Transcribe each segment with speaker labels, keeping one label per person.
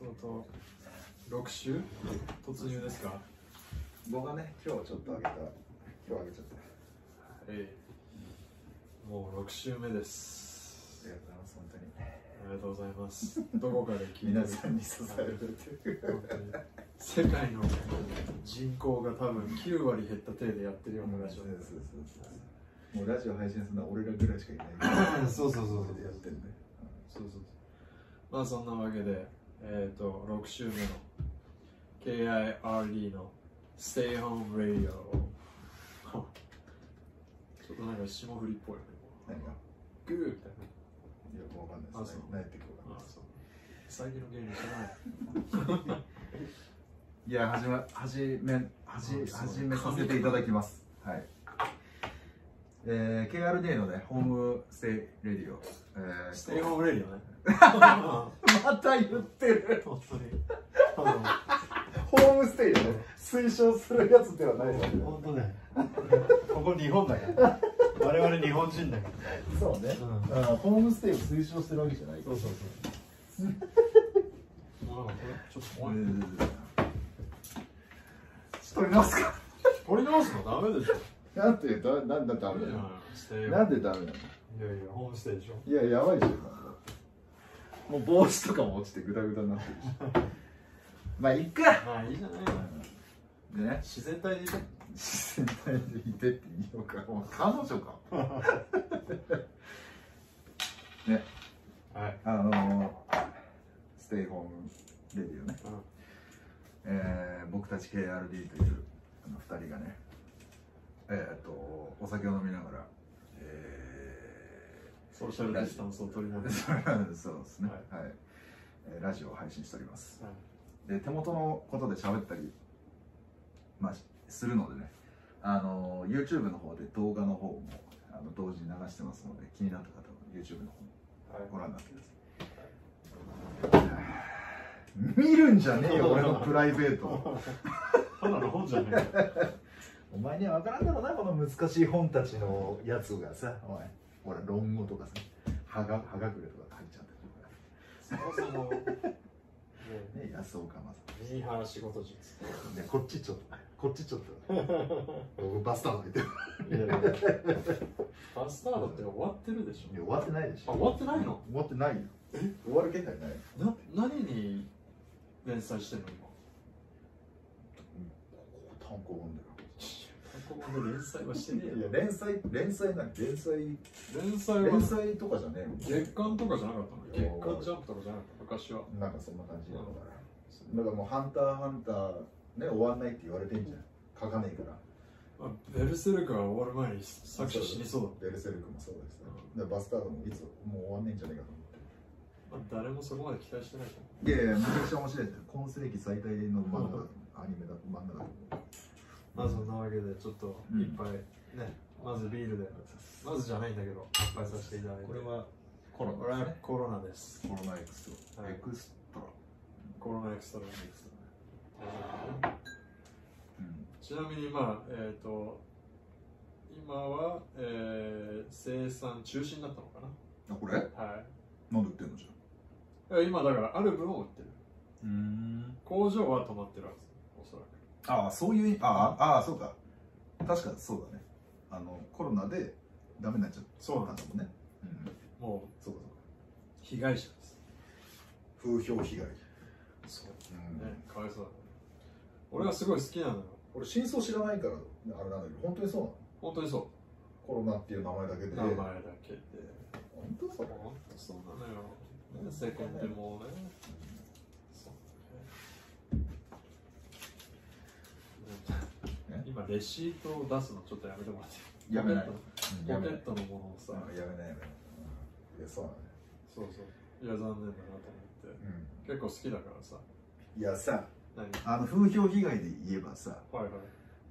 Speaker 1: 本当六週突入ですか。
Speaker 2: 僕はね、今日ちょっと上げた、今日上げちゃった。
Speaker 1: ええもう六週目です
Speaker 2: あり。がとうございます、本当に。
Speaker 1: ありがとうございます。どこかで聞いて
Speaker 2: 皆
Speaker 1: る
Speaker 2: さんに支えられて。
Speaker 1: 本当に世界の人口が多分9割減った体でやってるようなラジオです。
Speaker 2: そうそうそう。もうラジオ配信するのは俺らぐらいしかいない。
Speaker 1: そうそうそうそう
Speaker 2: でやってるね。
Speaker 1: そうそうそうまあそんなわけで、えっ、と、6週目の KIRD の Stay Home Radio をちょっとなんか霜降りっぽいよね。
Speaker 2: 何が
Speaker 1: グーみたい
Speaker 2: いや、もうわかんないです
Speaker 1: あそ
Speaker 2: ね。
Speaker 1: う
Speaker 2: 何やってくるかわか
Speaker 1: な。あそう。最近の芸人じ
Speaker 2: んない
Speaker 1: ゃない。
Speaker 2: いや、始ま、始め、
Speaker 1: うん
Speaker 2: 始、
Speaker 1: そう
Speaker 2: 始めさせていただきます。はい。えー、KRD のね、ホームステイレディオ。え
Speaker 1: Stay
Speaker 2: ー、
Speaker 1: Home Radio ね。
Speaker 2: また言ってる
Speaker 1: 本当に。あ
Speaker 2: ホームステイだね。推奨するやつではないです
Speaker 1: の本当ね。ここ日本だから。我々日本人だから。
Speaker 2: そうね、
Speaker 1: うん
Speaker 2: あーホームステイを推奨してるわけじゃない
Speaker 1: そうそうそう。もうなんかこれちょっと怖い。
Speaker 2: 取り直すか
Speaker 1: 取り直すのダメでしょ。
Speaker 2: なんてだなんだダ
Speaker 1: い
Speaker 2: メ
Speaker 1: や
Speaker 2: だ
Speaker 1: いや
Speaker 2: よ、
Speaker 1: ステイ
Speaker 2: なんでダメなの
Speaker 1: いやいや、ホームステイでしょ。
Speaker 2: いややばいでしょ今もう帽子とかも落ちてグダグダになってるし まあいっか
Speaker 1: まあいいじゃない
Speaker 2: でね
Speaker 1: 自然体でいい
Speaker 2: 自然体でいてって言おうかもう彼女か
Speaker 1: はい。
Speaker 2: あのー、ステイホームレディオね、
Speaker 1: うん
Speaker 2: えー僕たち KRD というあの2人がねえっとお酒を飲みながら、え
Speaker 1: ソーシャルディスタンスを取りなが
Speaker 2: ー
Speaker 1: ら。
Speaker 2: そうですね、はいえーラジオを配信しておりますで手元のことで喋ったり、まあ、するのでねあの YouTube の方で動画の方もあの同時に流してますので気になった方は YouTube の方もご覧になってください見るんじゃねえよ俺のプライベート
Speaker 1: ただの本じゃない。
Speaker 2: お前には分からんだろうなこの難しい本たちのやつがさお前ほら論語とかさはがはがくれとか書いちゃってる
Speaker 1: そもそも、
Speaker 2: からね安岡正
Speaker 1: ミーハー仕事術。
Speaker 2: ねこっちちょっとこっちちょっと僕バスタードいてる
Speaker 1: いやいやバスタードって終わってるでし
Speaker 2: いや終わってないでし
Speaker 1: ょ。あ、
Speaker 2: ょ
Speaker 1: 終わってないの
Speaker 2: 終わってないよ終わる気配ない
Speaker 1: な、何に連載してんの今。
Speaker 2: 単行本だよ
Speaker 1: ここで連載はしてねえよ。
Speaker 2: 連載連載なん連載
Speaker 1: 連載は
Speaker 2: 連載とかじゃねえ
Speaker 1: 月刊とかじゃなかったの月刊ジャンプとかじゃなかった昔は。
Speaker 2: なんかそんな感じだからだからもう「ハンターハンター」ね終わんないって言われてんじゃん書かねえから
Speaker 1: まあ、ベルセルクが終わる前に作者死にそうだ
Speaker 2: ベルセルクもそうですねでバスタードもいつもう終わんねえんじゃねえかと思っ
Speaker 1: まあ、誰もそこまで期待してないと思
Speaker 2: ていやいやめちゃくちゃ面白いですよ今世紀最大の漫画だと思うアニメだ漫画だと思
Speaker 1: うまあそんなわけでちょっと
Speaker 2: うん
Speaker 1: 一杯ね、まずビールでまずじゃないんだけど乾杯させていただいて
Speaker 2: これはコ
Speaker 1: これはコロナです
Speaker 2: コロナエクストラ
Speaker 1: はい
Speaker 2: エクストラ
Speaker 1: コロナエクストラです
Speaker 2: うん
Speaker 1: ちなみにまあえっ、と今は、えー、生産中止になったのか
Speaker 2: あこれ
Speaker 1: なはい
Speaker 2: なんで売ってんのじゃ
Speaker 1: いや今だからある分を売ってる
Speaker 2: うん
Speaker 1: 工場は止まってるはずおそらく
Speaker 2: ああそういうああああそうか確かそうだねあのコロナでダメになっちゃっ
Speaker 1: そ
Speaker 2: たんだもんねうん
Speaker 1: もう
Speaker 2: そうか
Speaker 1: 被害者です
Speaker 2: そうか風評被害、
Speaker 1: そうねかわいそうだね俺はすごい好きなのよ
Speaker 2: 俺真相知らないからあれなんだけど本当にそうなの
Speaker 1: 本当にそ
Speaker 2: コロナっていう名前だけで
Speaker 1: う名前だけで
Speaker 2: 本当そう
Speaker 1: 本当そうなのよ、ね、世間ってもうねそうね
Speaker 2: え
Speaker 1: 今レシートを出すのちょっとやめてもらって
Speaker 2: やめない
Speaker 1: ポ
Speaker 2: うん
Speaker 1: ケ
Speaker 2: や
Speaker 1: ット
Speaker 2: め
Speaker 1: のポケッ
Speaker 2: ない
Speaker 1: トのものをさ
Speaker 2: うんやめないやめないうんいやそうなのね
Speaker 1: そうそういや残念だなと思って結構好きだからさ
Speaker 2: うんいやさ
Speaker 1: 何
Speaker 2: あの風評被害で言えばさ
Speaker 1: はいはい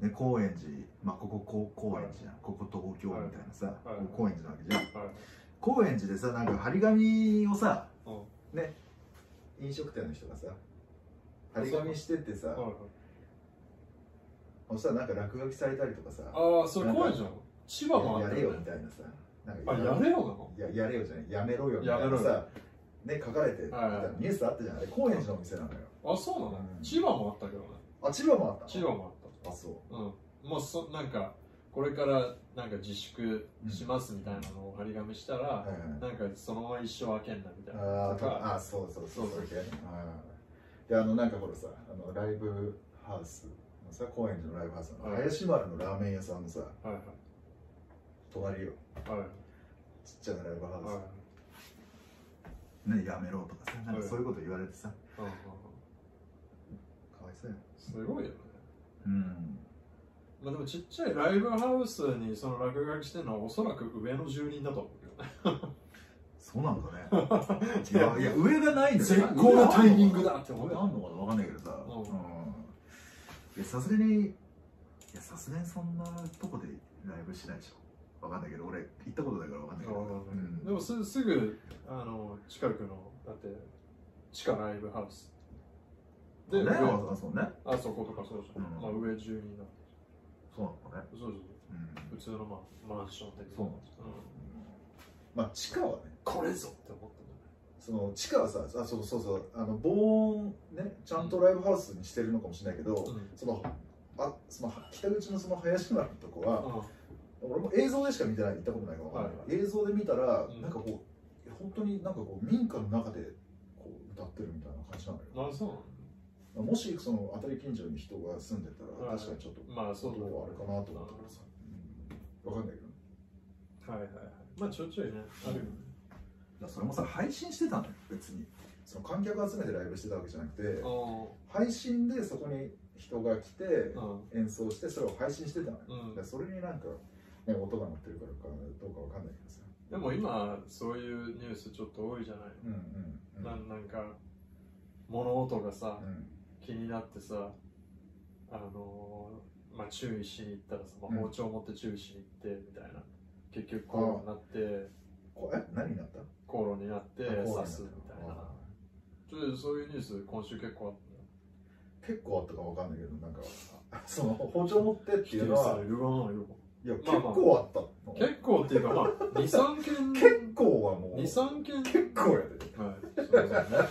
Speaker 2: ね、高円寺、まあ、こここう高円寺じゃん、ここ東京みたいなさ、
Speaker 1: はい
Speaker 2: ここ高円寺なわけじゃん
Speaker 1: はい
Speaker 2: 高円寺でさなんか張り紙をさ
Speaker 1: うんは
Speaker 2: 飲食店の人がさ張り紙してってさ
Speaker 1: いはい
Speaker 2: そしたらなんか落書きされたりとかさ
Speaker 1: ああそれ怖いじゃん千葉もあ
Speaker 2: や
Speaker 1: った
Speaker 2: れ
Speaker 1: よ
Speaker 2: よ
Speaker 1: ね
Speaker 2: みたいなさなん
Speaker 1: あ
Speaker 2: か
Speaker 1: やれよなの
Speaker 2: ややれよじゃないやめろよみた
Speaker 1: や
Speaker 2: いな
Speaker 1: めろ
Speaker 2: さ
Speaker 1: よ
Speaker 2: ね書かれてみたい
Speaker 1: はい
Speaker 2: なニュースあったじゃない高円寺のお店なのよ
Speaker 1: あそうなの、
Speaker 2: うん
Speaker 1: 千葉もあったけどね
Speaker 2: あ千葉もあった
Speaker 1: 千葉もあっ
Speaker 2: あそう
Speaker 1: たうんもうそなんかこれからなんか自粛しますみたいなのを張り紙したら
Speaker 2: は、いはい
Speaker 1: なんかそのまま一生開けんなみたいな
Speaker 2: あー
Speaker 1: とか
Speaker 2: あそうそうそうそうそうであのなんかこれさあのライブハウスのさ高円寺のライブハウスの、
Speaker 1: はい
Speaker 2: 林丸のラーメン屋さんのさ
Speaker 1: はい
Speaker 2: 隣よ
Speaker 1: はいは
Speaker 2: ちっちゃなライブハウ
Speaker 1: い
Speaker 2: ス、
Speaker 1: はい
Speaker 2: ねやめろとかさなんかそういうこと言われてさ、
Speaker 1: うんうんうん
Speaker 2: かわいそうや
Speaker 1: すごいよね
Speaker 2: うん
Speaker 1: まあでもちっちゃいライブハウスにその落書きしてるのはおそらく上の住人だと思うけどね
Speaker 2: そうなんだねいやいや上がないんだよ
Speaker 1: 絶好なタイミングだって思
Speaker 2: 上
Speaker 1: っ
Speaker 2: あん
Speaker 1: た
Speaker 2: のかな分かんないけどさ、
Speaker 1: うん
Speaker 2: うんいやさすがにいやさすがにそんなとこでライブしないでしょ分かんないけど俺行ったことないから分かんないけど、うん
Speaker 1: でもすすぐあの近くのだって地下ライブハウスで
Speaker 2: ね
Speaker 1: 上
Speaker 2: あそうね
Speaker 1: あそことかそうじゃん、
Speaker 2: うん
Speaker 1: まあ、上住人だ
Speaker 2: そうなのね、
Speaker 1: そうそう
Speaker 2: うん
Speaker 1: 普通の、まあ、マンション的な
Speaker 2: そうなんですまあ地下はね
Speaker 1: これぞって思ったね
Speaker 2: その地下はさあそうそうそうあの防音ねちゃんとライブハウスにしてるのかもしれないけど、
Speaker 1: うん
Speaker 2: そのあその北口のその林村のとこは、
Speaker 1: あ
Speaker 2: 俺も映像でしか見てない行ったことないから分かんないから、映像で見たら、
Speaker 1: うん
Speaker 2: なんかこう本当になんかこう民家の中でこう歌ってるみたいな感じなのよ
Speaker 1: あそう
Speaker 2: もしその当たり近所に人が住んでたら、
Speaker 1: はい
Speaker 2: 確かにちょっと
Speaker 1: なのまあそう
Speaker 2: 音
Speaker 1: だね
Speaker 2: はあれかなと思ったけどさ、うん、分かんないけど
Speaker 1: はいはいはいまあちょいちょいねあるよね
Speaker 2: それもさ配信してたのよ別にその観客集めてライブしてたわけじゃなくて、
Speaker 1: あ
Speaker 2: 配信でそこに人が来て、
Speaker 1: あうん
Speaker 2: 演奏してそれを配信してたの
Speaker 1: う
Speaker 2: よ、
Speaker 1: ん
Speaker 2: でそれになんか、ね、音が鳴ってるからかどうか分かんないけどさ
Speaker 1: でも今そういうニュースちょっと多いじゃない
Speaker 2: うんうんうん
Speaker 1: の、ななんか物音がさ
Speaker 2: うん
Speaker 1: 気になってさあのーまあ注意しに行ったらさ、ま
Speaker 2: うん
Speaker 1: あ、包丁持って注意しに行ってみたいな、結局口論になって
Speaker 2: こえ何になった
Speaker 1: 口論になって
Speaker 2: あこう
Speaker 1: 刺
Speaker 2: ん
Speaker 1: すみたいな
Speaker 2: あ
Speaker 1: ちょっとそういうニュース今週結構
Speaker 2: ー結構あったかわかんないけどなんか あその包丁持ってっ
Speaker 1: あってて
Speaker 2: いうのは
Speaker 1: される側なんよ
Speaker 2: いや結
Speaker 1: まあまあ
Speaker 2: 構あったの、
Speaker 1: 結構っていうかまあ23件
Speaker 2: 結構はもう結
Speaker 1: 23件
Speaker 2: 構や
Speaker 1: は
Speaker 2: で
Speaker 1: いそうですね、は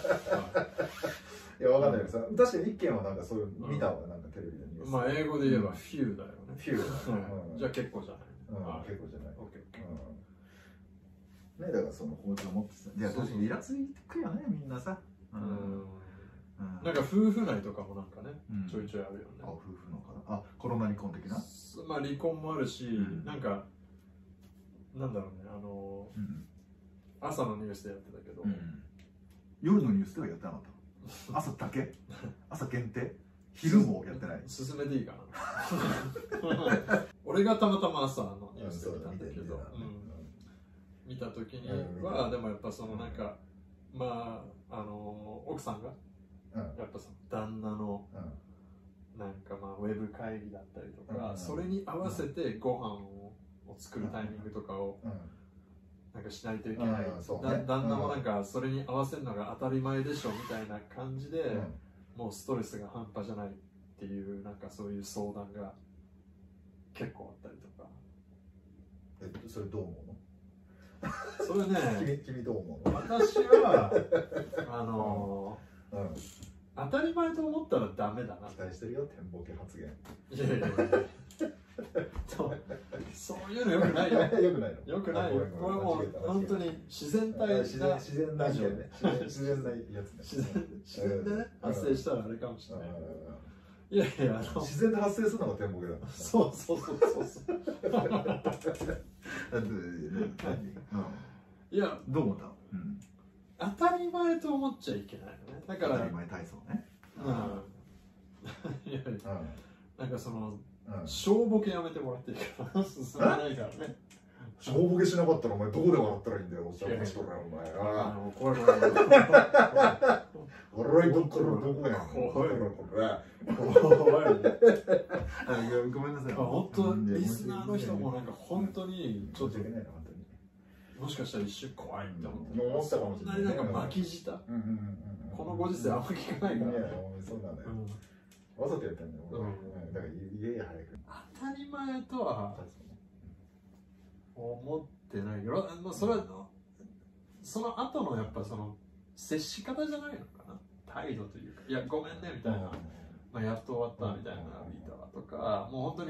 Speaker 1: い
Speaker 2: いやわかんないけどさ確かに一件はなんかそういう見たわなんかテレビでニュース
Speaker 1: まあ英語で言えば
Speaker 2: うん
Speaker 1: フューだよね、
Speaker 2: フューだね
Speaker 1: はい
Speaker 2: うん
Speaker 1: じゃあ結構じゃ
Speaker 2: う
Speaker 1: ない、
Speaker 2: ん
Speaker 1: はい
Speaker 2: 結構じゃない
Speaker 1: オッケー
Speaker 2: うんねだからその包丁持ってさいや確かにイラついてくよねみんなさう
Speaker 1: うん
Speaker 2: んうん
Speaker 1: なんか夫婦内とかもなんかね、
Speaker 2: うん
Speaker 1: ちょいちょいあるよ
Speaker 2: あ
Speaker 1: ね
Speaker 2: 夫婦のかなあコロナ離婚的な
Speaker 1: すまあ離婚もあるし、
Speaker 2: ん
Speaker 1: なんかなんだろうねあの
Speaker 2: うん
Speaker 1: 朝のニュースでやってたけど、
Speaker 2: うん夜のニュースではやってなか った朝だけ朝限定昼もやってない
Speaker 1: 進めていいかな俺がたまたま朝の ニュースで見たんだけど、うん見た時には、
Speaker 2: うん
Speaker 1: でもやっぱそのなんか、まああの奥さんが
Speaker 2: うん
Speaker 1: やっぱその旦那の
Speaker 2: うん
Speaker 1: なんかまあウェブ会議だったりとか、
Speaker 2: うん
Speaker 1: それに合わせてご飯をを作るタイミングとかを
Speaker 2: う
Speaker 1: なんかしないといけない、
Speaker 2: うんそう
Speaker 1: だ
Speaker 2: ね
Speaker 1: 旦那もなんかそれに合わせるのが当たり前でしょみたいな感じで、
Speaker 2: ん
Speaker 1: もうストレスが半端じゃないっていうなんかそういう相談が結構あったりとか
Speaker 2: えそれどう思
Speaker 1: それ
Speaker 2: うの
Speaker 1: ね
Speaker 2: 君君どう思うの
Speaker 1: 私はあの
Speaker 2: うん
Speaker 1: ー当たり前と思ったらダメだな
Speaker 2: 期待してるよ展望系発言
Speaker 1: いやいやいや そうそういうのよくないよ
Speaker 2: よくないの
Speaker 1: よくないよ
Speaker 2: あ。ご
Speaker 1: こ
Speaker 2: め
Speaker 1: れ
Speaker 2: んご
Speaker 1: も
Speaker 2: めん
Speaker 1: う本当
Speaker 2: 間違え
Speaker 1: に自然
Speaker 2: た
Speaker 1: 体
Speaker 2: 間違えた
Speaker 1: が
Speaker 2: 自然自然な意見ね
Speaker 1: ラジオね
Speaker 2: 自然なやつね
Speaker 1: 自然自然でね
Speaker 2: うん
Speaker 1: 発生したらあれかもし
Speaker 2: う
Speaker 1: れ
Speaker 2: ん
Speaker 1: ない
Speaker 2: うん。
Speaker 1: いやいや、あ
Speaker 2: うん
Speaker 1: の、
Speaker 2: 自然で発生するのが展望系だ もん
Speaker 1: そうそうそうそうそう。
Speaker 2: だってね何
Speaker 1: いや、
Speaker 2: どう思ったうん
Speaker 1: 当たり前と思っちゃいけないよね。だか
Speaker 2: 当
Speaker 1: ら、
Speaker 2: た
Speaker 1: う
Speaker 2: り前体操ね
Speaker 1: ん。 いやいや、
Speaker 2: う
Speaker 1: なんかその、
Speaker 2: んうん
Speaker 1: 小ボケやめてもらっていいかな。進まないからね。
Speaker 2: しょぼけしなかったらお前どこで笑ったらいいんだよ、おっしゃる人だよ、お前。
Speaker 1: あ
Speaker 2: あ
Speaker 1: の、これこれこれ。
Speaker 2: あ、笑いどころどこやん。
Speaker 1: おい
Speaker 2: これこれ。あ
Speaker 1: 怖いね
Speaker 2: ごめんなさい
Speaker 1: 本当、リスナーの人もなんか本当に、ち
Speaker 2: ちょ
Speaker 1: ょっ
Speaker 2: っ
Speaker 1: と
Speaker 2: といけないな、本当に。
Speaker 1: もしかしたら一瞬怖いって思って
Speaker 2: 思ったかも
Speaker 1: そ
Speaker 2: し
Speaker 1: んな
Speaker 2: れない
Speaker 1: になんか巻き舌
Speaker 2: うんうんうんうん。
Speaker 1: このご時世あんま聞かないから、
Speaker 2: いや、お前そうなんだよ。わざとやったんだよ、俺。うんだから家や早く。
Speaker 1: 当たり前とは思ってないけど、まあ、それはその後のやっぱその接し方じゃないのかな態度というかいやごめんねみたいな、まあ、やっと終わったみたいなビーターとかもう本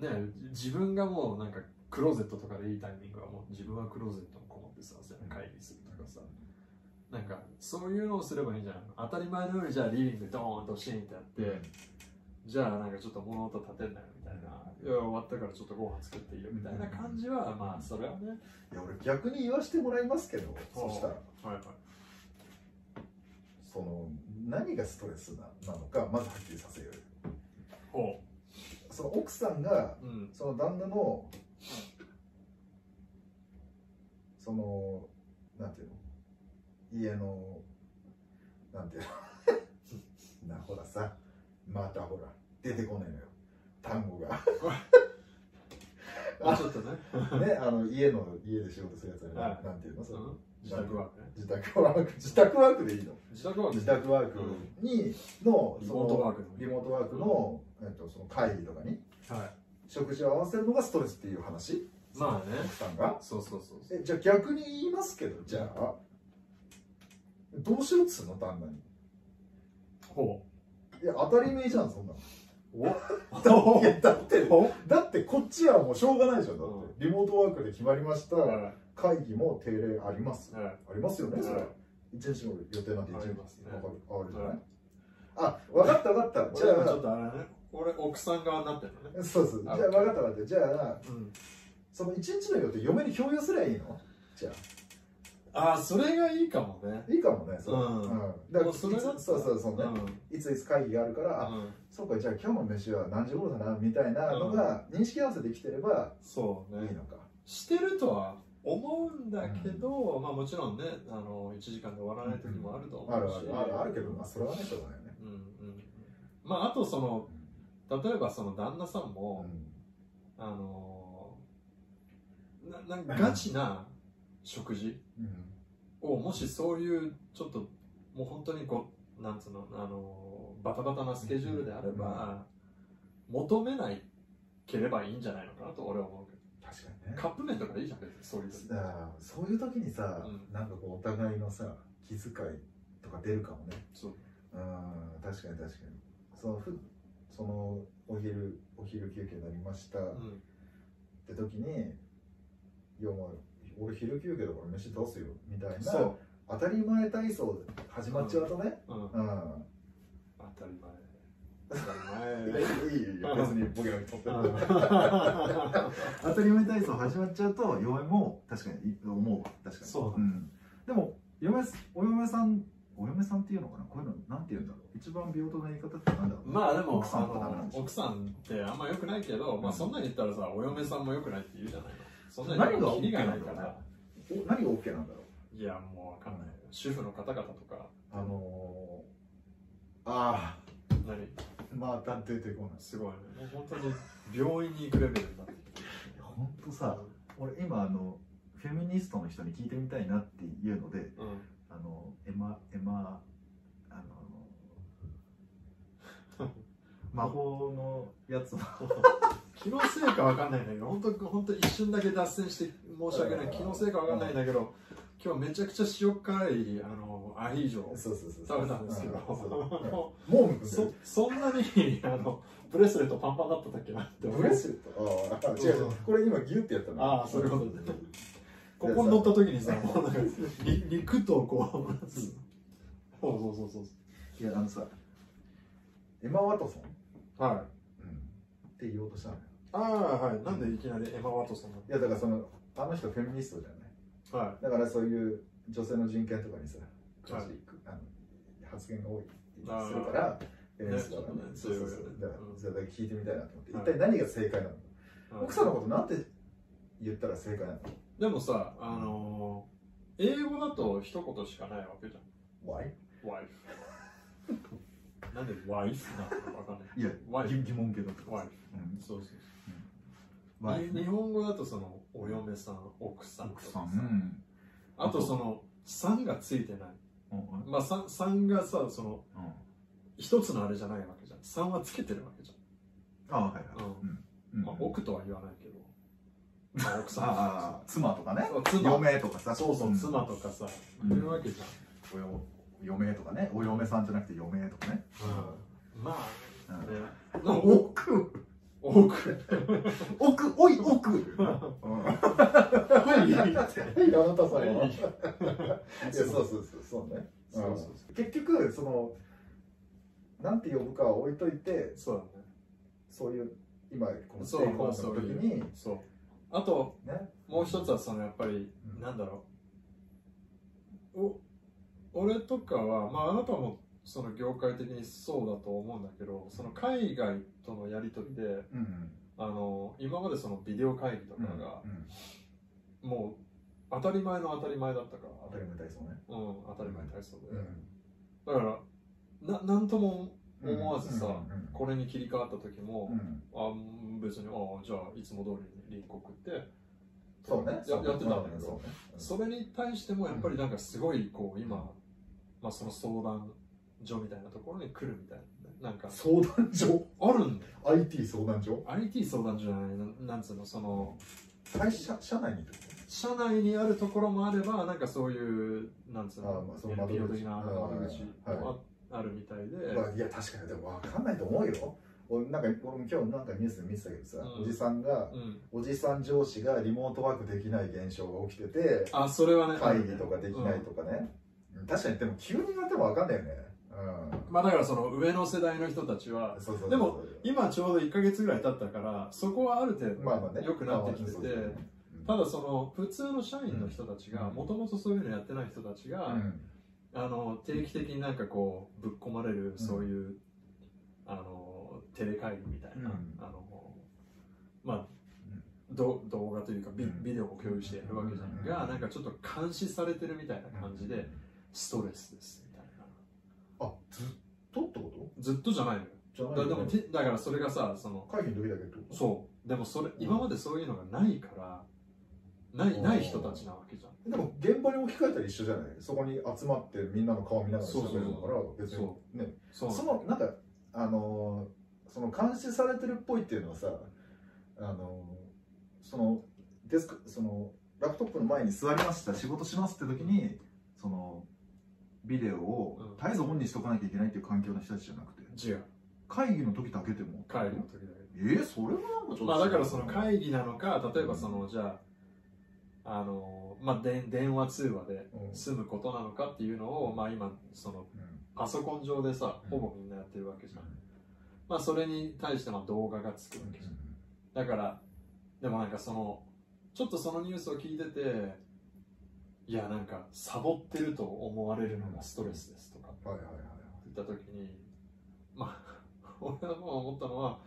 Speaker 1: 当にね自分がもうなんかクローゼットとかでいいタイミングはもう自分はクローゼットにこもってさ会議するとかさなんかそういうのをすればいいんじゃないの当たり前のようにじゃあリビングドーンとシーンってやって、じゃあなんかちょっと物音立てんなよみたいないや終わったからちょっとご飯作っていいよみたいな感じは、まあそれはね
Speaker 2: いや俺逆に言わしてもらいますけどそしたら
Speaker 1: はいはい
Speaker 2: その何がストレスななのかまずはっきりさせようよ
Speaker 1: ほ
Speaker 2: その奥さんが
Speaker 1: ううん
Speaker 2: その旦那のそのなんていうの家のなんていうの なほらさまたほら出てこないのよ単語が
Speaker 1: あちょっとね、
Speaker 2: ねあの家の家で仕事するやつはね、
Speaker 1: はい
Speaker 2: なんていうのその
Speaker 1: 自宅はね
Speaker 2: 自宅ワーク自宅ワークでいいの
Speaker 1: 自宅は
Speaker 2: 自宅ワークにの,、
Speaker 1: リ
Speaker 2: そ
Speaker 1: モートワ
Speaker 2: の
Speaker 1: ークでもいい
Speaker 2: リモートワークの,、えっと、その会議とかに
Speaker 1: はい
Speaker 2: 食事を合わせるのがストレスっていう話
Speaker 1: まあね
Speaker 2: 奥さんが
Speaker 1: そうそうそうそう
Speaker 2: えじゃあ逆に言いますけどじゃあどうしようっつうの旦那に
Speaker 1: ほ
Speaker 2: いや当たり前じゃんそんな
Speaker 1: う お
Speaker 2: のいやだってだってこっちはもうしょうがないじゃんだっ
Speaker 1: う
Speaker 2: てリモートワークで決まりました
Speaker 1: は
Speaker 2: 会議も定例あります
Speaker 1: いは
Speaker 2: ありますよねそれ
Speaker 1: はい
Speaker 2: 一日の予定なんて一日
Speaker 1: ありますね
Speaker 2: わかるあるじゃ
Speaker 1: は
Speaker 2: ないいあ分かった分かった
Speaker 1: い
Speaker 2: じ
Speaker 1: じ
Speaker 2: ゃ
Speaker 1: ゃあちょっ
Speaker 2: あ
Speaker 1: とあれね俺奥さん側になってるのね
Speaker 2: そうそうじゃあ
Speaker 1: あ
Speaker 2: 分かった分かったじゃあ
Speaker 1: うん
Speaker 2: その一日の予定嫁に共有すりゃいいのじゃあ
Speaker 1: ああそれがいいかもね
Speaker 2: いいかもねそれ
Speaker 1: うん
Speaker 2: だか
Speaker 1: も
Speaker 2: ら
Speaker 1: うそれだったら
Speaker 2: いつそうそうそううんね、いついつ会議があるから、あ
Speaker 1: うん
Speaker 2: そうかじゃあ今日の飯は何時頃だなみたいなのが認識合わせできてれば
Speaker 1: そう
Speaker 2: いい
Speaker 1: ね
Speaker 2: のか、
Speaker 1: してるとは思うんだけどまあもちろんねあの1時間で終わらない時もあると思
Speaker 2: ある
Speaker 1: う
Speaker 2: あ
Speaker 1: し
Speaker 2: るあるあるけどまあそれはねしょうがないよね、
Speaker 1: うんうんまああとその例えばその旦那さんも、あのーななんかガチな食事
Speaker 2: うん
Speaker 1: をもしそういうちょっともう本当にこうなんつうの、あのーバタバタなスケジュールであれば、求めないければいいんじゃないのかなと俺は思うけ
Speaker 2: 確かに
Speaker 1: ど
Speaker 2: ね
Speaker 1: カップ麺とかでいいじゃん別にそういう時
Speaker 2: だからそういう時にさ、
Speaker 1: うん
Speaker 2: なんかこうお互いのさ気遣いとか出るかもね
Speaker 1: そう
Speaker 2: うん確かに確かにそのふそのお昼お昼休憩になりました、
Speaker 1: うん
Speaker 2: って時に「いやお前俺昼休憩だから飯出すよ」みたいな
Speaker 1: そう
Speaker 2: 当たり前体操始まっちゃうとね、
Speaker 1: うん
Speaker 2: うん
Speaker 1: 当たり前当
Speaker 2: い
Speaker 1: たり
Speaker 2: いよいいよ別にボケなくて
Speaker 1: 前
Speaker 2: も
Speaker 3: 当たり前体操始まっちゃうと嫁も確かに思うわ確かに
Speaker 1: そうだ
Speaker 3: ん、でも嫁すお嫁さんお嫁さんっていうのかなこういうのなんて言うんだろう一番平等な言い方ってなんだろう
Speaker 1: まあでも
Speaker 3: 奥さんとか
Speaker 1: あ
Speaker 3: なん
Speaker 1: の
Speaker 3: でしょ
Speaker 1: 奥さんってあんま良くないけど、まあそんなに言ったらさお嫁さんも良くないって言うじゃないのそんなに
Speaker 3: 何が
Speaker 1: キリがない
Speaker 3: OK
Speaker 1: か
Speaker 3: なんだろ
Speaker 1: ら
Speaker 2: お何が OK なんだろう
Speaker 1: いやもう分かんない主婦の方々とか
Speaker 2: あのー、あ
Speaker 1: 何
Speaker 2: あまた出てこない
Speaker 1: すごいねもう本当に病院に行くレベルになってきて
Speaker 3: いやほんとさ俺今あのフェミニストの人に聞いてみたいなっていうので
Speaker 1: うん
Speaker 3: あのエマエマあの 魔法のやつを
Speaker 1: 気のせいか分かんないんだけど本当本当一瞬だけ脱線して申し訳ない気のせいか分かんないんだけど今日めちゃくちゃ塩辛いあのアヒージョを
Speaker 2: そうそうそう
Speaker 1: 食べたんですけど
Speaker 2: うんそう
Speaker 1: もう
Speaker 2: もうむくんで
Speaker 1: そそ んなにあのブレスレットパンパンだったっけなって
Speaker 2: る
Speaker 1: 思う
Speaker 2: ブレスレットああ違う違うこれ今ギュッてやったの
Speaker 1: ああそういうことねここに乗った時 にさ、もうなんか、に肉とこう、そうそうそうそう。
Speaker 3: いやあのさ
Speaker 2: エマ・ワトソン、
Speaker 1: はい。
Speaker 2: って言おうとしたのよ
Speaker 1: ああ、はい。なんでいきなりエマ・ワトソンない
Speaker 2: やだからそのあの人フェミニストじゃない
Speaker 1: のは
Speaker 2: だからそういう女性の人権とかにさ、詳しいあの発言が多いっていうのをするから、フェミニストがね
Speaker 1: ねち
Speaker 2: そ
Speaker 1: ょ
Speaker 2: う
Speaker 1: っと
Speaker 2: そ
Speaker 1: ね
Speaker 2: う
Speaker 1: 強いよね
Speaker 2: そうだから
Speaker 1: うん
Speaker 2: それだけ聞いてみたいなと思って、
Speaker 1: はい
Speaker 2: 一体何が正解なの、
Speaker 1: い。
Speaker 2: 奥さんのことなんて言ったら正解なの
Speaker 1: でもさ、あのー、英語だと一言しかないわけじゃん。
Speaker 2: ?Why?
Speaker 1: wife。なんで wife なのかわか んない。
Speaker 3: いや
Speaker 1: wife。
Speaker 3: 疑疑問系だとか
Speaker 1: wife
Speaker 3: さ。うん
Speaker 1: そうそうそう
Speaker 3: ワイ
Speaker 1: に日本語だとその、お嫁さん、奥さんと
Speaker 3: 奥
Speaker 1: か
Speaker 3: さ
Speaker 1: さ。
Speaker 3: ん
Speaker 1: あとその、さんがついてない。
Speaker 3: うんうん
Speaker 1: まあ、さんさんがさ、その、
Speaker 3: うん
Speaker 1: 一つのあれじゃないわけじゃん。さんはつけてるわけじゃん。
Speaker 3: あはいはい
Speaker 1: うん
Speaker 3: うんうん
Speaker 1: まあ、奥とは言わないけど、奥さん
Speaker 3: ああ妻とかね
Speaker 1: そう妻
Speaker 3: 嫁とかさ
Speaker 1: そうそう、
Speaker 3: ん
Speaker 1: 妻とかさ、
Speaker 3: うん
Speaker 1: いるわけじ
Speaker 3: およ嫁とかねお嫁さんじゃなくて嫁とかね、
Speaker 1: ゃん。うん、ま
Speaker 3: う
Speaker 1: あ、ね
Speaker 3: ん、、
Speaker 1: お
Speaker 3: 奥
Speaker 1: 多 く、
Speaker 3: 奥おい奥、うん、
Speaker 1: は
Speaker 2: いあなたさんはいいやそうそうそうそうね
Speaker 1: そうそうそう。
Speaker 2: 結局そのなんて呼ぶかは置いといて
Speaker 1: そうだね。
Speaker 2: そういう今このス
Speaker 1: そ
Speaker 2: テ
Speaker 1: う
Speaker 2: イホームの時に
Speaker 1: そう。あと、
Speaker 2: ね
Speaker 1: もう一つは、その、やっぱり、
Speaker 2: うん
Speaker 1: なんだろう。お、俺とかは、まあ、あなたも、その業界的にそうだと思うんだけど、その海外とのやりとりで、
Speaker 3: うんうん
Speaker 1: あの、今までそのビデオ会議とか
Speaker 3: うん
Speaker 1: が、もう、当たり前の当たり前だったから、
Speaker 2: 当たり前体操ね
Speaker 1: うん、当たり前体操で。
Speaker 2: う
Speaker 1: だから、な、なんとも
Speaker 2: ん
Speaker 1: 思わずさ、
Speaker 2: うん
Speaker 1: これに切り替わった時も、
Speaker 3: うん
Speaker 1: あ別にあじゃあいつも通りに臨刻って
Speaker 2: そうね
Speaker 1: や
Speaker 2: そう
Speaker 1: やってたんだけ
Speaker 2: そ
Speaker 1: ど
Speaker 2: うね
Speaker 1: それに対してもやっぱりなんかすごいこう今、まあ、その相談所みたいなところに来るみたいななんか
Speaker 2: 相談所
Speaker 1: あるんだよ
Speaker 2: IT 相談所
Speaker 1: IT 相談所じゃないなんなんつうのその
Speaker 2: 会社社内にってこと
Speaker 1: 社内にあるところもあればなんかそういうなんつう
Speaker 2: あ
Speaker 1: の
Speaker 2: まあその窓口
Speaker 1: NPO 的な窓口
Speaker 2: はい
Speaker 1: もああるみたいで、
Speaker 2: まあ、いや確かにでも分かんないと思うよ俺なんか俺も今日なんかニュースで見てたけどさ、
Speaker 1: うん
Speaker 2: おじさんが
Speaker 1: うん、
Speaker 2: おじさん上司がリモートワークできない現象が起きてて
Speaker 1: あそれはね
Speaker 2: 会議とかできないとかね、確かにでも急に言われても分かんないよね
Speaker 1: うんまあだからその上の世代の人たちは
Speaker 2: うんそうそうそうそう
Speaker 1: でも今ちょうど1ヶ月ぐらい経ったからそこはある程度、
Speaker 2: まあまあね
Speaker 1: 良くなってきてて
Speaker 2: まあま
Speaker 1: ただ
Speaker 2: あそうそうそう
Speaker 1: その普通の社員の人たちが
Speaker 2: うん
Speaker 1: もともとそういうのやってない人たちが、
Speaker 2: うん
Speaker 1: あの定期的になんかこうぶっ込まれる
Speaker 2: ん
Speaker 1: そういう、あのテレ会議みたいな、
Speaker 2: うん
Speaker 1: あのまあ、ど動画というかビ
Speaker 2: うん
Speaker 1: ビデオを共有してやるわけじゃんが、
Speaker 2: うん
Speaker 1: なんかちょっと監視されてるみたいな感じでストレスですみたいな
Speaker 2: あずっとってこ
Speaker 1: ずっとじゃないのよ
Speaker 2: とじゃない
Speaker 1: だ
Speaker 2: よ
Speaker 1: でも
Speaker 2: ね
Speaker 1: てだからそれがさその
Speaker 2: 会議の時だけってこと
Speaker 1: そうでもそれ
Speaker 2: ん
Speaker 1: 今までそういうのがないからない
Speaker 2: うん
Speaker 1: ない人たちなわけじゃん
Speaker 2: でも現場に置き換えたら一緒じゃないそこに集まってみんなの顔見ながら
Speaker 1: そうそう
Speaker 2: 喋
Speaker 1: そう
Speaker 2: るから別に
Speaker 1: そ
Speaker 2: ね
Speaker 1: そう
Speaker 2: そのなんかあのーその監視されてるっぽいっていうのはさあのーそのデスクそのラップトップの前
Speaker 3: 前
Speaker 2: に
Speaker 3: に座りました仕事しますって時にそのビデオを
Speaker 1: うん
Speaker 3: 絶えずオンにしとかなきゃいけないっていう環境の人たちじゃなくて
Speaker 1: 違う
Speaker 3: 会議の時だけでも
Speaker 1: 会議の時だけ
Speaker 3: えー、それはなんかちょっと
Speaker 1: まあだからその会議なのか例えばそのじゃああのまあで電話通話で
Speaker 2: うん
Speaker 1: 済むことなのかっていうのをまあ今その
Speaker 2: うん
Speaker 1: パソコン上でさ
Speaker 2: うん
Speaker 1: ほぼみんなやってるわけじゃん
Speaker 2: うん
Speaker 1: まあそれに対してまあ動画がつくわけじゃんだからでもなんかそのちょっとそのニュースを聞いてていやなんかサボってると思われるのがストレスですとか
Speaker 2: はいはいはいはい
Speaker 1: 言った時にまあ 俺はもう思ったのは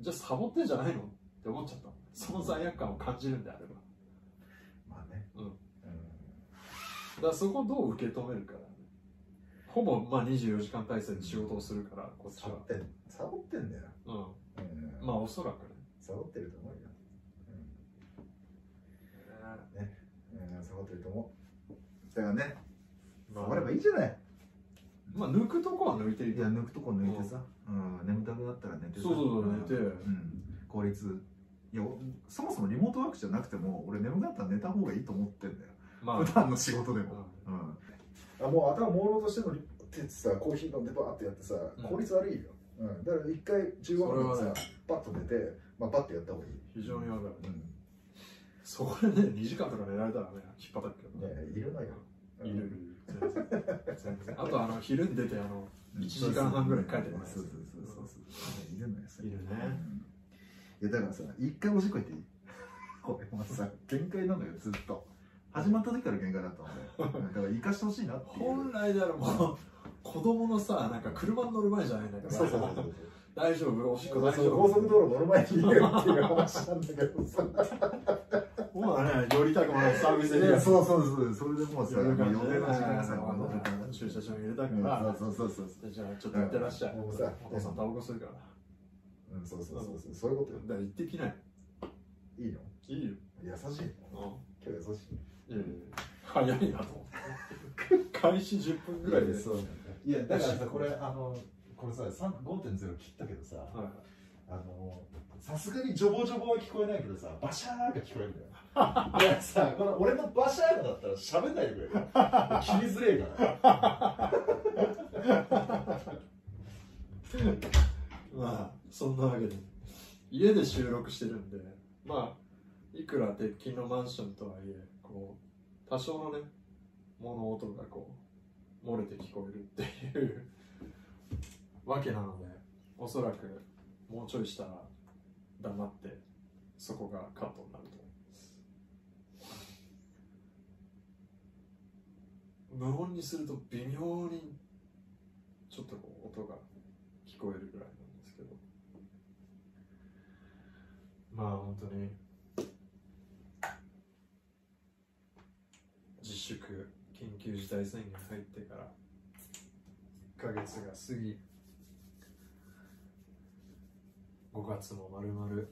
Speaker 1: じゃあサボってんじゃないのって思っちゃったその罪悪感を感じるんであれば
Speaker 2: まあね
Speaker 1: うん
Speaker 2: う
Speaker 1: だからそこをどう受け止めるかだねほぼまあ24時間体制で仕事をするからこっ
Speaker 2: ん
Speaker 1: ち
Speaker 2: サボ
Speaker 1: は
Speaker 2: ってんサボってんだよ
Speaker 1: う
Speaker 2: うん
Speaker 1: んまあおそらくね
Speaker 2: サボってると思うようんうんサボってると思
Speaker 3: だからね
Speaker 1: ま
Speaker 3: 触れば
Speaker 1: あ
Speaker 3: いいじゃない
Speaker 1: まあ抜くとこは抜いてる
Speaker 3: いや抜くとこ抜いてさ、うん、眠たくなったら寝てさ
Speaker 1: そうそうそう
Speaker 3: うん
Speaker 1: 抜いて
Speaker 3: うん、効率いやおそもそもリモートワークじゃなくても俺眠かったら寝た方がいいと思ってんだよ
Speaker 1: まあ
Speaker 3: 普段の仕事で
Speaker 1: う
Speaker 3: も、
Speaker 1: ん
Speaker 3: うん、
Speaker 2: うあもう頭朦朧としてるのに手ってさコーヒー飲んでバーってやってさ
Speaker 1: うん
Speaker 2: 効率悪いようんだから一回15分
Speaker 1: それ
Speaker 2: さ
Speaker 1: はね
Speaker 2: パッと出てまあパッとやった方がいい
Speaker 1: 非常にわかる、
Speaker 2: うん
Speaker 1: そこでね2時間とか寝られたらね引っ張ったけど
Speaker 2: ね
Speaker 1: ね
Speaker 2: いるのよ
Speaker 1: いるいる全然全然あとあの昼に出てあの
Speaker 3: うん
Speaker 1: 一時間半ぐらい書いてるね
Speaker 3: そうそうそうそうそういるのよそれ
Speaker 1: いるね
Speaker 3: うんいやだからさ一回おしっこ行ってい いこれもさ限界なのよずっと始まった時から限界だったのでだから生かしてほしいなっていう
Speaker 1: 本来であればもう子供のさなんか車に乗る前じゃないんだから
Speaker 2: そうそうそうそう
Speaker 1: 大丈夫おしっこ
Speaker 2: 高
Speaker 1: 大丈夫
Speaker 2: 速道路乗る前に言えよっていう話なんだけどさ
Speaker 1: もうね寄りたくもないサービスエリア
Speaker 3: やそうそうそうそれでもうさ
Speaker 1: 寄
Speaker 3: も
Speaker 1: る
Speaker 3: う
Speaker 1: 感じ
Speaker 3: 余
Speaker 1: で
Speaker 3: 計な時間がさ
Speaker 1: あ
Speaker 3: 戻ってた
Speaker 1: の駐車場に入れた
Speaker 3: う
Speaker 1: くなん
Speaker 3: そうそうそうそう
Speaker 1: じゃあちょっと行ってらっしゃい
Speaker 2: うん
Speaker 1: お
Speaker 2: もうさ
Speaker 1: 父さんタバコ吸うから
Speaker 2: うんそうそうそうそうそういうこと
Speaker 1: だ
Speaker 2: よ
Speaker 1: から行ってきない
Speaker 2: いいの
Speaker 1: いいよ
Speaker 2: 優しい今日優し
Speaker 1: うん
Speaker 2: い
Speaker 1: いやいやいや早いなと思って開始10分ぐらいで
Speaker 2: そう
Speaker 3: いや
Speaker 2: だからさこれ
Speaker 3: あのこれさ5.0切ったけどさ
Speaker 1: はい
Speaker 4: あのさすがにジョボジョボは聞こえないけどさバシャーが聞こえるん だよだからさこの俺のバシャーだったら喋んないでくれよ切りづれえから
Speaker 1: まあそんなわけで家で収録してるんでまあいくら鉄筋のマンションとはいえこう多少のね物音がこう漏れて聞こえるっていう わけなのでおそらくもうちょいしたら黙ってそこがカットになると無音にすると微妙にちょっとこう音が聞こえるぐらいなんですけどまあ本当に自粛緊急事態宣言入ってから1ヶ月が過ぎ5月もまるまる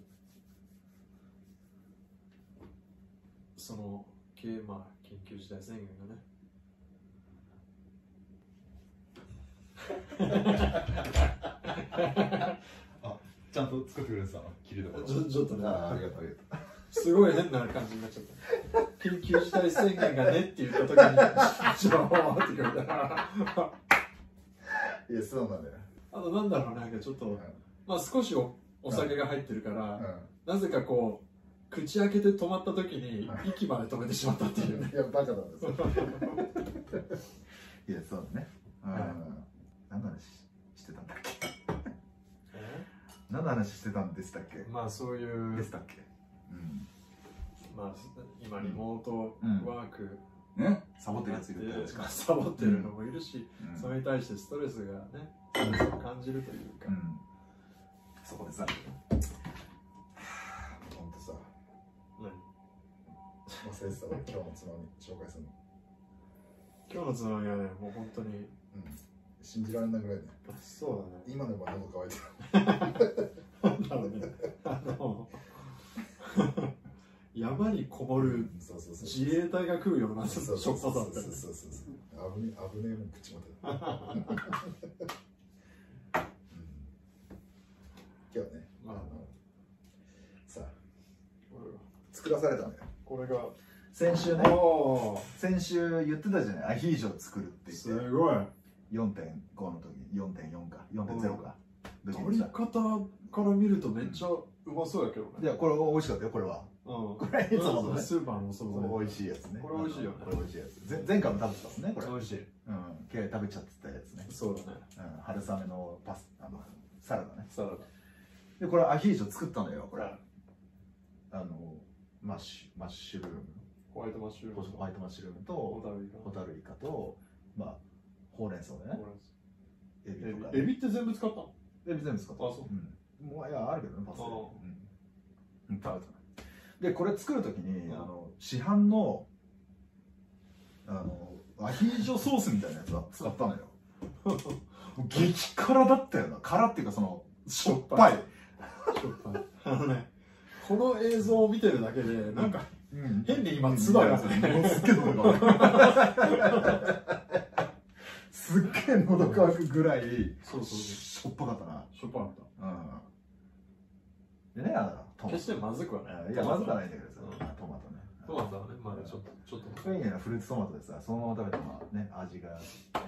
Speaker 1: そのけまあ緊急事態宣言がね
Speaker 2: ちゃんと作ってくれてたの切りどころ
Speaker 1: ちょちょっとね
Speaker 4: ああありがとうありがとう
Speaker 1: すごい変な感じになっちゃった。緊急事態宣言がねって言った時に、情報を待ってくれたら。
Speaker 4: いやそうなんだよ、
Speaker 1: あとなんだろう、なんかちょっ
Speaker 4: うん
Speaker 1: と、まあ少しおお酒が入ってるか
Speaker 4: う
Speaker 1: ら、
Speaker 4: ん
Speaker 1: なぜかこう、口開けて止まった時に、息まで止めてしまったっていうね。
Speaker 4: いや、バカなんですよ。
Speaker 2: いやそうだねうん
Speaker 1: はい
Speaker 2: 何の話してたんだっけ何の話してたんでしたっけ
Speaker 1: まあそうい
Speaker 2: で
Speaker 1: う
Speaker 2: し、たっけうん
Speaker 1: まあ今リモートワーク
Speaker 2: ねサボ
Speaker 1: に
Speaker 2: って
Speaker 1: な
Speaker 2: るや
Speaker 1: っ
Speaker 2: つ
Speaker 1: て
Speaker 2: いるってやつか
Speaker 1: サボってるのもいるし、
Speaker 2: うん
Speaker 1: それに対してストレスがね、ストレスを感じるというか
Speaker 2: う。んそこでさ
Speaker 4: ほんとさ、
Speaker 1: 何
Speaker 4: 忘れてたわ、今日のつまみ紹介するの。
Speaker 1: 今日のつまみはね、もう本当に、
Speaker 4: うん。信じられないぐらいね。
Speaker 1: そうだね。
Speaker 4: 今でも喉乾いてる。
Speaker 1: なんだろうね。あの、山にこもる
Speaker 4: そうそうそう。
Speaker 1: 自衛隊が食うような
Speaker 4: そ
Speaker 1: し
Speaker 4: う
Speaker 1: ょ
Speaker 4: そう
Speaker 1: っ
Speaker 4: そうそ
Speaker 1: ぱ
Speaker 4: う
Speaker 1: さ
Speaker 4: そ
Speaker 1: だ
Speaker 4: うそう
Speaker 1: ったよね
Speaker 4: そう危ねえ危ねえもん口元だ、うん、今日ね、
Speaker 1: まあ
Speaker 4: あのさあ作らされたのよ
Speaker 1: これが、
Speaker 2: 先週ね
Speaker 1: お
Speaker 2: 先週言ってたじゃないアヒージョを作るって
Speaker 1: ー
Speaker 2: 言って
Speaker 1: すごい。
Speaker 2: 4.5の時4.4か4.0か時に
Speaker 1: 取り
Speaker 2: した
Speaker 1: 方から見るとめっちゃうまそうやけどね。
Speaker 2: いやこれ美味しかったよこれは
Speaker 1: うん。
Speaker 2: これいつものね
Speaker 1: スーパーのお惣菜。
Speaker 2: 美味しいやつね
Speaker 1: これ美味しいよね
Speaker 2: これ美味しいやつぜ前回も食べてたもんねこれ
Speaker 1: 美味しい。
Speaker 2: うんケイ食べちゃってたやつね
Speaker 1: そうだね。
Speaker 2: うん春雨のパスあのサラダね
Speaker 1: サラダ。
Speaker 2: でこれアヒージョ作ったのよこれ
Speaker 1: はい
Speaker 2: あのマッシュマッシュルーム
Speaker 1: ホワイトマッシュルーム。
Speaker 2: ホワイトマッシュルームと
Speaker 1: ホタルイカ
Speaker 2: ホタルイカと、まあ、ほうれん草だね、エビとか、
Speaker 1: エビエビって全部使ったの
Speaker 2: エビ全部使った。
Speaker 1: あそ
Speaker 2: うん。もういや、あるけどね、パスタで
Speaker 1: ああ
Speaker 2: うん。うん食べたない。で、これ作るときに、
Speaker 1: うん
Speaker 2: あの、市販の、あの、アヒージョソースみたいなやつを使ったの よ。もう激辛だったよな。辛っていうか、その、しょっぱい。
Speaker 1: ちょっとあのね、この映像を見てるだけで、なんか
Speaker 2: うん
Speaker 1: 変に今、唾がね。
Speaker 2: もうすっげえ喉乾く。すっげえ喉乾くぐらい、
Speaker 1: そうそうそう。
Speaker 2: しょっぱかったな。
Speaker 1: ショパンだ。
Speaker 2: うん。でね、あの、トマ
Speaker 1: 決してまずくはな
Speaker 2: ト。
Speaker 1: い。
Speaker 2: いや、まずくは
Speaker 1: ない。
Speaker 2: ないんだけどさ、
Speaker 1: うん
Speaker 2: トマトね。
Speaker 1: トマトはね、まだちょっと、ちょっ
Speaker 2: スペインのフルーツトマトでさ、そのまま食べたらね、味が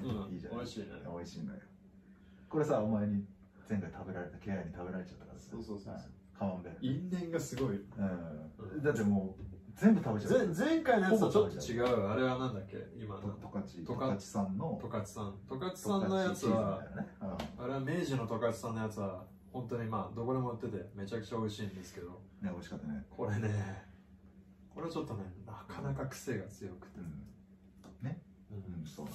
Speaker 1: うん
Speaker 2: いいじゃない、
Speaker 1: 美味しいね
Speaker 2: 美味しいのよ。これさ、お前に前回食べられた、ケアに食べられちゃったからさ。
Speaker 1: そうそうそうそうん
Speaker 2: カマンベー
Speaker 1: と。
Speaker 2: ル。
Speaker 1: 因縁がすごい。
Speaker 2: うん。だってもう、全部食べちゃった。
Speaker 1: 前前回のやつとちょっと違う。あれはなんだっけ今
Speaker 2: と
Speaker 1: の。
Speaker 2: トカチ、
Speaker 1: ト
Speaker 2: ト
Speaker 1: カ
Speaker 2: カチさんの、
Speaker 1: トカチさん。トカチさんのやつ
Speaker 2: トカ
Speaker 1: は、
Speaker 2: チチーズみたいなね。
Speaker 1: あれは明治のトカチさんのやつは、本当にまあ、どこでも売ってて、めちゃくちゃ美味しいんですけど、
Speaker 2: うん。ね、美味しかったね。
Speaker 1: これね、これちょっとね、なかなか癖が強くて
Speaker 2: う。ん。うん、そうな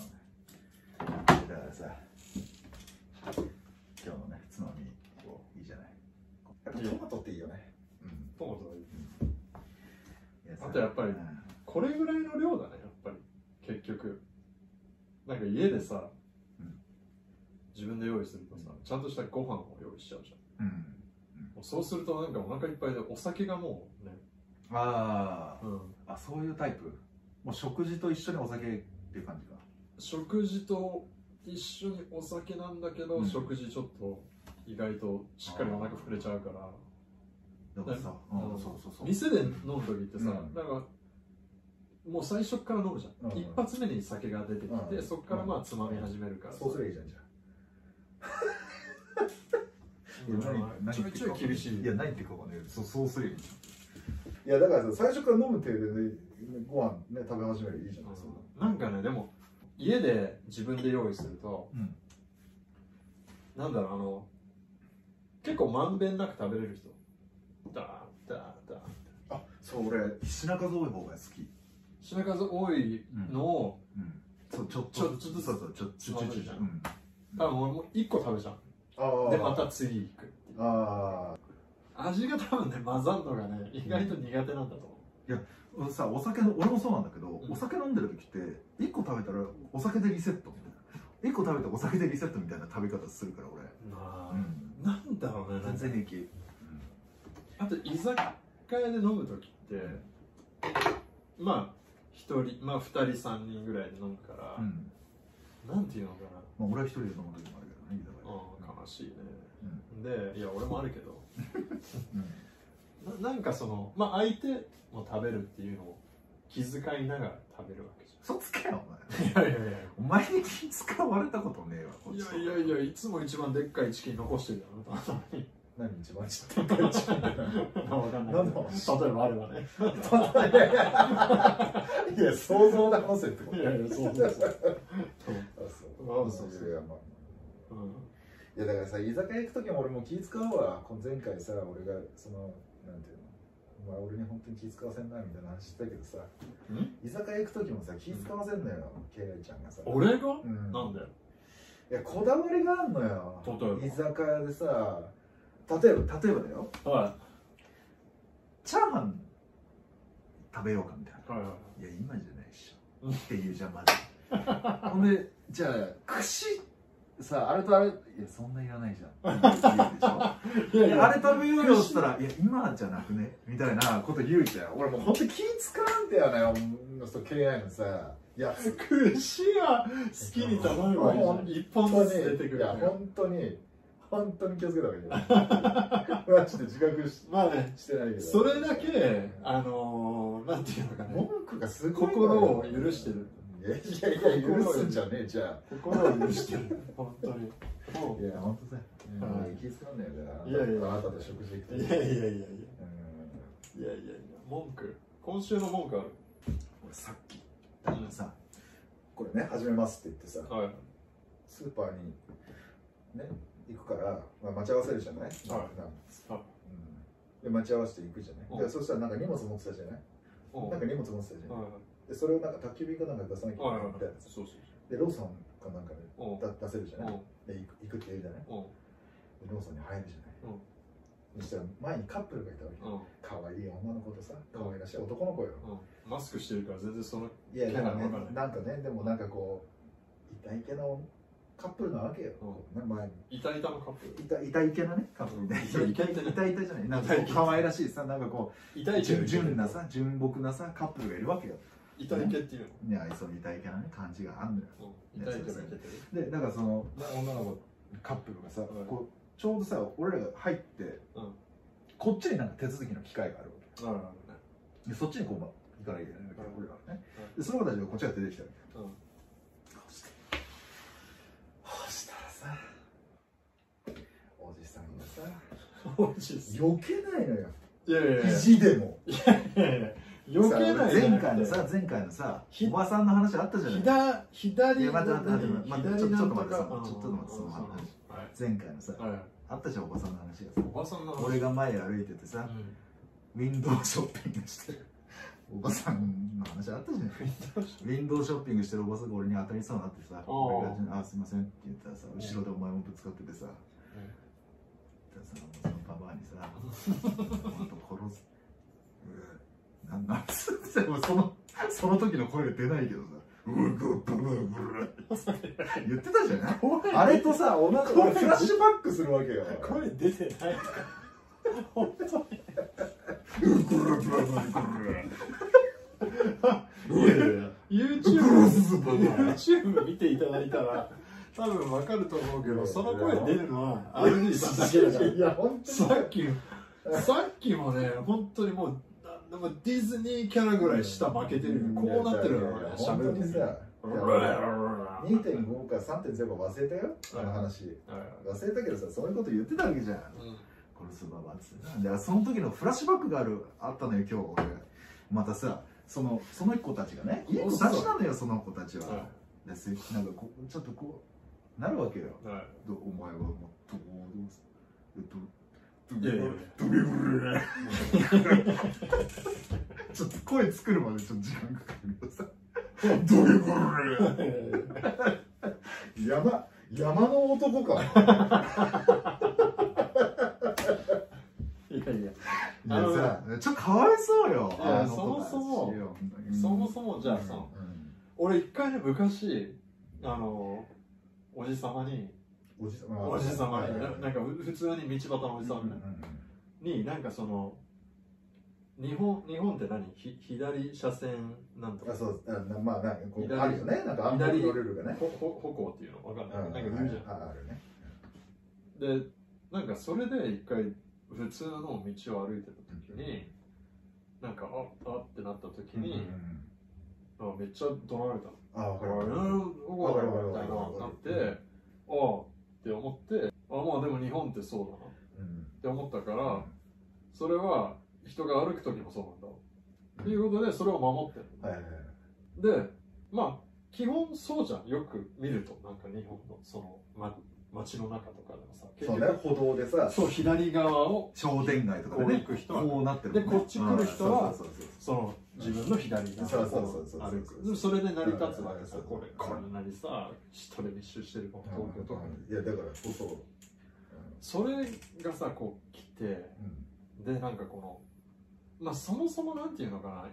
Speaker 2: んだよ。だからさ、今日のね、つまみ、いいじゃない。
Speaker 4: やっぱトマトっていいよね
Speaker 2: うん。
Speaker 1: トマトがいい
Speaker 2: いや
Speaker 1: あとやっぱり
Speaker 2: うん
Speaker 1: これぐらいの量だね、やっぱり。結局。なんか家でさ
Speaker 2: うん、
Speaker 1: 自分で用意するとさ、ちゃんとしたご飯を用意しちゃうじゃん。
Speaker 2: うん。
Speaker 1: もうそうするとなんかお腹いっぱいでお酒がもうね、
Speaker 2: あーあ、そういうタイプもう食事と一緒にお酒っていう感じか。
Speaker 1: 食事と一緒にお酒なんだけど、
Speaker 2: うん
Speaker 1: 食事ちょっと意外としっかりお腹膨れちゃうから
Speaker 3: だからさ、
Speaker 1: うん
Speaker 3: うんそうそうそう
Speaker 1: 店で飲む時ってさ、
Speaker 3: うん
Speaker 1: なんかもう最初っから飲むじゃん、
Speaker 2: うん
Speaker 1: 一発目に酒が出てきて、
Speaker 2: うん
Speaker 1: そこからまあつまみ始めるから、
Speaker 2: そうすればいいじゃんじゃあ
Speaker 1: うん
Speaker 3: いや何
Speaker 1: ちょいちょい厳しい
Speaker 3: いやないってかねそうそうすればいいじ
Speaker 2: いやだからさ最初から飲む程度でご飯ね食べ始めるいいじゃないですか、
Speaker 1: うんなんかねでも家で自分で用意すると
Speaker 3: ゃんうん
Speaker 1: なんだろうあの結構まんべんなく食べれる人ダーダーダー
Speaker 2: あそう俺
Speaker 3: 品数多い方が好き
Speaker 1: 品数多いのを、
Speaker 3: うんそうちょっ
Speaker 1: ちょ
Speaker 3: と
Speaker 1: っとずつ
Speaker 3: そうそうちょっとちょっとちょっと
Speaker 1: つまむじゃん
Speaker 3: うん
Speaker 1: 多分俺も1個食べちゃう
Speaker 2: あー
Speaker 1: でまた次行く
Speaker 2: あ
Speaker 1: 味が多分ね混ざんのがね意外と苦手なんだと思う、
Speaker 3: 俺さお酒の俺もそうなんだけど、
Speaker 1: うん
Speaker 3: お酒飲んでる時って1個食べたらお酒でリセットみたいな1個食べてお酒でリセットみたいな食べ方するから俺、
Speaker 1: ま
Speaker 3: う
Speaker 1: あ、
Speaker 3: ん、
Speaker 1: なんだろうねなん
Speaker 3: 全
Speaker 1: か
Speaker 3: 然平気
Speaker 1: あと居酒屋で飲む時ってまあ1人まあ2人3人ぐらいで飲むから
Speaker 3: う、ん、
Speaker 1: なんていうのかな
Speaker 3: まあ、俺は一人で飲む時もあるけどね居酒
Speaker 1: うん悲しいね、でいや俺もあるけど
Speaker 3: 屋でうん
Speaker 1: ななんかそのまあ相手も食べるっていうのを気遣いながら食べるわけじ
Speaker 3: 嘘つけよ
Speaker 1: ゃんいやいやいや
Speaker 3: お前お前に気使われたことねえわこっ
Speaker 1: い
Speaker 3: ち
Speaker 1: やいやいやいつも一番でっかいチキン残してるだろあなたに
Speaker 2: ー何一番ちっちゃいチキンだよ
Speaker 1: わかんない
Speaker 2: なんだろ
Speaker 1: 例えばあればね
Speaker 2: いや想像で話せってこと
Speaker 1: いやいやそうそうそう
Speaker 2: あ
Speaker 1: あそうそう
Speaker 2: いやまあ
Speaker 1: うん
Speaker 2: いやだからさ居酒屋行く時も俺も気使うわこの前回さ俺がそのなんていうのお前俺に本当に気使わせんなみたいな話してたけどさ居酒屋行く時もさ気使わせんのよケイラちゃんがさ
Speaker 1: 俺が
Speaker 2: うん
Speaker 1: なんだよ
Speaker 2: いやこだわりがあんのよ
Speaker 1: 例えば
Speaker 2: 居酒屋でさ例えば例えばだよ
Speaker 1: は
Speaker 3: チャーハン食べようかみたい
Speaker 1: いはいはい
Speaker 3: ないや今じゃないっし
Speaker 1: う
Speaker 3: ょ
Speaker 1: ん
Speaker 3: っていうじゃんまずほんでじゃあ串さあれとあれいやそんないらないじゃんって言うでし ょ
Speaker 1: いや
Speaker 3: い
Speaker 1: い
Speaker 3: や
Speaker 1: や
Speaker 3: あれ食べようよっつったら「いや今じゃなくね」みたいなこと言うじゃん俺
Speaker 2: 俺も
Speaker 3: も
Speaker 2: う本当に気使うんだよねその KI のさ やつ
Speaker 1: 串は好きに頼めばいいじゃん一本
Speaker 2: 本
Speaker 1: ずつ
Speaker 2: 当に
Speaker 1: 出てくる
Speaker 2: いや本当に本当に気をつけた方がいい よマジで自覚し
Speaker 1: まあね
Speaker 2: してないけど
Speaker 1: それだけあのー、なんていうのかね
Speaker 2: 文句がすごい
Speaker 1: 心を許してる
Speaker 2: いやいやいや許すんじゃねえじゃ
Speaker 1: 心を許してる本当に
Speaker 2: あいや本当だよ
Speaker 1: はい
Speaker 2: うん気使うんだよない
Speaker 1: やいや
Speaker 2: あなたと食事行くと
Speaker 1: いやいやいやいやいや
Speaker 2: う
Speaker 1: いやいや文句今週の文句ある
Speaker 3: 俺さっきだからさ
Speaker 2: んこれね始めますって言ってさ
Speaker 1: はい
Speaker 2: スーパーにね行くから、まあ、待ち合わせるじゃない、普段
Speaker 1: はい
Speaker 2: うん、で待ち合わせて行くじゃない、
Speaker 1: うん
Speaker 2: でそしたらなんか荷物持ってたじゃない、
Speaker 1: うん
Speaker 2: なんか荷物持ってたじゃない、
Speaker 1: はい
Speaker 2: でそれをなんか宅急便かなんか出さなきゃいけ
Speaker 1: はいはいい
Speaker 2: な
Speaker 1: はい
Speaker 2: みたいなさ
Speaker 1: そうそう
Speaker 2: でローソンかなんかで
Speaker 1: そううん
Speaker 2: だ出せるじゃ
Speaker 1: う
Speaker 2: なんいで行く行くって言うじゃないで
Speaker 1: うん
Speaker 2: ローソンに入るじゃない、
Speaker 1: うん
Speaker 2: そしたら前にカップルがいたわけ
Speaker 1: うん
Speaker 2: 可愛い女の子とさ可愛らしい男の子よ
Speaker 1: うんマスクしてるから全然その
Speaker 2: いや
Speaker 1: キ
Speaker 2: な
Speaker 1: ャ
Speaker 2: ん
Speaker 1: ラがわからない
Speaker 2: かねなんかねでもなんかこう痛い系のカップルなわけよ、
Speaker 1: う
Speaker 2: ね前に
Speaker 1: 板板のカップ
Speaker 3: 痛痛い系なねカップみたいな
Speaker 1: 痛い系
Speaker 3: 痛い系じゃないなんかこう可愛らしいさなんかこ
Speaker 1: 痛
Speaker 3: う
Speaker 1: い系
Speaker 3: 純純なさ純朴なさカップルがいるわけよ
Speaker 1: 痛い系っていう
Speaker 3: いやそう痛い系なね感じがあんのよ
Speaker 1: のうん痛い系がいけてる
Speaker 3: でだからその女の子カップルがさ、
Speaker 1: はい
Speaker 3: こうちょうどさ俺らが入って、
Speaker 1: うん
Speaker 3: こっちになんか手続きの機会があるわけ
Speaker 1: なるほどね
Speaker 3: でそっちにこう、まあ、行かなきゃいけないんだけど、
Speaker 1: うん
Speaker 3: 俺らはね、
Speaker 1: う
Speaker 3: でその子たちがこっちが出てきたわけ
Speaker 1: うん
Speaker 3: こうしてこうしたらさ
Speaker 2: おじさんがさ
Speaker 1: 美味しいっす
Speaker 2: 避けないのよ
Speaker 1: いやいやいや
Speaker 2: 肘でも
Speaker 1: いやいや避
Speaker 3: さ
Speaker 1: けない
Speaker 3: 俺前回の
Speaker 1: じゃな
Speaker 3: さ前回のさ
Speaker 1: ひ
Speaker 3: おばさんの話あったじゃない
Speaker 1: くて左左
Speaker 3: いや待って待っ
Speaker 1: 何
Speaker 3: て待って待って
Speaker 1: 左なん
Speaker 3: ちょっと待って
Speaker 1: か
Speaker 3: ちょっと待って
Speaker 1: うん
Speaker 3: ちょっと待って
Speaker 1: はい
Speaker 3: 前回のさ
Speaker 1: はい
Speaker 3: あったじゃんおばさんの話がさ
Speaker 1: おばさんの
Speaker 3: 俺が前歩いてて
Speaker 1: う
Speaker 3: さ
Speaker 1: ん
Speaker 3: ウィンドウショッピングしてるおばさんの話あったじゃんウィンドウショッピングしてるおばさんが俺に当たりそうになってさ、
Speaker 1: おう
Speaker 3: 俺があすいませんって言ったらさ、後ろでお前もぶつかっててさ、そしたらさ、そのババアにさ、 本当殺す。うーなんなんつってもうその、その時の声が出ないけどさ、うーぐーブルーブルー言ってたじゃない
Speaker 1: 怖い
Speaker 3: あれとさ、お腹
Speaker 2: 俺フラッシュバックするわけよ
Speaker 1: 声出てない本当に
Speaker 3: うーぐるぐるぐるぐる
Speaker 1: いやいや YouTube, YouTube 見ていただいたら多分わかると思うけ
Speaker 2: いや
Speaker 1: ど、その声出るのは、
Speaker 2: い
Speaker 1: ア
Speaker 2: や
Speaker 1: ルミさんだけだから。
Speaker 2: いや本当に
Speaker 1: さっきも、さっきもね、本当にもう、なんでもディズニーキャラぐらい下負けてるよ。こうなってるの
Speaker 2: いやいや
Speaker 1: ね、
Speaker 2: いや
Speaker 1: しゃべ
Speaker 2: 本
Speaker 1: る
Speaker 2: 当にさいや
Speaker 1: はい
Speaker 2: 2.5か3.0か忘れたよあの話忘れたけどさそういうこと言ってたわけじゃん
Speaker 3: これすばばつでその時のフラッシュバックがあるあったのよ今日俺またさそのその子たちがねいい子たちなのよその子たちは、
Speaker 1: は
Speaker 3: ですなんかこうちょっとこうなるわけよ
Speaker 1: うんはい
Speaker 3: どお前はもっともうどうすえっとド
Speaker 1: いやいやいや
Speaker 3: ドリブルちょっと声作るまでちょっと時間かかるけどさドリブル
Speaker 2: 山山の男か
Speaker 1: いやいや、
Speaker 3: でさちょっとかわいそうよ
Speaker 1: いや
Speaker 3: あの子たち
Speaker 1: そもそも
Speaker 3: よ
Speaker 1: そもそもじゃあさ、
Speaker 2: うん
Speaker 1: 俺一回ね、昔、あの、おじさまに、
Speaker 2: おじさま
Speaker 1: おじさまに、
Speaker 2: はい
Speaker 1: な
Speaker 2: はい
Speaker 1: なんか普通に道端のおじさま
Speaker 2: うん
Speaker 1: みたいなに、なんかその、日本、日本って何ひ左車線なんと
Speaker 2: うん
Speaker 1: か
Speaker 2: あ、そうあなまあなんかこう
Speaker 1: 左
Speaker 2: あるよねなんか暗黒のルールがね
Speaker 1: ほほ歩行っていうのわかん
Speaker 2: うん
Speaker 1: ない。なんか言うじゃん。
Speaker 2: ああるね
Speaker 1: でなんかそれで一回普通の道を歩いてた時になんかああってなった時
Speaker 2: うん
Speaker 1: に、あめっちゃ怒鳴られた
Speaker 2: あわか
Speaker 1: あ
Speaker 2: るわか
Speaker 1: れ
Speaker 2: る
Speaker 1: わかるわみたいな
Speaker 2: わかる
Speaker 1: な
Speaker 2: わ
Speaker 1: っ
Speaker 2: か
Speaker 1: て
Speaker 2: る
Speaker 1: ああって思ってあまあでも日本ってそうだな
Speaker 2: うん
Speaker 1: って思ったからそれは人が歩く時もそうなんだっていうことでそれを守って
Speaker 2: はいはいはい
Speaker 1: るでまあ基本そうじゃんよく見るとなんか日本のその、ま、街の中とかでもさ結
Speaker 2: そう
Speaker 1: 局
Speaker 2: ね歩道でさ
Speaker 1: そう左側を
Speaker 3: 商店街とか
Speaker 1: こ
Speaker 3: で
Speaker 1: う行
Speaker 3: ね
Speaker 1: く人は
Speaker 3: こうなってるもんね
Speaker 1: でこっち来る人は
Speaker 3: うんそうそうそう
Speaker 1: その自分の左側
Speaker 2: そうそう
Speaker 1: を
Speaker 2: そうそう
Speaker 1: 歩くそれで成り立つわけさ
Speaker 2: うん
Speaker 1: これこんなにさ人で密集してるこの東京とか
Speaker 2: うんいやだからこそうん
Speaker 1: それがさこう来てでなんかこのまあそもそもなんていうのかな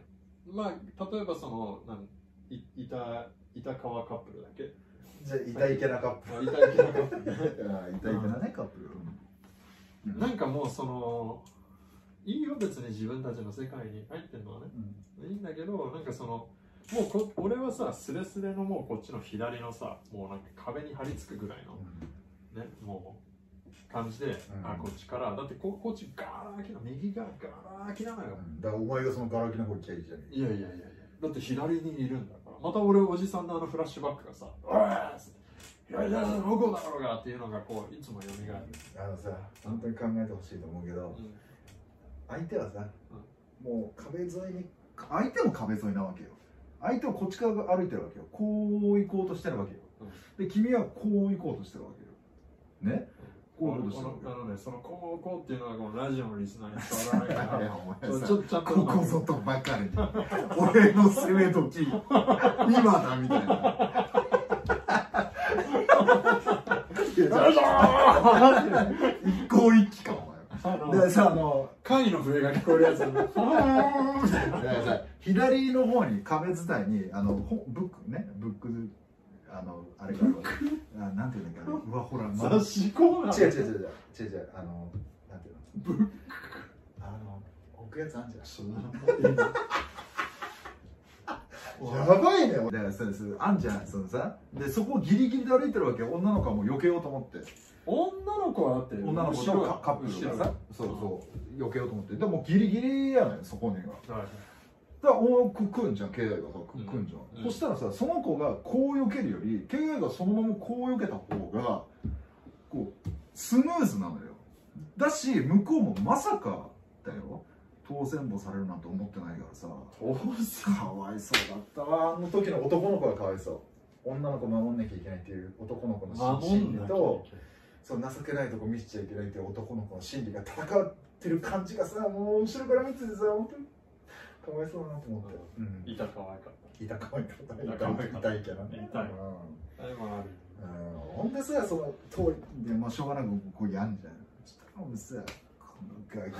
Speaker 1: まあ例えばそのなんいいた板川カップルだっけ
Speaker 2: じゃあ痛いけなカップ
Speaker 1: あ板川カップル
Speaker 2: あー痛いけなねカップルうん
Speaker 1: なんかもうそのいいよ別に自分たちの世界に入ってんのはねいいんだけどなんかそのもうこ俺はさスレスレのもうこっちの左のさもうなんか壁に張り付くぐらいのねもう感じで、
Speaker 2: ん
Speaker 1: あこっちからだってここっちガラ空きな右側ガラ空きなのよ、
Speaker 2: うんだからお前がそのガラ空きの方行きゃいいじゃねえ
Speaker 1: いやいやいやいやだって左にいるんだからまた俺おじさんのあのフラッシュバックがさ「おい!」っつって「左だろこだろうが」っていうのがこういつも蘇る、
Speaker 2: あのさ本当に考えてほしいと思うけど
Speaker 1: うん
Speaker 2: 相手はさもう壁沿いに
Speaker 3: 相手も壁沿いなわけよ相手はこっちから歩いてるわけよこう行こうとしてるわけよ、で君はこう行こうとしてるわけよねこういうことしてるわけ
Speaker 1: あ
Speaker 3: よ
Speaker 1: のねその「こうこう」っていうのはこのラジオのリスナーに伝わらないか
Speaker 3: い
Speaker 1: ら
Speaker 3: やお
Speaker 1: ちょ
Speaker 3: 前
Speaker 1: ち
Speaker 3: さ
Speaker 1: ょっとちゃんと
Speaker 3: ここぞとばかりに俺の攻め時今だみたいな一向一揆かお
Speaker 1: あの
Speaker 3: 前でさあ の
Speaker 1: 貝の笛が聞こえるやつなんだ
Speaker 3: でさ左の方に壁伝いにあのほブックねブックあのあれがあるわあなんていうんだっけあれうわほらまだ
Speaker 1: 雑誌コーナー
Speaker 2: 違う違う違う違う違う違うあのなんていうの
Speaker 1: ブッ
Speaker 2: あの置くやつあんじゃ
Speaker 1: そんなこといいの
Speaker 2: んやばいね俺
Speaker 3: でそうですあんじゃんそのさでそこをギリギリで歩いてるわけよ女の子はもう避けようと思って
Speaker 1: 女の子はだって
Speaker 3: 女の子と
Speaker 1: 後ろ
Speaker 3: カカップルがさそうそう避けようと思ってでもギリギリやねんそこにはだか
Speaker 1: 後ろはい
Speaker 3: らお前こう来んじゃん経営がさこう
Speaker 1: うん
Speaker 3: 来んじゃん、
Speaker 1: うん
Speaker 3: そしたらさその子がこう避けるより経営がそのままこう避けた方がこうスムーズなのよだし向こうもまさかだよ当選簿されるなんて思ってないからさかわいそうだったわ
Speaker 2: あの時の男の子がかわいそう女の子守んなきゃいけないっていう男の子の
Speaker 1: 守
Speaker 2: 心
Speaker 1: ん
Speaker 2: 理
Speaker 1: なきゃ
Speaker 2: とその情けないとこ見せちゃいけないっていう男の子の心理が戦ってる感じがさもう後ろから見ててさ本当に かわいそうだなと思って、うん
Speaker 1: いた可愛かっ
Speaker 2: 痛かわいかった
Speaker 1: 痛かわいかった
Speaker 2: 痛いけどね
Speaker 1: 痛い
Speaker 2: うん
Speaker 1: たあれもある
Speaker 2: うんほんでさその通り
Speaker 3: でもうしょうがなくこうやんじゃんちょっともうさこのガキ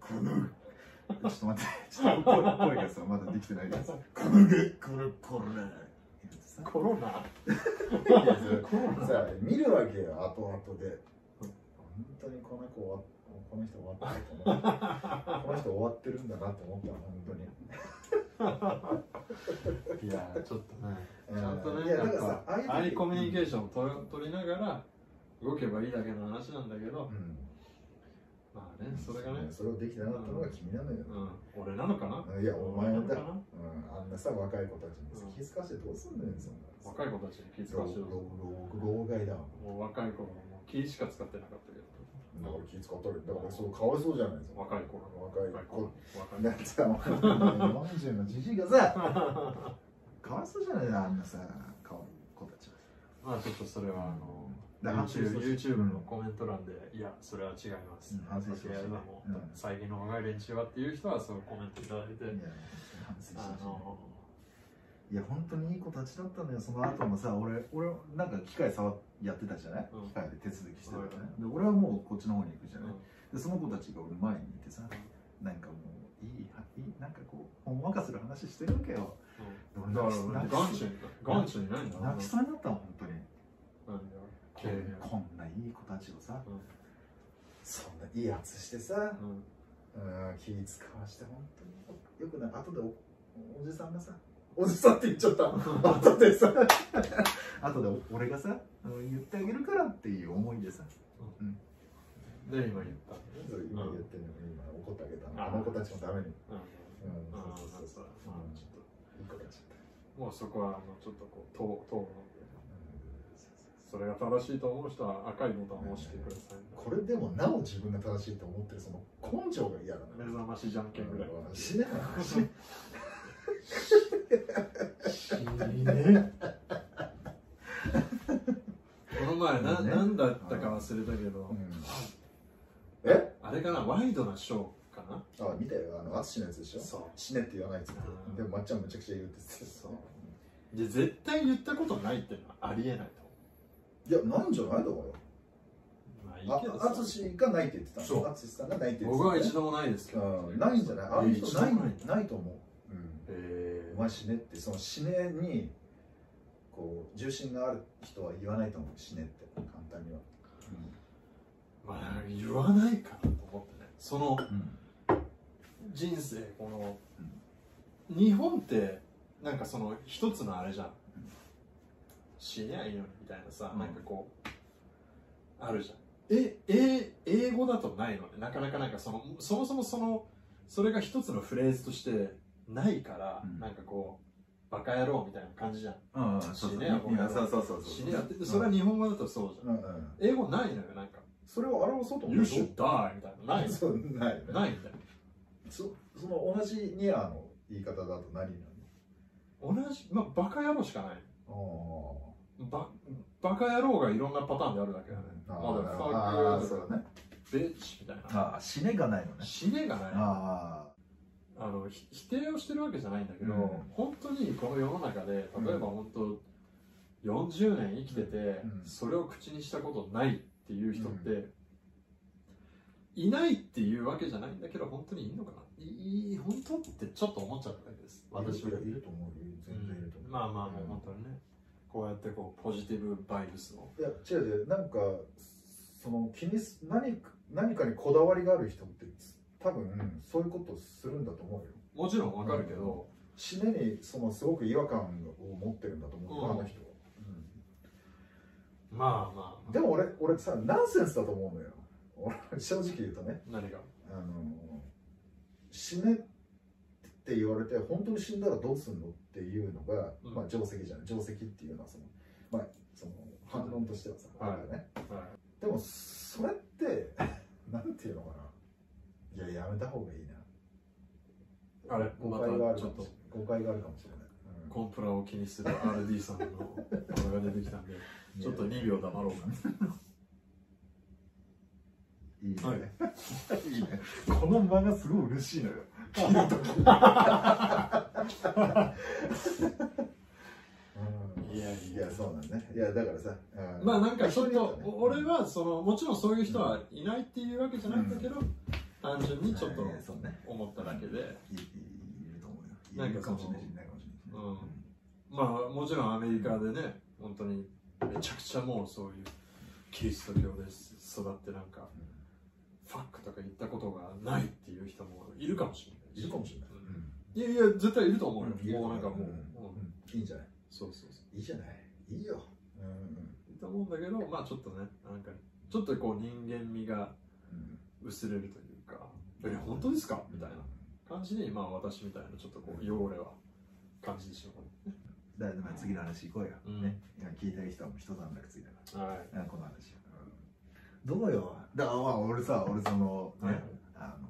Speaker 3: このちょっと待ってちょっと声声がさまだできてないですこのガキこのこれさ
Speaker 1: コロナ
Speaker 2: いやそれ
Speaker 1: コロナ
Speaker 2: さ見るわけよ後々で当にこの子終わこの人終わったと思ったこの人終わってるんだなと思った本当に
Speaker 1: いやーちょっとねちゃんと
Speaker 2: い
Speaker 1: ね
Speaker 2: や
Speaker 1: や
Speaker 2: だ
Speaker 1: っ
Speaker 2: からさ
Speaker 1: ぱ
Speaker 2: ああい
Speaker 1: アイ
Speaker 2: う時
Speaker 1: コミュニケーションを取取りながら動けばいいだけの話なんだけ
Speaker 2: う
Speaker 1: ど
Speaker 2: ん
Speaker 1: まあねそれがね
Speaker 2: それをできてなかったのが君なのよ、
Speaker 1: うん俺なのかない
Speaker 2: やお前
Speaker 1: な
Speaker 2: だ、う、
Speaker 1: のかなん
Speaker 2: あんなさ若い子たちにさ気づかせてどうすんだよそんな
Speaker 1: 若い子たちに気遣
Speaker 2: 老
Speaker 1: わしてる
Speaker 2: 老老害だもん
Speaker 1: もう若い子はもう気しか使ってなかったけ
Speaker 2: だから気使ったりだからそうかわいそうじゃないです
Speaker 1: ど若い子
Speaker 2: 若い
Speaker 1: 若い
Speaker 2: 子
Speaker 1: 子若い
Speaker 2: なんつうか40のじじいがさ
Speaker 1: 子
Speaker 3: かわいそうじゃないあんなさかわいい子たちは
Speaker 1: まあちょっとそれはあの
Speaker 3: だから反省して
Speaker 1: YouTube,
Speaker 3: ほしい
Speaker 1: YouTube のコメント欄で、いや、それは違います。
Speaker 3: うん反省して
Speaker 1: や
Speaker 3: ほしい
Speaker 1: るのも、
Speaker 3: うん
Speaker 1: 最近の若い連中はっていう人は、そうコメントいただいて、
Speaker 3: いや反省してほしい
Speaker 1: あの、
Speaker 3: いや本当にいい子たちだったのよその後もさ俺俺なんか機械触っやってたじゃない、
Speaker 1: うん
Speaker 3: 機械で手続きしてたからね、で俺はもうこっちの方に行くじゃない、でその子たちが俺前にいてさなんかもういいはいいなんかこうほんわかする話してるわけよ
Speaker 1: うんだから、
Speaker 3: 泣き
Speaker 1: 眼中に、眼中にないんだ
Speaker 3: 泣きそうになったの本当に
Speaker 1: なんだよ
Speaker 3: こん
Speaker 1: いやいや
Speaker 3: こんないい子たちをさ
Speaker 2: そんないいやつしてさ
Speaker 1: うん
Speaker 2: うん気使わして本当によくない後でおおじさんがさおじさんって言っちゃった後でさ
Speaker 3: 後で俺がさあの言ってあげるからっていう思いでさ
Speaker 1: で、今言った。
Speaker 2: 今言ってんのに今怒ってあげたのあの子たちのため
Speaker 1: う
Speaker 2: に
Speaker 1: ん
Speaker 2: うん
Speaker 1: ああ
Speaker 2: そうそうそう
Speaker 1: まあちょっ
Speaker 2: いい子たちだった
Speaker 1: ともうそこは、あの、ちょっとこう、党、党の、それが正しいと思う人は赤いボタンを押してください。
Speaker 2: これでもなお自分が正しいと思ってるその根性が嫌だ
Speaker 1: 目
Speaker 2: な
Speaker 1: 覚ましじゃんけんぐらい。
Speaker 2: 死ねない死ね
Speaker 1: この前な、
Speaker 3: ね
Speaker 1: なんだったか忘れたけど、
Speaker 2: ないえ
Speaker 1: あれかなワイドなショーかな
Speaker 2: あ見たよあの淳のやつでしょ
Speaker 1: そ
Speaker 2: 死ねって言わないっつって
Speaker 1: うん
Speaker 2: でもまっちゃんむちゃくちゃ言うって言って
Speaker 1: そうで絶対言ったことないってのはありえないと
Speaker 2: いやなんじゃないだか
Speaker 1: まあい
Speaker 2: らあ
Speaker 1: いけどさ
Speaker 2: 淳がないって言ってたの
Speaker 1: そう
Speaker 2: 淳さんがないって言ってた
Speaker 1: 僕は一
Speaker 2: 度
Speaker 1: 度もないですけど
Speaker 2: ないんじゃないあの人ない
Speaker 1: や一度もないんだ
Speaker 2: ないと思ううん
Speaker 1: えー
Speaker 2: お前死ねってその死ねにこう重心がある人は言わないと思う死ねって簡単には
Speaker 1: まあ言わないかなと思ってねその
Speaker 3: うん
Speaker 1: 人生この、日本ってなんかその一つのあれじゃん、死にゃいいのにみたいなさ、
Speaker 3: うん
Speaker 1: なんかこうあるじゃんええ英語だとないのねなかなかなんかそのそもそもそのそれが一つのフレーズとしてないから、
Speaker 3: うん
Speaker 1: なんかこうバカ野郎みたいな感じじゃん、
Speaker 3: うんうんそうそう
Speaker 1: 死ね
Speaker 3: いやそうそうそうそう
Speaker 1: 死にゃってそれは日本語だとそうじゃん、
Speaker 2: うんうん
Speaker 1: 英語ないのよなんか
Speaker 2: それを表そ
Speaker 1: 「
Speaker 2: うと思
Speaker 1: You
Speaker 2: う
Speaker 1: should die」みたいなないの
Speaker 2: そうないよね
Speaker 1: ないんだよ
Speaker 2: そその同じニアの言い方だと何になる
Speaker 1: 同じまあバカ野郎しかない
Speaker 2: の
Speaker 1: ババカ野郎がいろんなパターンであるだけだね。
Speaker 2: あ
Speaker 1: ま
Speaker 2: ー
Speaker 1: だフ
Speaker 2: あー
Speaker 1: ァ
Speaker 2: そうだね
Speaker 1: ク、ビッチみたいな。
Speaker 3: ああ死ねがないのね
Speaker 1: 死ねがない。あ
Speaker 3: あ
Speaker 1: のひ否定をしてるわけじゃないんだけど、
Speaker 3: うん
Speaker 1: 本当にこの世の中で、例えば本当、40年生きてて、
Speaker 2: うん
Speaker 1: それを口にしたことないっていう人って、いないっていうわけじゃないんだけど、本当にいるのかないい本当ってちょっと思っちゃっただけです。私
Speaker 2: い
Speaker 1: は
Speaker 2: る。いると思うよ全然いると思う、
Speaker 1: まあまあ、もう
Speaker 2: うん
Speaker 1: 本当にね、こうやってこうポジティブバイブスを。
Speaker 2: いや違う違うなんかその気にす何か何かにこだわりがある人って多分そういうことをするんだと思うよ
Speaker 1: もちろんわかるけど、
Speaker 2: 死ねにそのすごく違和感を持ってるんだと思うよ、
Speaker 1: うん
Speaker 2: あの人は、
Speaker 1: まあまあ、
Speaker 2: でも俺俺さナンセンスだと思うのよ俺正直言うとね
Speaker 1: 何が
Speaker 2: あの死ねって言われて本当に死んだらどうすんのっていうのが、
Speaker 1: うん
Speaker 2: まあ定石じゃない定石っていうのはその,、まあ、その反論としてはさ、
Speaker 1: はい
Speaker 2: あるよね
Speaker 1: はい
Speaker 2: でもそれって なんていうのかないややめた方がいいな
Speaker 1: あれ、
Speaker 2: 誤
Speaker 1: ま
Speaker 2: 解が
Speaker 1: た
Speaker 2: ある
Speaker 1: ち
Speaker 2: か
Speaker 1: ょ
Speaker 2: も
Speaker 1: っと
Speaker 2: しれない誤解があるかもしれない、うん
Speaker 1: コンプラを気にする RD さんのものが出てきた んで、ちょっと2秒黙ろう か
Speaker 3: あいいね、、
Speaker 1: はい
Speaker 3: いね この間がすごい嬉しいのよ
Speaker 2: うん
Speaker 1: いや
Speaker 2: いやそうなんだねいやだからさ、う
Speaker 1: まあなんかちょっ
Speaker 2: 人によ
Speaker 1: と
Speaker 2: て、はね
Speaker 1: お俺はその、もちろんそういう人はいないっていうわけじゃないんだけど、単純にちょっと
Speaker 3: えーそうね
Speaker 1: 思っただけで、
Speaker 3: いいいいると思うよ
Speaker 1: なん
Speaker 3: い
Speaker 1: か
Speaker 3: る
Speaker 1: そ
Speaker 3: か
Speaker 1: の
Speaker 3: もしれないしいないかもしれないし
Speaker 1: うんまあもちろんアメリカでね、本当にめちゃくちゃもうそういうキリスト教で育ってなんかファックとか言ったことがないっていう人もいるかもしれないし
Speaker 2: いるかもしれない、
Speaker 1: うんいやいや絶対いると思うよ、
Speaker 2: うん
Speaker 1: もうなんかもう、
Speaker 2: うん
Speaker 1: うん
Speaker 2: いいんじゃない
Speaker 1: そうそうそ
Speaker 2: いいじゃないいいようんうん
Speaker 1: ういいと思うんだけどまあちょっとねなんかちょっとこう人間味が
Speaker 2: うん
Speaker 1: 薄れるというか「え本当ですか?」みたいな感じでまあ私みたいなちょっとこう汚れは感じてしま
Speaker 3: だから次の話行こうよ、
Speaker 1: うん
Speaker 3: ね今聞いてる人はもう一段落ついたか
Speaker 1: うはい
Speaker 3: ら、うんこの話、どうよだからまあ俺さ俺その、ね
Speaker 1: はい
Speaker 3: あの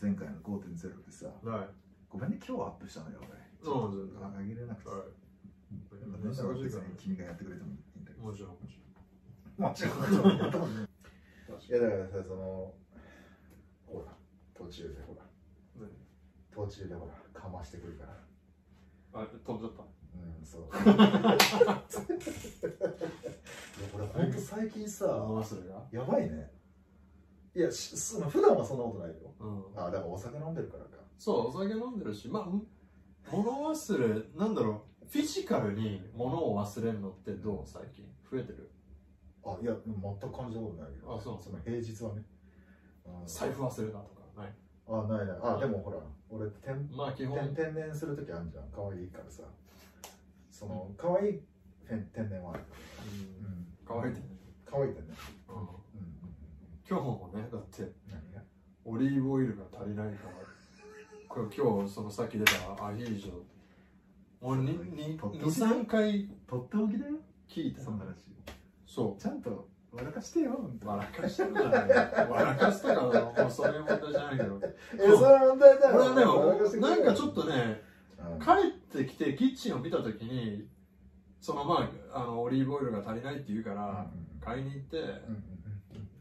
Speaker 3: 前回の5.0でさ
Speaker 1: はい
Speaker 3: ごめんね今日アップしたのよ俺ち
Speaker 1: そ
Speaker 3: ょ
Speaker 1: う
Speaker 3: っ
Speaker 1: 全
Speaker 3: と
Speaker 1: 然
Speaker 3: 上げれなくて、
Speaker 1: は
Speaker 3: やっぱ
Speaker 1: い
Speaker 3: ね
Speaker 1: 難しいからね
Speaker 3: 別に君がやってくれてもいいんだけど
Speaker 1: もちろんもち
Speaker 3: もちろんもちろん頭ね
Speaker 2: いやだからさそのほら途中でほら
Speaker 1: ろんね
Speaker 2: 途中でほらかましてくるから
Speaker 1: あ飛んじゃった
Speaker 2: うん そういやこれほんと最近さ
Speaker 1: それが
Speaker 2: やばいねいやしその普段はそんなことないよ
Speaker 1: うん
Speaker 2: あだからお酒飲んでるからか
Speaker 1: そうお酒飲んでるしまあうん物忘れなんだろうフィジカルに物を忘れるのってどう最近増えてる
Speaker 2: あいや全く感じたことないけど、
Speaker 1: あそう
Speaker 2: その平日はね、うん
Speaker 1: 財布忘れたとかない
Speaker 2: あないないあでもほら俺てん
Speaker 1: まあ基本
Speaker 2: てん天然するときあるじゃん可愛いからさその可愛いてん天然はある、うん
Speaker 1: かわいいね
Speaker 2: 可愛い天然
Speaker 1: うん
Speaker 2: うんうんうん
Speaker 1: 今日もねだって
Speaker 2: 何が
Speaker 1: オリーブオイルが足りないからこれ今日そのさっき出たアヒージョ俺にに
Speaker 3: ポ
Speaker 1: 23
Speaker 3: ッドキャスト
Speaker 1: 三回
Speaker 3: とっておきだよ
Speaker 1: 聞いた
Speaker 3: そんな話
Speaker 1: そ
Speaker 3: ちゃんと笑かしてよ本
Speaker 1: う
Speaker 3: 当
Speaker 1: 笑かしたくない笑かしたからもうそういう問題じゃないけど
Speaker 2: えそれは問題だよ
Speaker 1: 俺はねおなんかちょ
Speaker 2: っ
Speaker 1: っとね
Speaker 2: うん
Speaker 1: 帰ってきてキッチンを見た時にそのまああのオリーブオイルが足りないって言うか
Speaker 2: うん
Speaker 1: ら買いに行って、
Speaker 2: うんうんうん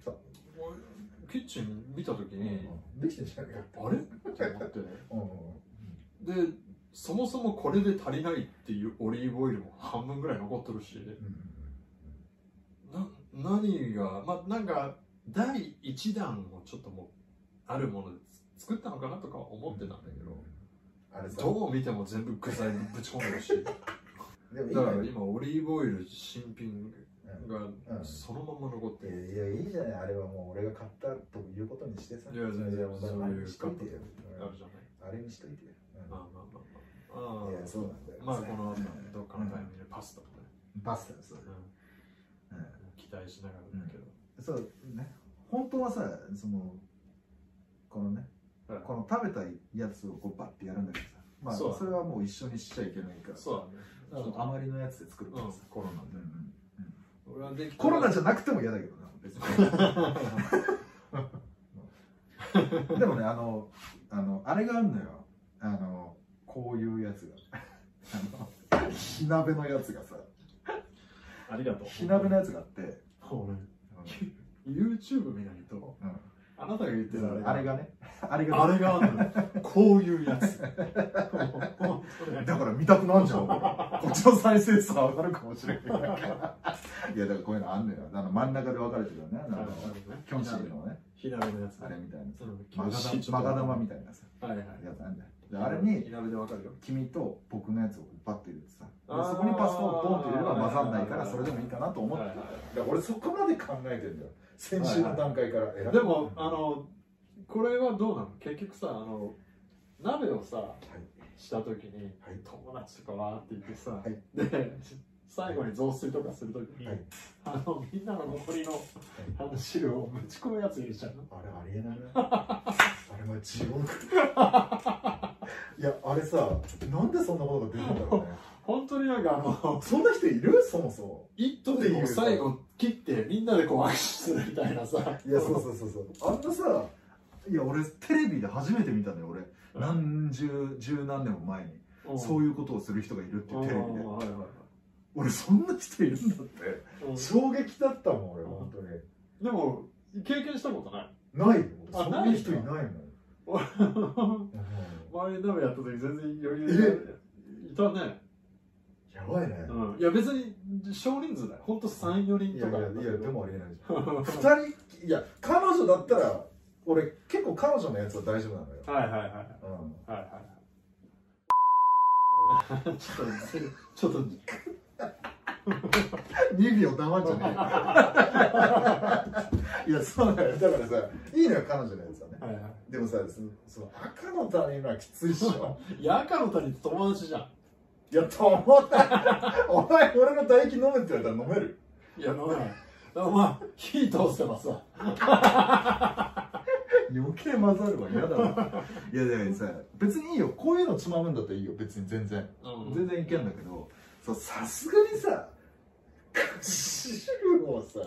Speaker 2: そう
Speaker 1: もうキッチン見た時
Speaker 2: うんう
Speaker 1: に、
Speaker 2: んできてんじゃねえか
Speaker 1: あれって思って
Speaker 2: うんうん
Speaker 1: でそもそもこれで足りないっていうオリーブオイルも半分ぐらい残ってるし
Speaker 2: うん
Speaker 1: な何がまあなんか第1弾をちょっともうあるものでつ作ったのかなとか思ってたんだけど、
Speaker 2: あれさ
Speaker 1: どう見ても全部具材にぶち込んでるし
Speaker 2: でもいい
Speaker 1: だ
Speaker 2: の
Speaker 1: から
Speaker 2: よ
Speaker 1: 今オリーブオイル新品
Speaker 2: うんう
Speaker 1: が
Speaker 2: ん
Speaker 1: そのまま残って
Speaker 2: いや
Speaker 1: る、
Speaker 2: いやいいじゃないあれはもう俺が買ったということにしてさ
Speaker 1: いや全然
Speaker 2: いやもうだからあれにしといてよ
Speaker 1: あるじゃない
Speaker 2: うんあれにしといてようん
Speaker 1: まあまあまあまあ
Speaker 2: いやそうなんだよ
Speaker 1: まあこの後どっかのタイミングでパスタもね、
Speaker 3: パスタそう
Speaker 1: うん
Speaker 3: う
Speaker 1: 期待しながらだけど、
Speaker 3: んそうね本当はさそのこのね
Speaker 1: はい
Speaker 3: この食べたやつをこうバッてやるんだけどさまあ
Speaker 1: そうだね
Speaker 3: それはもう一緒にしちゃいけないから
Speaker 1: そうだ
Speaker 3: あ
Speaker 1: ねちょっ
Speaker 3: の
Speaker 1: と
Speaker 3: 余りのやつで作るからさ、
Speaker 1: うんコロナで
Speaker 3: うんうん
Speaker 1: 俺はできた
Speaker 3: コロナじ
Speaker 1: ゃ
Speaker 3: ゃなくても嫌だけどな別 にでもねあのあのあれがあるのよあのこういうやつがあの火鍋のやつがさ
Speaker 1: ありがとう
Speaker 3: 火鍋のやつがあって、
Speaker 1: 俺 YouTube 見ないと
Speaker 3: うん
Speaker 1: あなたが言って
Speaker 3: で
Speaker 1: る
Speaker 3: あれがねあれが
Speaker 1: あれがあるのこういうやつ 本当ね
Speaker 3: だから見たくなんじゃん俺こっちの再生数上がるかもしれないからいやだからこういうのあんのよあの真ん中で分かれてるよねあ
Speaker 1: な
Speaker 3: の
Speaker 1: るほどね
Speaker 3: キョンシーのね
Speaker 1: 火鍋のやつ
Speaker 3: あれみたいなさ
Speaker 1: うん
Speaker 3: マガダマガダマみたいなさ
Speaker 1: はいはい
Speaker 3: やつあんだよであれに
Speaker 1: 火鍋でわかるよ
Speaker 3: 君と僕のやつをバッて入れてさで
Speaker 1: あー
Speaker 3: そこにパスタをポンって入れれば混ざんないからそれでもいいかなと思っ
Speaker 1: は
Speaker 3: て
Speaker 1: いはい
Speaker 2: だから俺そこまで考えてんだよ先週の段階から偉い
Speaker 1: でもあのこれはどうなの結局さあの鍋をさ、した時に、
Speaker 2: はい
Speaker 1: 友達とかわーって言ってさ、
Speaker 2: い
Speaker 1: で最後に雑炊とかする時に、
Speaker 2: はい
Speaker 1: あのみんなの残りのあの汁をぶち込むやついるじゃん
Speaker 2: あれありえないなあれは地獄いやあれさなんでそんなことが出るんだろうね
Speaker 1: 本当になんかあの
Speaker 2: そんな人いるそもそも
Speaker 1: 「イット!」でこう最後切ってみんなでこう握手するみたいなさ
Speaker 2: いやそうそうそうそうあんなさ
Speaker 3: いや俺テレビで初めて見たのよ俺
Speaker 1: うん
Speaker 3: 何十十何年も前に
Speaker 1: うん
Speaker 3: そういうことをする人がいるってテレビで
Speaker 1: うんはいはいは
Speaker 3: 俺そんな人いるんだって
Speaker 1: いうん
Speaker 2: 衝撃だったもん俺本当に
Speaker 1: でも経験したことない
Speaker 2: ないよ
Speaker 1: あ
Speaker 2: そんな人いな いもんうん
Speaker 1: 前に鍋やった時全然余裕でいたね
Speaker 2: やばいね
Speaker 1: うんいや別に少人数だよほんと34
Speaker 2: い
Speaker 1: 人
Speaker 2: や
Speaker 1: とか
Speaker 2: いや
Speaker 1: だったけど
Speaker 2: いやでもありえないじゃん
Speaker 1: は
Speaker 2: 2人いや彼女だったら俺結構彼女のやつは大丈夫なのよ
Speaker 1: いはいはいはい
Speaker 2: うん
Speaker 1: はいはいちょっとずれちょっと
Speaker 2: 2秒黙っちゃねえい やそうだよ
Speaker 5: だからさいいのよ彼女のやつはね
Speaker 1: はいは
Speaker 5: でもさそその赤の他人のはきついっしょ
Speaker 1: い。いや、赤の他人と友達じゃん。
Speaker 5: いや と思ったお前俺の唾液飲めって言われたら飲める
Speaker 1: いや、飲めない。でもまあ、火通せばさ。
Speaker 2: 余計混ざるわ嫌だ ないやだからさ別にいいよこういうのつまむんだったらいいよ別に全然全然いけんだけど
Speaker 5: そうさすがに さ汁をさ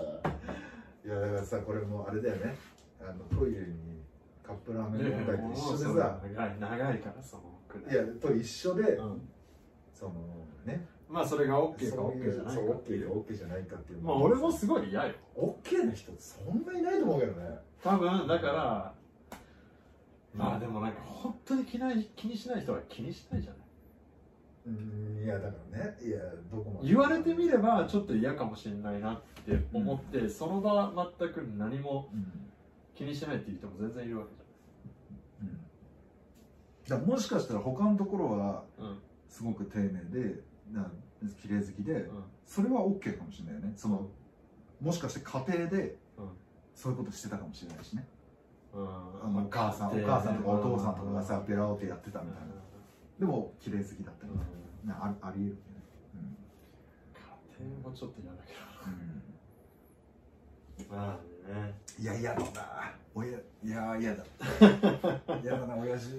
Speaker 5: いやだからさこれもうあれだよねあのトイレにカップラーメン飲んだりと一緒でさ
Speaker 1: 長い、長いから、そのくらい。
Speaker 5: いやと一緒で
Speaker 1: うん
Speaker 5: そのね
Speaker 1: まあ、それが
Speaker 5: そう
Speaker 1: OK か
Speaker 5: い
Speaker 1: OK じゃ
Speaker 5: う
Speaker 1: ない
Speaker 5: そ
Speaker 1: か
Speaker 5: う
Speaker 1: って
Speaker 5: OK
Speaker 1: い
Speaker 5: か
Speaker 1: う。
Speaker 5: OK じゃないかっていう
Speaker 1: まあ、俺もすごい嫌よ。
Speaker 5: OK な人そんないないと思うけどね
Speaker 1: 多分、だから、まあでもなんか、本当に気ない気にしない人は気にしないじゃない。
Speaker 5: うんいやだからねいやどこまで
Speaker 1: 言われてみれば、ちょっと嫌かもしれないなって思って、その場全く何も
Speaker 2: うん、
Speaker 1: 気にしないっていう人も全然いるわけじ
Speaker 2: うん、だからもしかしたら他のところは
Speaker 1: ゃん。うん。
Speaker 2: すごく丁寧でな綺麗好きで、
Speaker 1: うん
Speaker 2: それは OK かもしれないよねその、もしかして家庭で
Speaker 1: うん
Speaker 2: そういうことしてたかもしれないしね、
Speaker 1: うん
Speaker 2: あのお母さんお
Speaker 1: 家庭
Speaker 2: 母さんとかお父さんとかが
Speaker 1: う
Speaker 2: さベラオケやってた
Speaker 1: う
Speaker 2: み
Speaker 1: ん
Speaker 2: たいな、でも綺麗好きだった
Speaker 1: う
Speaker 2: り
Speaker 1: ん
Speaker 2: とか、なあありえるよね、うん
Speaker 1: 家庭もちょっと嫌だけ
Speaker 2: う
Speaker 1: どまあね
Speaker 2: ん、いや嫌だなおやいや嫌だ 嫌だな親父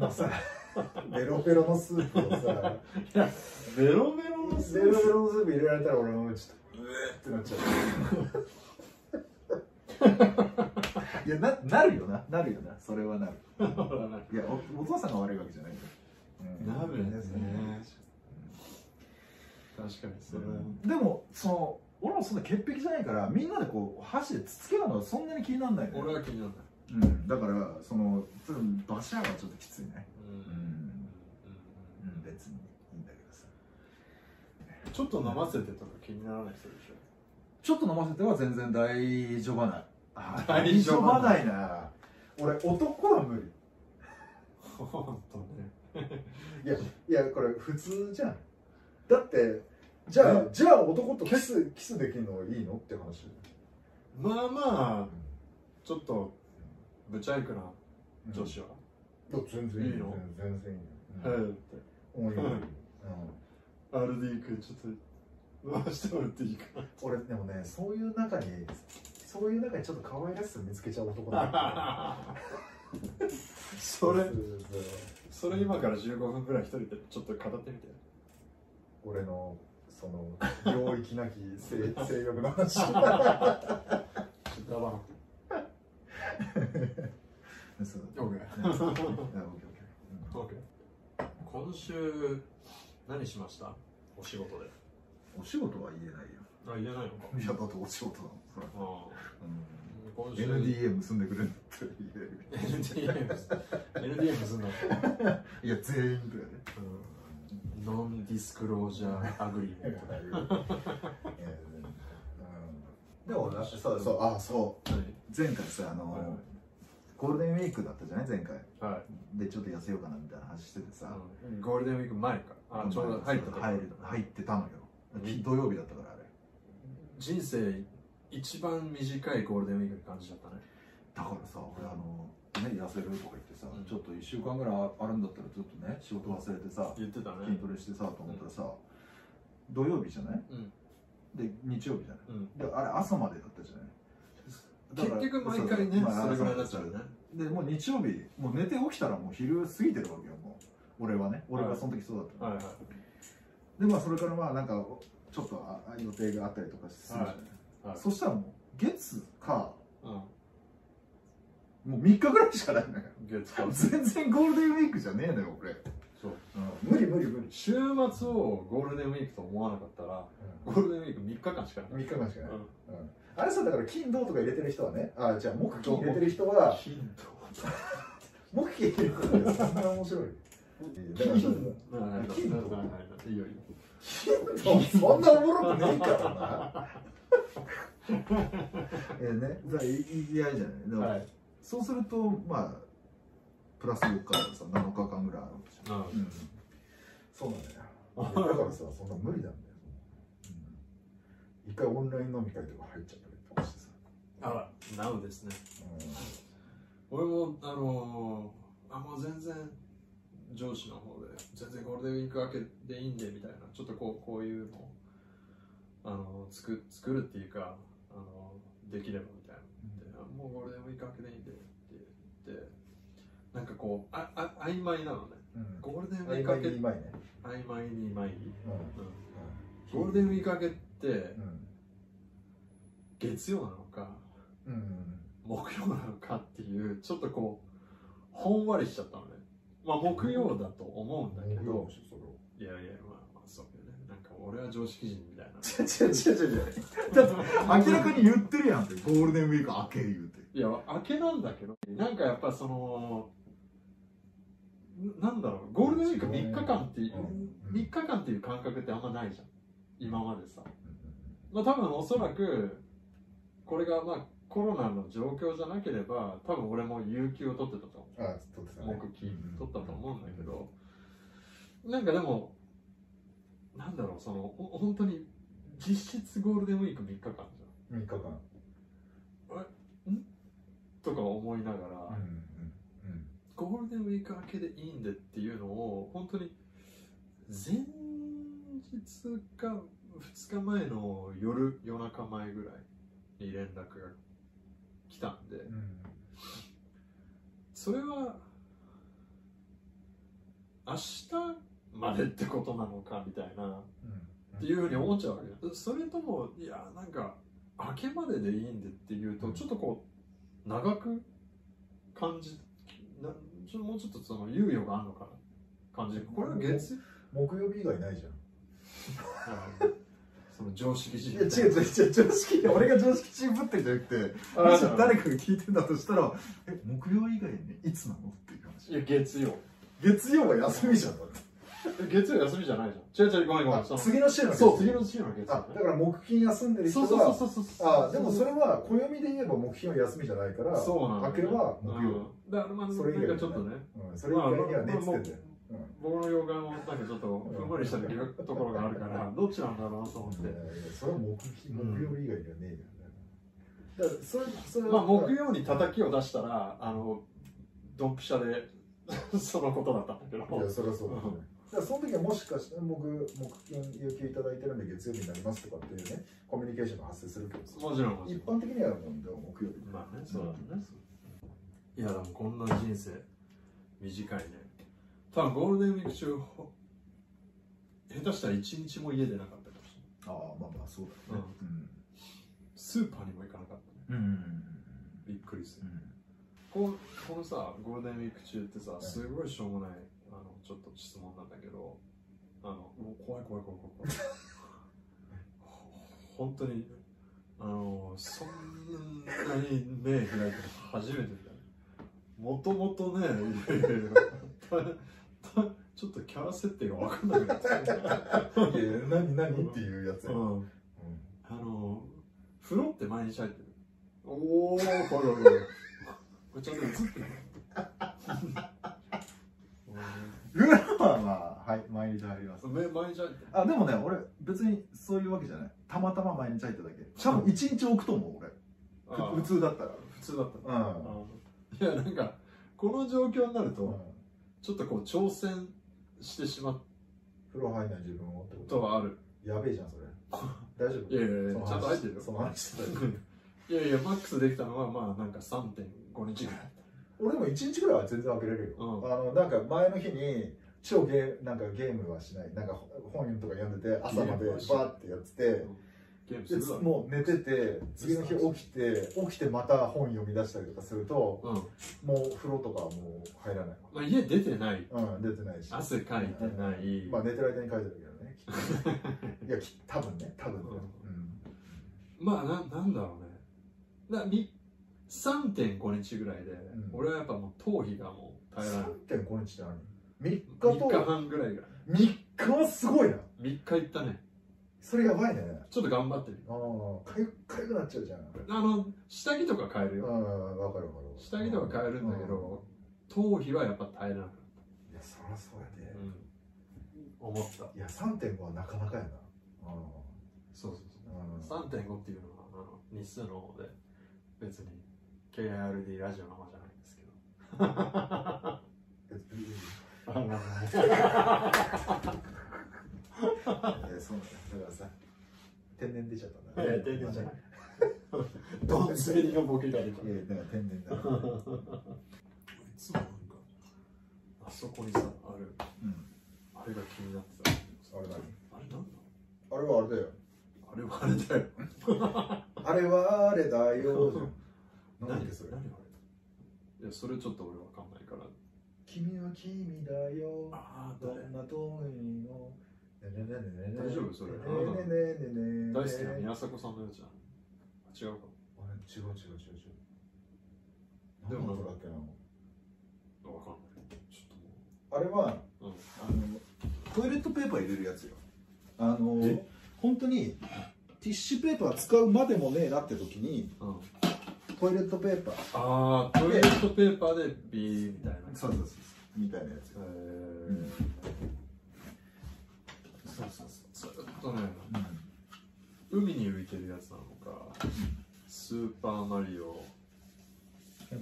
Speaker 5: もうさベロベロのスープをさ
Speaker 1: いやベロベロ
Speaker 5: ベロベロ
Speaker 1: の
Speaker 5: のスープ入れられたら俺もちょっとうえーってなっちゃう
Speaker 2: いやななるよななるよなそれはなる
Speaker 1: ほらない
Speaker 2: やおお父さんが悪いわけじゃないよ、うん
Speaker 1: なるね確かにそれは
Speaker 2: うんでもその俺もそんな潔癖じゃないからみんなでこう箸でつつけ合うのはそんなに気にならないね
Speaker 1: 俺は気にならない
Speaker 2: うん、だからそのちょっとバシャーはちょっときついね
Speaker 1: う
Speaker 2: うんん、うん、別にいいんだけどさ
Speaker 1: ちょっと飲ませてとか気にならない人でしょ
Speaker 2: ちょっと飲ませては全然大丈夫はないあ
Speaker 1: 大丈夫はない
Speaker 2: な
Speaker 5: 俺男は無理
Speaker 1: 本当ね
Speaker 5: いやいやこれ普通じゃんだってじゃあじゃあ男とキスキスできるのいいのって話
Speaker 1: まあまあちょっとブチャイクな女子は
Speaker 5: うんいや全然いい
Speaker 1: いい
Speaker 5: よ
Speaker 1: の
Speaker 5: 全然いい
Speaker 1: は
Speaker 5: よ
Speaker 1: いって
Speaker 5: うんうん
Speaker 1: うん
Speaker 5: うん
Speaker 1: RD 君ちょっと回してもらっていいかな
Speaker 5: 俺でもねそういう中にそういう中にちょっと可愛らしさ見つけちゃう男だから
Speaker 1: それ
Speaker 5: うう そう
Speaker 1: それ今から15分ぐらい一人でちょっと語ってみて
Speaker 5: 俺のその領域なき 性性欲の 話
Speaker 1: ダバン オッケ
Speaker 2: うんそううんうんオッケーオッケーう
Speaker 1: ー
Speaker 2: ん
Speaker 1: オッケー今週何しましたお仕事で
Speaker 2: お仕事は言えないよ
Speaker 1: あ言えないのか
Speaker 2: いやだってお仕事だもんそら、
Speaker 1: あ
Speaker 2: う
Speaker 1: 今
Speaker 2: ん、
Speaker 1: 週
Speaker 2: NDA 結んでくれんだったら言える
Speaker 1: NDM NDM すんの、
Speaker 2: いや全員とかね
Speaker 1: うん、ノンディスクロージャーアグリーメント
Speaker 5: いやうんでもなそうそうあそ
Speaker 2: 前回さあの、
Speaker 1: はいはい
Speaker 2: ゴールデンウィークだったじゃない前回
Speaker 1: はい、
Speaker 2: でちょっと痩せようかなみたいな話してて
Speaker 1: う
Speaker 2: さ、
Speaker 1: んゴールデンウィーク前かあちょうど入ったとこ
Speaker 2: 入る入ってたのよ、
Speaker 1: うん
Speaker 2: 土曜日だったからあれ
Speaker 1: 人生一番短いゴールデンウィークって感じだったね
Speaker 2: だからさ俺あのね痩せるとか言ってさ、
Speaker 1: うん
Speaker 2: ちょっと1週間ぐらいあるんだったらちょっとね仕事忘れてさ、
Speaker 1: 言ってた
Speaker 2: 筋
Speaker 1: ね
Speaker 2: トレしてさと思ったらさ、土曜日じゃない
Speaker 1: うん
Speaker 2: で日曜日じゃない
Speaker 1: うん
Speaker 2: であれ朝までだったじゃないだから
Speaker 1: 結局毎回ね
Speaker 2: うう
Speaker 1: それぐらいになっちゃうね
Speaker 2: でもう日曜日もう寝て起きたらもう昼過ぎてるわけよもう俺はね俺はその時そうだったの、
Speaker 1: はいはい
Speaker 2: でまあそれからまあなんかちょっとああ予定があったりとかするじゃな
Speaker 1: は
Speaker 2: い、
Speaker 1: いはい
Speaker 2: そしたらもう月か
Speaker 1: う
Speaker 2: もう3日ぐらいしかないのよ
Speaker 1: ん月間
Speaker 2: 全然ゴールデンウィークじゃねえのよ俺、うん
Speaker 1: そう
Speaker 5: う無理無理無理
Speaker 1: 週末をゴールデンウィークと思わなかったらゴールデンウィーク3日間しかない
Speaker 5: 3日間しかない、
Speaker 1: うん
Speaker 5: うんあれさだから金銅とか入れてる人はねあじゃあ木金入れてる人は
Speaker 1: ヒント
Speaker 5: 木金入れてる人はそんな面白いだから
Speaker 1: はいはい
Speaker 5: ヒント
Speaker 1: はいはいいいよいいよ
Speaker 5: 金そんなおもろくねえから な
Speaker 2: えーねだからいいやじゃないでも、
Speaker 1: はい
Speaker 2: そうするとまあプラス4日だからさ7日間ぐらいあるわけじゃん
Speaker 1: うん
Speaker 2: うん
Speaker 5: そうなんだよだからさそんな無理なんだよ
Speaker 2: 一回オンライン飲み会とか入っちゃったりとかしてさ、
Speaker 1: あら、なおですね。
Speaker 2: う
Speaker 1: 俺も、あのーあ、もう全然、上司の方で、全然ゴールデンウィーク明けでいいんで、みたいな、ちょっとこうこういうのを、あのー作作るっていうか、あのーできればみたいな。であもうゴールデンウィーク明けでいいんで、って言って、なんかこう、あ、あ、曖昧なのね。
Speaker 2: んうん、
Speaker 1: ゴールデンウィー
Speaker 2: 曖
Speaker 1: ク
Speaker 2: 昧
Speaker 1: 明け、
Speaker 2: にうまいね、
Speaker 1: 曖昧に曖昧に。
Speaker 2: うんうん
Speaker 1: ゴールデンウィーク明けって、
Speaker 2: う
Speaker 1: 月曜なのか、
Speaker 2: んうん
Speaker 1: 木曜なのかっていうちょっとこうほんわりしちゃったのねまあ木曜だと思うんだけ
Speaker 2: 木曜
Speaker 1: ど
Speaker 2: でしょそ
Speaker 1: いやいやまあまあそうよねなんか俺は常識人みた いな
Speaker 3: 違う違う違う違うだって明らかに言ってるやんってゴールデンウィーク明け言うて
Speaker 1: いや明けなんだけどなんかやっぱそのななんだろうゴールデンウィーク3日間っていう
Speaker 2: うん
Speaker 1: 3日間っていう感覚ってあんまないじゃん今までさ
Speaker 2: れ
Speaker 1: まあ多分おそらくこれがまあコロナの状況じゃなければ多分俺も有給を取ってたと思う
Speaker 2: ああ撮ってたね
Speaker 1: 目金取ったと思うんだけど、なんかでもなんだろうそのほ本当に実質ゴールデンウィーク3日間じ
Speaker 2: 3日間
Speaker 1: ゃんとか思いなが
Speaker 2: う
Speaker 1: ら、
Speaker 2: んうん
Speaker 1: ゴールデンウィーク明けでいいんでっていうのを本当に前日か2日前の夜夜中前ぐらいに連絡が来たんで
Speaker 2: うんうん
Speaker 1: それは明日までってことなのかみたいな
Speaker 2: うん
Speaker 1: っていうふうに思っちゃうわけよそれともいやなんか明けまででいいんでっていうとちょっとこう長く感じなちょもうちょっとその猶予があるのかな感じこれは月
Speaker 2: 木曜日以外ないじゃん
Speaker 1: その常識人
Speaker 3: いや違う違う違う常識で俺が常識チームぶってるんじゃなくてもし誰かが聞いてんだとしたらえ木曜以外ねいつなのっていう話
Speaker 1: いや月曜
Speaker 3: 月曜は休みじゃんだって
Speaker 1: 月曜休みじゃないじゃん違う違うごめんごめんその
Speaker 2: 次の週の
Speaker 1: そう次の週の月曜
Speaker 2: あだから木金休んでる人
Speaker 1: そう
Speaker 2: は
Speaker 1: そうそうそうそう
Speaker 2: あでもそれは暦で言えば木金は休みじゃないから
Speaker 1: そうなの
Speaker 2: 明けは木曜、
Speaker 1: うんだからまあ
Speaker 2: それ以外
Speaker 1: なんかちょっとね
Speaker 2: うんそれ以外にはねっつってんだよ、
Speaker 1: 僕の洋画もなんかちょっとふんわりしたところがあるからどっちなんだろうなと思って
Speaker 2: うんそれは木金木曜日以外にはねえよ、だからそれそれ
Speaker 1: まあ、木曜に叩きを出したら、あの、ドンピシャで、 そのことだったんだけど。
Speaker 2: いやそれはそうだ,、ねだからその時はもしかして僕木金有給いただいてるんで月曜日になりますとかっていうねコミュニケーションが発生するけどさ
Speaker 1: もちろん、もち
Speaker 2: 一
Speaker 1: ろん。
Speaker 2: 般的にはもうでも木曜日
Speaker 1: まあね、そうだね。いや、でもこんな人生、短いね。多分ゴールデンウィーク中、ほ下手したら一日も家出なかったかもしれない。
Speaker 3: ああまあまあそうだね
Speaker 1: スーパーにも行かなかったね。
Speaker 3: うんうん
Speaker 1: びっくりす
Speaker 3: う
Speaker 1: る。
Speaker 3: ん
Speaker 1: こうこのさ、ゴールデンウィーク中ってさ、すごいしょうもない、あの、ちょっと質問なんだけど、あの、もう怖い怖い怖い怖い 怖い。本当に、あの、そんなに目開いてるの初めてだよ。もともとね、いやいやい やたたちょっとキャラ設定が分かんなくなっちゃ
Speaker 2: いや何何っていうやつ
Speaker 1: う。
Speaker 2: や、うん
Speaker 1: うんあの、風呂って毎日入ってる。おお、これこれこれ。これちゃんと映ってる。
Speaker 3: ルーラーは、はい、毎日入ります。
Speaker 1: め毎日入ってる。
Speaker 3: あ、でもね、俺、別にそういうわけじゃない。たまたま毎日入っただけ。多分一日置くと思う、
Speaker 1: あ
Speaker 3: 俺。ふ普通だったら。
Speaker 1: 普通だった。
Speaker 3: うん。
Speaker 1: いや、なんか、この状況になる
Speaker 2: うん
Speaker 1: と、ちょっとこう挑戦してしまっ
Speaker 2: 風呂入んない自分をってこと
Speaker 1: たはある。
Speaker 2: やべえじゃんそれ大丈
Speaker 1: い
Speaker 2: 夫
Speaker 1: やいやいや
Speaker 2: その話
Speaker 1: ちゃんと入ってるよ
Speaker 2: その話してたよ
Speaker 1: いやいや、マックスできたのは、まあ、なんか3.5日ぐらい。
Speaker 2: 俺でも1日ぐらいは全然開けれるよ、
Speaker 1: う
Speaker 2: あのなんか前の日に超ゲーなんかゲームはしないなんか本とか読んでて朝まで
Speaker 1: ゲー
Speaker 2: バ
Speaker 1: ムはしない
Speaker 2: ーってやってて、
Speaker 1: ゲームす
Speaker 2: で
Speaker 1: るだろ。
Speaker 2: もう寝てて次の日起きて起きてまた本読み出したりとかすると
Speaker 1: うん。
Speaker 2: もう風呂とかはもう入らない
Speaker 1: まあ、家出てない。
Speaker 2: わうん出てないし
Speaker 1: 汗かいてない。
Speaker 2: まあ寝てる間に書いてるけど ねいやき多分ね多分ね、
Speaker 1: まあななんだろうねなみ3.5日ぐらいで、
Speaker 2: ん
Speaker 1: 俺はやっぱもう頭皮がもう
Speaker 2: うん、
Speaker 1: 耐えられない
Speaker 2: 3.5日って何3日と
Speaker 1: 3日半ぐらいが
Speaker 2: 3日はすごいな
Speaker 1: 3日いったね
Speaker 2: それやばいね
Speaker 1: ちょっと頑張ってる
Speaker 2: ああかゆかゆくなっちゃうじゃんあ
Speaker 1: あの下着とか変える
Speaker 2: あ
Speaker 1: よ
Speaker 2: わかるわかる
Speaker 1: 下着とか変えるんだけど頭皮はやっぱ耐えられなかっ
Speaker 2: うんいやそりゃそうや
Speaker 1: た、
Speaker 2: で
Speaker 1: うん、思った
Speaker 2: いや3.5はなかなかやなああ
Speaker 1: そうそうそう
Speaker 2: うん
Speaker 1: 3.5っていうのはあの日数の方で別に KIRD ラジオの方じゃないんですけど
Speaker 2: えそうなんだだからさ天然出ちゃったんだ
Speaker 1: え天然じゃない ドンスリのボケが出た
Speaker 2: いやだから天然だ
Speaker 1: いつもなんかあそこにさある
Speaker 3: うん
Speaker 1: あれが気になってた
Speaker 2: あれ何
Speaker 1: あれなんだ
Speaker 2: あれはあれだよ
Speaker 1: あれはあれだよ
Speaker 2: あれはあれだよ じゃんなんでそれ
Speaker 1: 何あれいやそれちょっと俺わかんないから
Speaker 2: 君は君だよ
Speaker 1: あ
Speaker 2: どんな遠いの
Speaker 1: 大丈夫それ
Speaker 2: ね
Speaker 1: あなた
Speaker 2: ねねねねね
Speaker 1: 大好きな宮迫さんのやつじゃん違うか
Speaker 2: あれ違う違う違う違う
Speaker 1: でも
Speaker 2: でもなんだっけな
Speaker 1: わかんないちょっとも
Speaker 2: あれは
Speaker 1: う、うん、
Speaker 3: あのトイレットペーパー入れるやつよあの
Speaker 1: え
Speaker 3: 本当にティッシュペーパー使うまでもねえなって時に
Speaker 1: うん、
Speaker 3: トイレットペーパー
Speaker 1: ああトイレットペーパーでビーみたいな
Speaker 3: そうそうそうそうみたいなやつ
Speaker 1: へ
Speaker 3: よ、
Speaker 1: ー
Speaker 3: そうそうそう
Speaker 1: ずっとね
Speaker 3: うん
Speaker 1: 海に浮いてるやつなのかスーパーマリオ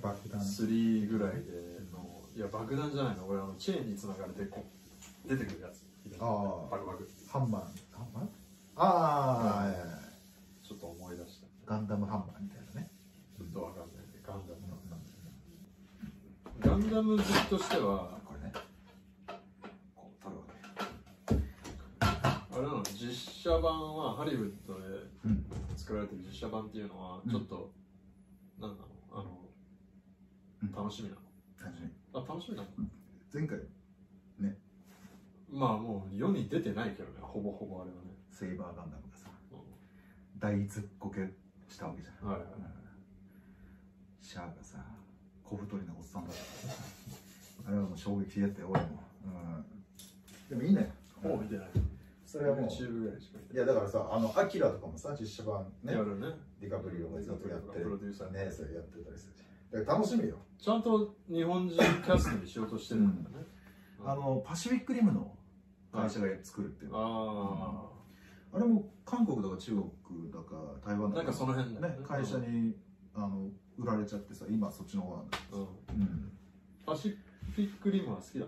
Speaker 2: 爆弾
Speaker 1: 3ぐらいでのいや爆弾じゃないの俺あのチェーンにつながれてこう出てくるやつ
Speaker 2: あ
Speaker 1: バクバク
Speaker 2: ハンマーハンマーああ、はいはいはい
Speaker 1: ちょっと思い出した
Speaker 2: ガンダムハンマーみたいなね
Speaker 1: ちょっとわかんないねガンダムのガンダム好きとしては
Speaker 3: これねこう取るわ
Speaker 1: あ
Speaker 3: け
Speaker 1: れなの実写版はハリウッドで
Speaker 3: うん
Speaker 1: 作られてる実写版っていうのは
Speaker 3: うん
Speaker 1: ちょっと、なんなのあ
Speaker 3: うん
Speaker 1: の楽しみな
Speaker 3: 確かに
Speaker 1: のあ楽しみなの
Speaker 3: 前回
Speaker 1: まあもう世に出てないけどねほぼほぼあれはね、
Speaker 3: セイバーガンダムがさ
Speaker 1: う
Speaker 3: 大ずっこけしたわけじゃん
Speaker 1: ん、はいはい
Speaker 3: シャアがさ小太りのおっさんだったからさあれはもう衝撃だったよ俺も、
Speaker 2: でもいいね
Speaker 1: もう見てない
Speaker 2: それはもう
Speaker 1: YouTube ぐらいしか見て
Speaker 2: い
Speaker 1: ない
Speaker 2: やだからさあのアキラとかもさ実写版ね
Speaker 1: やるね
Speaker 2: ディカプリオがずっとやって
Speaker 1: プロ
Speaker 2: る
Speaker 1: デューサー
Speaker 2: ねそれやってたりするしだから楽しみよ
Speaker 1: ちゃんと日本人キャストにしようとしてるんだよね、
Speaker 3: うんあのパシフィックリムの会社が作るっていう、
Speaker 1: あ
Speaker 3: あれも韓国だか中国だか台
Speaker 1: あ
Speaker 3: 湾だ
Speaker 1: なんかその辺だよ
Speaker 3: ね会社にあの売られちゃってさ今そっちの方なんだ、
Speaker 1: うん
Speaker 3: うん、
Speaker 1: パシフィックリムは好きだ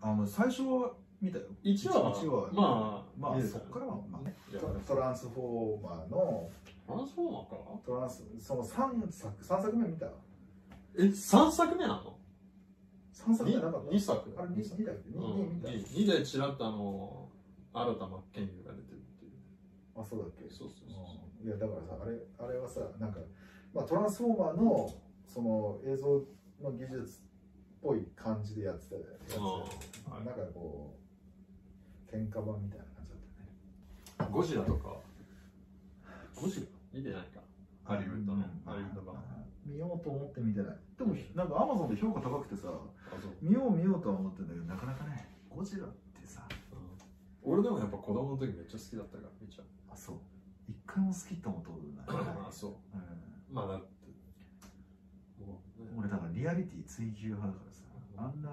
Speaker 3: あの最初は見たよ
Speaker 1: 一話は
Speaker 3: 一話
Speaker 1: まあ
Speaker 3: まあ
Speaker 1: 見れた
Speaker 3: そっからはまあね
Speaker 1: いや
Speaker 2: トランスフォーマーの
Speaker 1: トランスフォーマーか
Speaker 2: トランスその3作3作目見た
Speaker 1: え三作目なの
Speaker 2: 3作目なかった
Speaker 1: 二二作
Speaker 2: あれ 2, だっけ 2,
Speaker 1: う
Speaker 2: 見
Speaker 1: ん
Speaker 2: た、
Speaker 1: 二二でちらっとあの新田真剣佑が出てるっていう
Speaker 2: あそうだっけ
Speaker 1: そうそうそ
Speaker 2: うんいやだからさあれあれはさなんか、まあ、トランスフォーマーのその映像の技術っぽい感じでやってたやつ
Speaker 1: う
Speaker 2: だよ
Speaker 1: うんはい
Speaker 2: なんかこう喧嘩版みたいな感じだったね
Speaker 1: ゴジラとか
Speaker 3: 5時
Speaker 1: 見てないかハリウッドのハリウッド版
Speaker 3: 見ようと思って見てないでもなんかアマゾンで評価高くてさ
Speaker 1: あそう
Speaker 3: 見よう見ようとは思ってんだけどなかなかねゴジラってさ
Speaker 1: うん俺でもやっぱ子供の時めっちゃ好きだったから見ちゃう
Speaker 3: あそう一回も好きって思ったことない、
Speaker 1: あそう
Speaker 3: う
Speaker 1: まあだってもうね
Speaker 3: ん、俺だからリアリティ追求派だからさあんな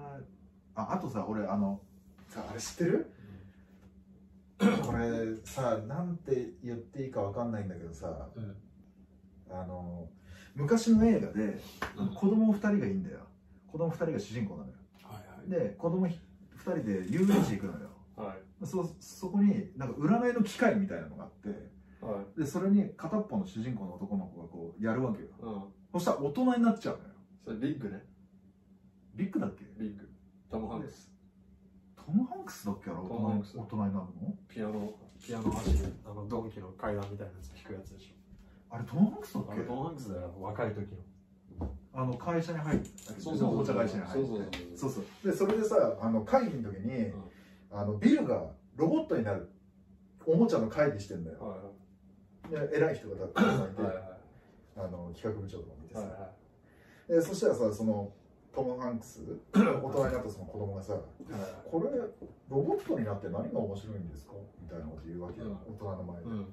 Speaker 3: ああとさ俺あの
Speaker 2: さああれ知って るこれさなんて言っていいかわかんないんだけどさ、
Speaker 1: うん
Speaker 2: あの
Speaker 3: 昔の映画で
Speaker 1: うん
Speaker 3: 子供2人がいいんだよ子供2人が主人公なのよ
Speaker 1: はい
Speaker 3: で子供2人で遊園地行くのよ
Speaker 1: はいはい
Speaker 3: そそこになんか占いの機械みたいなのがあって
Speaker 1: はい
Speaker 3: でそれに片っぽの主人公の男の子がこうやるわけよ
Speaker 1: うん
Speaker 3: そしたら大人になっちゃうのよ
Speaker 1: それビッグね
Speaker 3: ビッグだっけ
Speaker 1: ビッグトム・ハンクス
Speaker 3: トム・ハンクスだっけあれ大
Speaker 1: トムハンクス
Speaker 3: 人大人になるの
Speaker 1: ピアノピアノ走るあのドンキの階段みたいなやつ弾くやつでし
Speaker 3: あれトム・ハンクスだっ
Speaker 1: ょあ
Speaker 3: け
Speaker 1: れトム・ハンクスだよ若い時の
Speaker 3: あの会社に入って
Speaker 1: そうそうそう
Speaker 3: おもちゃ会社に入って
Speaker 1: そうそ
Speaker 3: そうそう
Speaker 2: でそれでさあの会議の時に、
Speaker 1: ん
Speaker 2: あのビルがロボットになるおもちゃの会議してんだよ、
Speaker 1: は
Speaker 2: で偉い人がたくさんいて、
Speaker 1: いはいは
Speaker 2: あの企画部長とか見て
Speaker 1: い
Speaker 2: さ、
Speaker 1: はいは
Speaker 2: でそしたらさそのトム・ハンクス大人になったその子供がさ
Speaker 1: いはいはい
Speaker 2: 「これロボットになって何が面白いんですか?」みたいなこと言うわけよ、
Speaker 1: うん
Speaker 2: 大人の前で、
Speaker 1: うん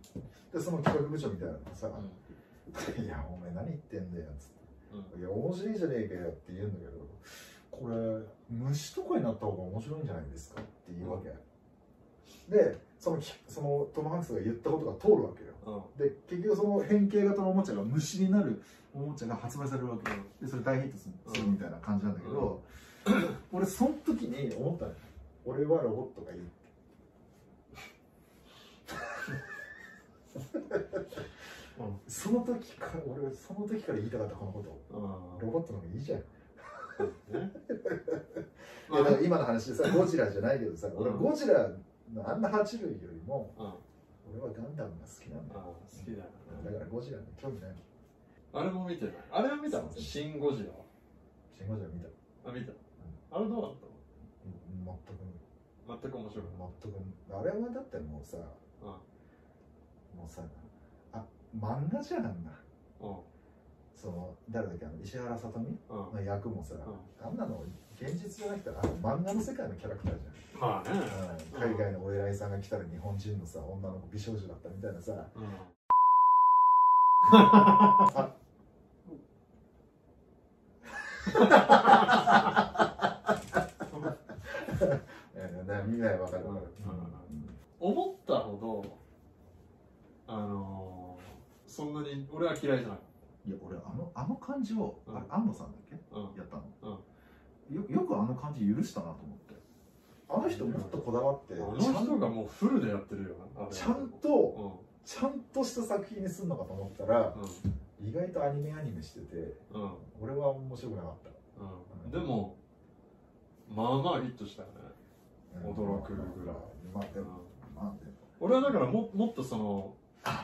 Speaker 2: でその企画部長みたいなのがさ「
Speaker 1: うん
Speaker 2: いやお前何言ってんだよ」つって
Speaker 1: う
Speaker 2: 「いや面白いじゃねえかよ」って言うんだけどこれ虫とかになった方が面白いんじゃないですかって言うわけ、でそのきそのトム・ハンクスが言ったことが通るわけよ
Speaker 1: うん
Speaker 2: で結局その変形型のおもちゃが虫になるおもちゃが発売されるわけよでそれ大ヒットするするみたいな感じなんだけど、俺その時に思ったのよ俺はロボットがいいって
Speaker 1: うん
Speaker 2: その時から俺その時から言いたかったこのこと
Speaker 1: うん
Speaker 2: ロボットの方がいいじゃん
Speaker 1: ね
Speaker 2: いやだから今の話でさゴジラじゃないけどさ俺
Speaker 1: うん
Speaker 2: ゴジラのあんな爬虫類よりも
Speaker 1: うんうん
Speaker 2: 俺はガンダムが好きなんだよ
Speaker 1: 好きだよ
Speaker 2: だからゴジラに興味ない
Speaker 1: あれも見てないあれは見たのシン・ゴジラは
Speaker 2: シンゴジラ見た
Speaker 1: あ見たあれどうだったの
Speaker 2: 全く
Speaker 1: 全く面白くない。
Speaker 2: 全くあれはだってもうさ
Speaker 1: うん。
Speaker 2: もうさあ漫画じゃんあんな
Speaker 1: うん。
Speaker 2: その誰だっけあの石原さとみ
Speaker 1: うん。
Speaker 2: の役もさ、あんなの現実じゃなくてあの漫画の世界のキャラクターじ
Speaker 1: まあね。
Speaker 2: ゃん、うん海外のお偉いさんが来たら日本人のさ女の子美少女だったみたいなさ
Speaker 1: うん。
Speaker 2: えーだから見ないわかるわかる、
Speaker 1: うん思ったほど、あのー、そんなに俺は嫌いじゃない。
Speaker 3: いや俺あのあの感じを、
Speaker 1: うん
Speaker 3: あれ安藤さんだっけ
Speaker 1: うん。
Speaker 3: やったの、よよくあの感じ許したなと思って
Speaker 2: あの人もっとこだわって
Speaker 1: あ
Speaker 2: ちゃ
Speaker 1: の
Speaker 2: ん
Speaker 1: 人がもうフルでやってるよな。
Speaker 2: ちゃん
Speaker 1: う
Speaker 2: と
Speaker 1: ん。
Speaker 2: ちゃんとした作品にすんのかと思ったら
Speaker 1: う
Speaker 2: 意外とアニメアニメしてて
Speaker 1: ん。うん。
Speaker 2: 俺は面白くなかった
Speaker 1: うん。でも、まあまあヒットしたよね。驚くぐらい
Speaker 2: まあで
Speaker 1: う
Speaker 2: も
Speaker 1: ん。
Speaker 2: まあでも
Speaker 1: 俺はだからももっとその、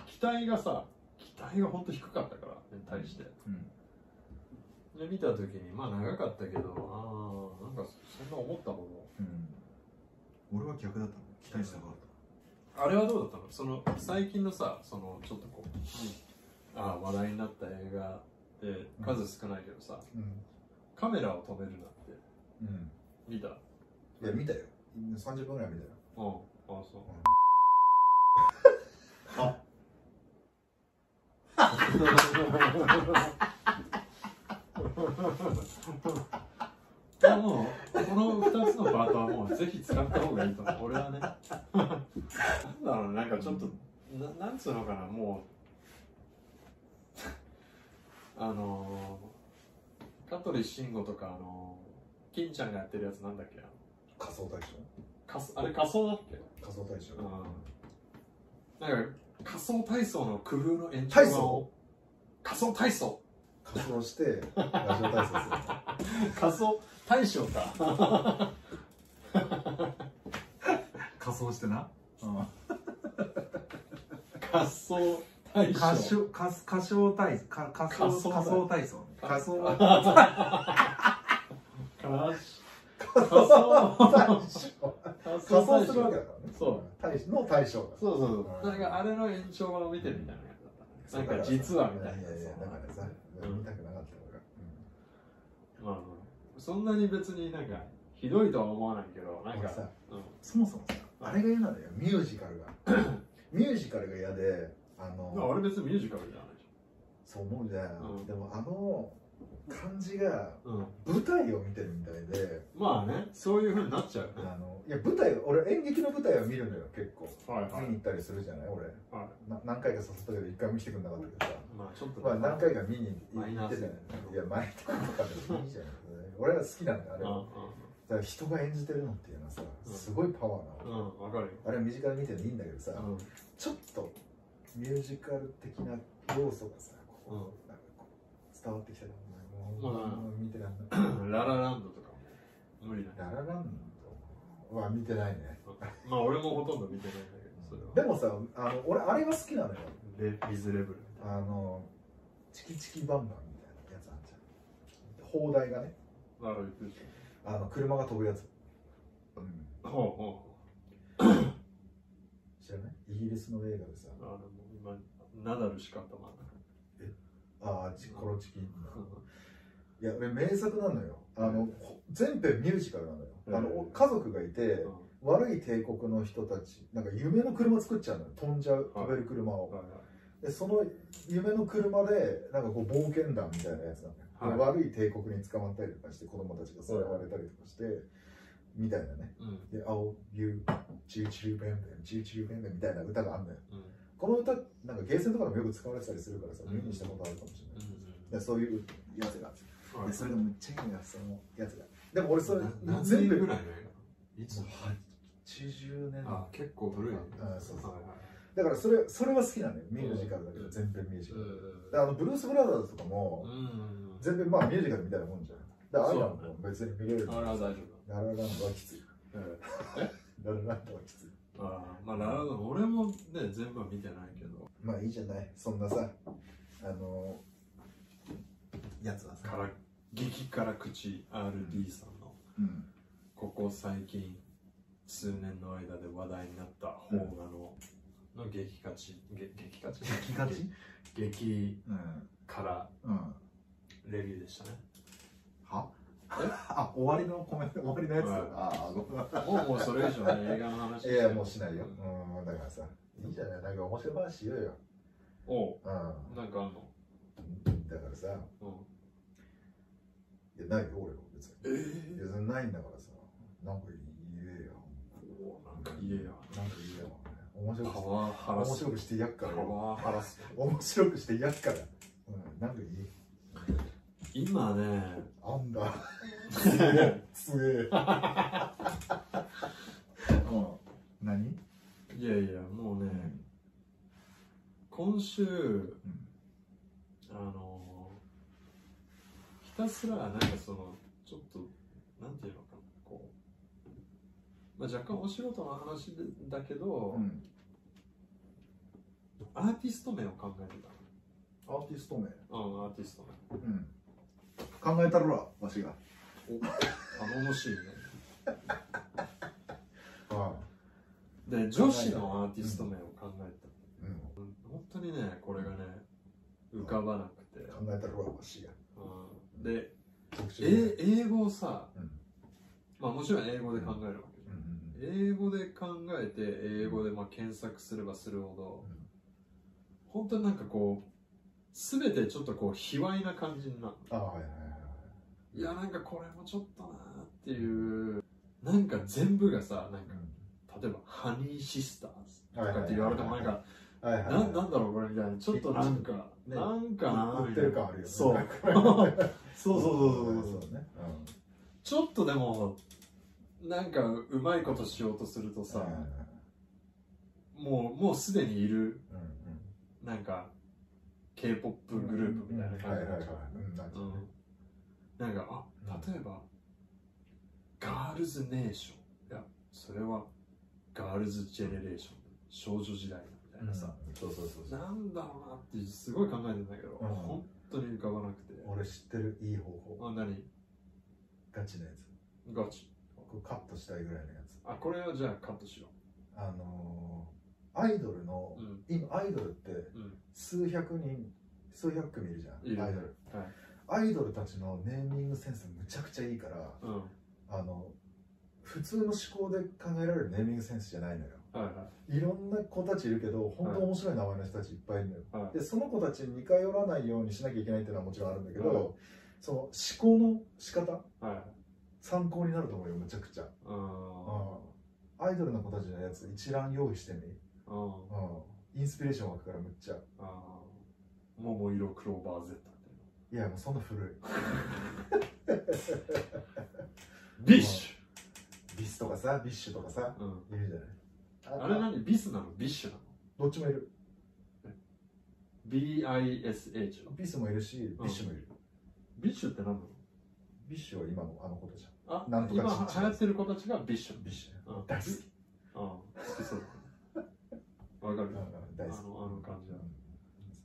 Speaker 1: 期待がさ、期待がほんと低かったから、ね、対して。
Speaker 3: うん
Speaker 1: で見た時にまあ長かったけどああなんかそんな思ったも
Speaker 3: うん俺は逆だったの期待したかっ
Speaker 1: のあれはどうだったのその最近のさそのちょっとこう、ああ話題になった映画で数少ないけどさ、
Speaker 2: うん
Speaker 1: カメラを止めるなって
Speaker 2: うん
Speaker 1: 見たうん
Speaker 2: いや見たよ30分ぐらい見たよ
Speaker 1: ああそう
Speaker 2: あ
Speaker 1: もうこの2つのパートはもうぜひ使った方がいいと思う俺はねなんだろうねなんかちょっとななんつうのかなもう あのー、香取慎吾とかあのー、金ちゃんがやってるやつなんだっけあの
Speaker 2: 仮想大賞
Speaker 1: かすあれ仮装だっけ
Speaker 2: 仮想大賞
Speaker 1: うんなんか仮想体操の工夫の延長
Speaker 2: 体操
Speaker 1: 仮想体操
Speaker 2: 仮装してラジオ体操する
Speaker 1: 仮想大賞か
Speaker 3: た仮装してな、うん、
Speaker 1: 仮想大
Speaker 3: 仮
Speaker 1: 賞
Speaker 3: 装仮仮装体操仮仮
Speaker 1: 仮
Speaker 3: 装
Speaker 1: 装
Speaker 3: 仮装体操仮装
Speaker 1: 仮
Speaker 2: 仮
Speaker 1: 想
Speaker 2: 想
Speaker 1: 仮
Speaker 2: 大賞仮
Speaker 1: そ
Speaker 2: 装するわ
Speaker 1: う
Speaker 2: けだからね
Speaker 1: そう
Speaker 2: 大賞の大賞
Speaker 1: そうそう
Speaker 2: うん
Speaker 1: なんかあれの延長版を見てるみたいな感じだった
Speaker 2: だ
Speaker 1: ねなんか実はみたい
Speaker 2: い
Speaker 1: な
Speaker 2: やいやだからさ
Speaker 1: うん
Speaker 2: 見たくなかった俺が
Speaker 1: まあまあそんなに別になんかひどいとは思わないけどなん
Speaker 2: 俺
Speaker 1: か
Speaker 2: さ
Speaker 1: うん
Speaker 3: そもそもさ
Speaker 2: あれが嫌なんだよミュージカルが ミュージカルが嫌であ
Speaker 1: いやあ
Speaker 2: の
Speaker 1: れ別にミュージカルじゃないでし
Speaker 2: そう思うじゃ
Speaker 1: うん
Speaker 2: んでもあの感じが
Speaker 1: ょうん
Speaker 2: 舞台を見てるみたいで
Speaker 1: まあねそういうふうになっちゃうよね
Speaker 2: あのいや舞台俺演劇の舞台は見るのよ結構
Speaker 1: はいは
Speaker 2: 見
Speaker 1: い
Speaker 2: に行ったりするじゃない俺
Speaker 1: はい
Speaker 2: な何回か誘ったけど一回も来てくれなかったけどさ
Speaker 1: まあちょっとね
Speaker 2: まあ何回か見に
Speaker 1: マイ
Speaker 2: 行
Speaker 1: ナ
Speaker 2: っ
Speaker 1: ー
Speaker 2: て
Speaker 1: す
Speaker 2: た
Speaker 1: ぎ
Speaker 2: よ
Speaker 1: る
Speaker 2: ねいや前とかでもいいじゃん俺は好きなんだあれ
Speaker 1: う
Speaker 2: はだ
Speaker 1: ん
Speaker 2: から人が演じてるのっていうのはさ
Speaker 1: うん
Speaker 2: すごいパワーな
Speaker 1: う
Speaker 2: の
Speaker 1: んうんわかるよ
Speaker 2: あれは身近に見てるのいいんだけどさ
Speaker 1: うん
Speaker 2: ちょっとミュージカル的な要素がさこうなんかこう伝わってきたからもう
Speaker 1: まあ
Speaker 2: もう見てらんない
Speaker 1: ララランドとかも無理だね
Speaker 2: ララランドは見てないね
Speaker 1: まあ俺もほとんど見てないんだけどそれは
Speaker 2: でもさあの俺あれが好きなのよ
Speaker 1: レビズレブル
Speaker 2: あのチキチキバンバンみたいなやつあんじゃん砲台がね
Speaker 1: なるほど
Speaker 2: あの車が飛ぶやつ、うん、
Speaker 1: ほ
Speaker 2: 知らないイギリスの映画でさ
Speaker 1: うほうあの今ナダルしか頭が
Speaker 2: ああチコロチキいや俺名作なのよあのこ全編ミュージカルなのよあのお家族がいて悪い帝国の人たちなんか夢の車作っちゃうのよ飛んじゃう飛べる車をでその夢の車でなんかこう冒険団みたいなやつなのよ、で
Speaker 1: は
Speaker 2: 悪い帝国に捕まったりとかして子供たちがさらわれたりとかしてみたいなね。
Speaker 1: うん
Speaker 2: で、青牛、チューチューベンベン、チューチューベンベンみたいな歌があんのよ。
Speaker 1: うん
Speaker 2: この歌、なんかゲーセンとかでもよく使われてたりするからさ、
Speaker 1: うん
Speaker 2: 耳にしたことあるかもしれない。
Speaker 1: う
Speaker 2: でそういうやつが。
Speaker 1: ん
Speaker 2: でそれがめっちゃいいんだよ、そのやつが。でも俺それ
Speaker 1: な、何
Speaker 2: 全
Speaker 1: 年
Speaker 2: 部
Speaker 1: ぐらいの映画いつ
Speaker 2: 80年
Speaker 1: あ結構古いね
Speaker 2: あそうそう
Speaker 1: はいはい
Speaker 2: だからそれそれは好きなのよミュージカルだけど
Speaker 1: うん
Speaker 2: 全編ミュージカル
Speaker 1: う
Speaker 2: であのブルース・ブラザーズとかも
Speaker 1: ん
Speaker 2: 全編まあミュージカルみたいなもんじゃんだからああいうのも別に見れる
Speaker 1: あれは大丈夫
Speaker 2: ララランドはきついララランドはきつい
Speaker 1: あーまあなるほど俺もね全部は見てないけど
Speaker 2: まあいいじゃないそんなさあのやつはさ
Speaker 1: から激辛口 RD さんの
Speaker 3: うん
Speaker 1: ここ最近数年の間で話題になった邦画のの激勝ちげ激勝ち
Speaker 3: 激勝ち
Speaker 1: 激
Speaker 3: うん
Speaker 1: 辛
Speaker 3: うん
Speaker 1: レビューでしたね
Speaker 3: はあ終わりのコメント終わりのやつ、
Speaker 1: はい
Speaker 3: ああごめ
Speaker 1: も
Speaker 3: ん
Speaker 1: うもうそれ以上の映画の話
Speaker 2: いやいやもうしないようんだからさいいじゃないなんか面白い話しようよ
Speaker 1: おう
Speaker 2: うん
Speaker 1: なんかあんの
Speaker 2: だからさ
Speaker 1: うん
Speaker 2: いやないよ俺は別に
Speaker 1: え
Speaker 2: い
Speaker 1: え
Speaker 2: やそれないんだからさなんか言えよ
Speaker 1: なんか言えよ
Speaker 2: なんか言えよ面
Speaker 1: パ
Speaker 2: 白くして
Speaker 1: ワーハラ
Speaker 2: 面
Speaker 1: ス
Speaker 2: 白くしてやっか
Speaker 1: パ
Speaker 2: らよ
Speaker 1: ワーハラス
Speaker 2: 面白くしてやっから。うん、なんかいい。
Speaker 1: 今ね
Speaker 2: あんだ。すげえ。すげえ。
Speaker 3: うん何
Speaker 1: いやいやもうね今週
Speaker 3: うん
Speaker 1: あのーひたすらなんかそのちょっとなんていうのかなこう、まあ、若干お仕事の話でだけど、
Speaker 3: うん
Speaker 1: アーティスト名を考えてた
Speaker 3: アーティスト名
Speaker 1: うんアーティスト名
Speaker 3: うん考えたるわわしが
Speaker 1: 頼もしいね
Speaker 2: は
Speaker 1: で女子のアーティスト名を考えて
Speaker 2: い。うん。
Speaker 1: た、本当にねこれがね浮かばなくて、
Speaker 2: 考えたらわしや。
Speaker 1: うん、で
Speaker 2: 特集。
Speaker 1: え英語をさ、
Speaker 2: うん
Speaker 1: まあもちろん英語で考えるわけじ
Speaker 2: うんうん
Speaker 1: ゃん、英語で考えて英語でまあ検索すればするほど、
Speaker 2: うん
Speaker 1: 本当になんかこう全てちょっとこう卑猥な感じになる
Speaker 2: あ、はいはい
Speaker 1: いやなんかこれもちょっとなーっていうなんか全部がさなんか例えば「ハニーシスターズ」とかって言われてもなんか、
Speaker 2: はい。はい
Speaker 1: な
Speaker 2: はい。
Speaker 1: なんだろうこれみたいなちょっとなんか、
Speaker 2: ね
Speaker 1: なんかなー
Speaker 2: 売
Speaker 1: み
Speaker 2: ったて
Speaker 1: いな
Speaker 2: る感あるよね。
Speaker 1: そうそうそうそうそうそう
Speaker 2: ね。
Speaker 1: ちょっとでもなんかうまいことしようとすると
Speaker 2: うん。
Speaker 1: さ、もうもうすでにいる
Speaker 2: うんうん。
Speaker 1: なんか k p o p グループみたいな感じにない
Speaker 2: は
Speaker 1: っ
Speaker 2: はい
Speaker 1: ちゃ
Speaker 2: は
Speaker 1: う
Speaker 2: い。うん、なんか
Speaker 1: う
Speaker 2: ね
Speaker 1: んなんかあ例えば、ガールズネーションいやそれはガールズジェネレーション少女時代のみたいなさ、
Speaker 2: うんそうそうそうそう。
Speaker 1: なんだろうなってすごい考えてんだけど、
Speaker 2: うん
Speaker 1: 本当に浮かばなくて
Speaker 2: 俺知ってるいい方法。
Speaker 1: あ何
Speaker 2: ガチなやつ。
Speaker 1: ガチ
Speaker 2: これカットしたいぐらいのやつ。
Speaker 1: あこれはじゃあカットしよ
Speaker 2: あのー、アイドルの
Speaker 1: う、うん
Speaker 2: 今アイドルって
Speaker 1: うん
Speaker 2: 数百人数百組いるじゃん
Speaker 1: いる
Speaker 2: アイドル
Speaker 1: はい
Speaker 2: アイドルたちのネーミングセンスむちゃくちゃいいから
Speaker 1: うん
Speaker 2: あの普通の思考で考えられるネーミングセンスじゃないのよ
Speaker 1: はいはい
Speaker 2: いろんな子たちいるけど本当面白い名前の人たちいっぱいいるのよ、
Speaker 1: はい
Speaker 2: でその子たちに似通らないようにしなきゃいけないっていうのはもちろんあるんだけど、
Speaker 1: はい
Speaker 2: その思考の仕方
Speaker 1: はい
Speaker 2: 参考になると思うよむちゃくちゃ
Speaker 1: うん
Speaker 2: アイドルの子たちのやつ一覧用意してみ、
Speaker 1: うん
Speaker 2: うん、インスピレーション湧くからむっちゃ
Speaker 1: あー桃色クローバー Z
Speaker 2: いやもうそんな古い
Speaker 1: ビッシ
Speaker 2: ビスとかさ、ビッシュとかさ、
Speaker 1: ュ、うん、
Speaker 2: いるじゃない
Speaker 1: あれ何ビスなのビッシュなの
Speaker 2: どっちもいる。
Speaker 1: ?BISH
Speaker 2: ビスもいるし、ビッシュもいる。
Speaker 1: ビッシュって何なの
Speaker 2: ビッシュは今のあのことじゃん。
Speaker 1: あ
Speaker 2: なんとかちっち
Speaker 1: 今流
Speaker 2: ゃい
Speaker 1: 行ってる子たちがビッシュ
Speaker 2: ビッシ
Speaker 1: うん
Speaker 2: ュ。大好き。
Speaker 1: あー好きそうだねわかる
Speaker 2: うんうん大好き。
Speaker 1: あのあの感じだはい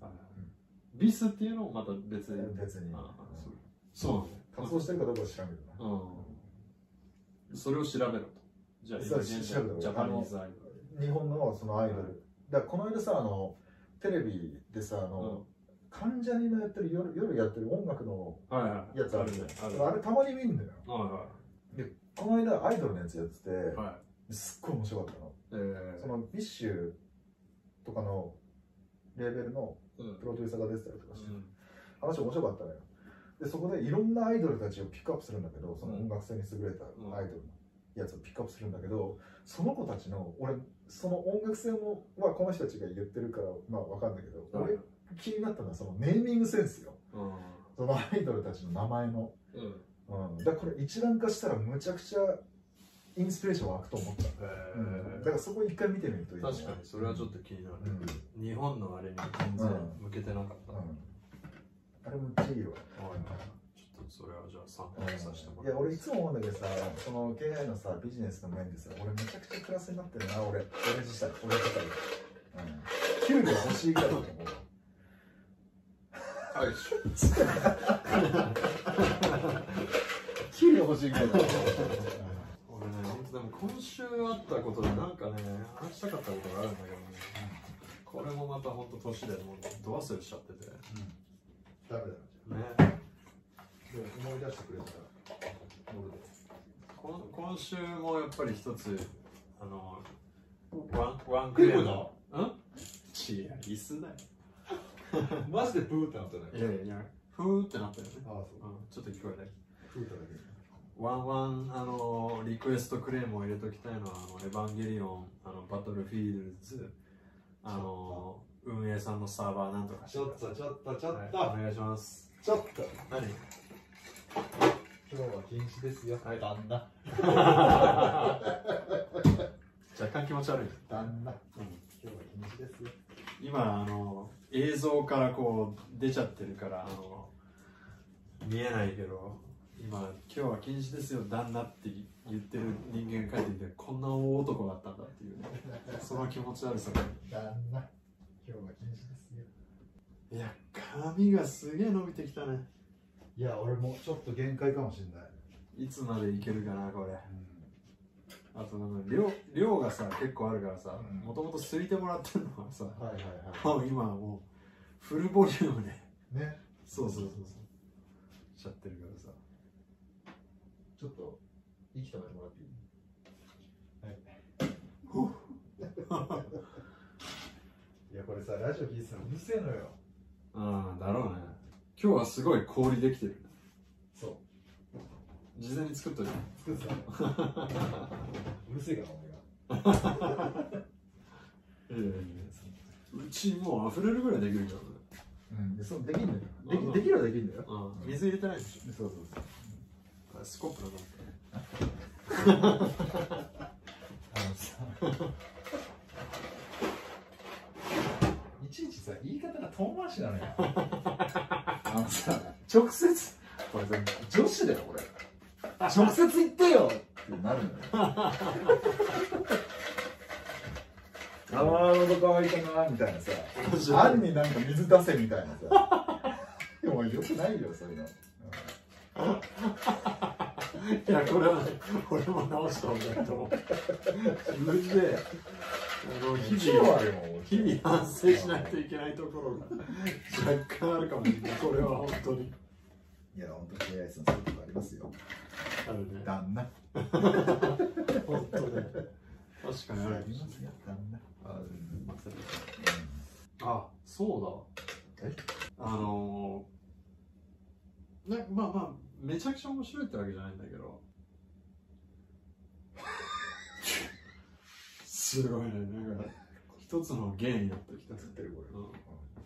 Speaker 2: うん
Speaker 1: ビスっていうのをまた別
Speaker 2: う
Speaker 1: に
Speaker 2: ん別に。
Speaker 1: あーそうそうな
Speaker 2: 活
Speaker 1: んだ
Speaker 2: 動してるかどうかは知らんけどな。
Speaker 1: うんそれを調べろとじゃあ
Speaker 2: そ
Speaker 1: 今
Speaker 2: う
Speaker 1: 現在のジャパニーズアイドル
Speaker 2: 日本のそのアイド
Speaker 1: は
Speaker 2: ル。だからこの間さ、あの、テレビでさ、あの、関ジャニのやってる、夜夜やってる音楽の
Speaker 1: うんはいはい
Speaker 2: やつあるじ
Speaker 1: ね
Speaker 2: ゃん。
Speaker 1: ある
Speaker 2: あれたまに見んのよ。
Speaker 1: は
Speaker 2: この間アイドルのやつやって
Speaker 1: いはい
Speaker 2: て、
Speaker 1: はい
Speaker 2: すっごい面白かったの。
Speaker 1: えー
Speaker 2: そのビッシュとかのレーベルの
Speaker 1: うん
Speaker 2: プロデューサーが出てたりとかして、
Speaker 1: う
Speaker 2: 話面白かったのよでそこでいろんなアイドルたちをピックアップするんだけどその音楽性に優れたアイドルの、やつをピックアップするんだけどその子たちの俺その音楽性も、まあ、この人たちが言ってるからまあわかんないけど、俺気になったのはそのネーミングセンスよ
Speaker 1: う
Speaker 2: そのアイドルたちの名前の、
Speaker 1: んうん
Speaker 2: うん、だからこれ一覧化したらむちゃくちゃインスピレーション湧くと思った、うん、だからそこ一回見てみるといい
Speaker 1: 確かにそれはちょっと気になる、
Speaker 2: うん、うん
Speaker 1: 日本のあれに全然向けてなかった、はい
Speaker 2: あれもいいよ
Speaker 1: ちょっとそれはじゃあ参考にさせても
Speaker 2: い
Speaker 1: らい
Speaker 2: や
Speaker 1: ます
Speaker 2: 俺いつも思うんだけどさその KI のさビジネスの面でさ俺めちゃくちゃプラスになってるな俺俺自体俺自体、うん、給料欲しいからと思う
Speaker 1: はい
Speaker 2: 給料欲しいからだと思
Speaker 1: 俺ね本当でも今週あったことでなんかね話したかったことがあるんだけどねこれもまた本当年でもうど忘れしちゃっててね
Speaker 2: うダメだよじゃあ思い出してくれたら俺で
Speaker 1: こん今週もやっぱり一つあのワンワンクレームのうん違う椅子だよ
Speaker 6: マジでブーってなったね
Speaker 1: いやいやいやふーってなったよね、
Speaker 2: ああそう
Speaker 1: うん、ちょっと聞こえない
Speaker 2: フータだけ
Speaker 1: ワンワンあのリクエストクレームを入れときたいのはあのエヴァンゲリオンあのバトルフィールズあの運営さんのサーバーなんとか
Speaker 6: ちょっとちょっとちょっと、
Speaker 1: はいお願いします
Speaker 6: ちょっと
Speaker 1: 何
Speaker 6: 今日は禁止ですよ、
Speaker 1: はい
Speaker 6: 旦那
Speaker 1: 若干気持ち悪い、
Speaker 2: 旦那
Speaker 1: うん
Speaker 2: 今日は禁止ですよ
Speaker 1: 今あの映像からこう出ちゃってるからあの見えないけど今「今日は禁止ですよ旦那」って言ってる人間が帰ってきてこんな大男だったんだっていうねその気持ち悪さが
Speaker 2: 旦那今日は禁止です
Speaker 1: い
Speaker 2: よ
Speaker 1: や髪がすげえ伸びてきたね
Speaker 2: いや俺もちょっと限界かもしれない、
Speaker 1: いつまでいけるかなこれ
Speaker 2: う
Speaker 1: あとなんか量量がさ結構あるからさ
Speaker 2: うん
Speaker 1: もともとすいてもらってるのはさ
Speaker 2: ん、はいはい
Speaker 1: も
Speaker 2: は
Speaker 1: う今はもうフルボリュームで
Speaker 2: いね
Speaker 1: そうそうそうそうしちゃってるからさ
Speaker 2: ちょっと息止めてもらっていい
Speaker 1: ほう
Speaker 2: いやこれさラジオ聞いてたらうるせえのよ
Speaker 1: ああだろうね今日はすごい氷できてる
Speaker 2: そ
Speaker 1: 事前に作っといて
Speaker 2: う作ってたのうるせえから俺が
Speaker 1: うちもう溢れるぐらいできるからね
Speaker 2: うんでそうできんだよで
Speaker 1: うん
Speaker 2: きできるはできんだよ
Speaker 1: ああ水入れてないでし
Speaker 2: そうそうそう
Speaker 1: ょスコップだと思って
Speaker 2: あのさ いちいちさ言い方が遠回しなのよあのさ直接これさ女子だよ俺直接言ってよってなるのよ あの喉乾いたなみたいなさあんになんか水出せみたいなさでもよくないよそういうの
Speaker 1: いや、これはね、俺も直した方がいいと思う。自分で、あの日々、
Speaker 2: あるもん
Speaker 1: 日々反省しないといけないところが若干あるかもしれない。これは本当に。
Speaker 2: いや本当に AI さんそういうとこありますよ
Speaker 1: あるね。
Speaker 2: 旦那
Speaker 1: 本当ね。確かにあ
Speaker 2: あ
Speaker 1: る。
Speaker 2: りますよ旦那
Speaker 1: ああ、そうだ
Speaker 2: え。
Speaker 1: あのー、ね、まあまあ、めちゃくちゃ面白いってわけじゃないんだけど。すごいね、なんか、一つの芸になってきた。
Speaker 2: 映ってるこ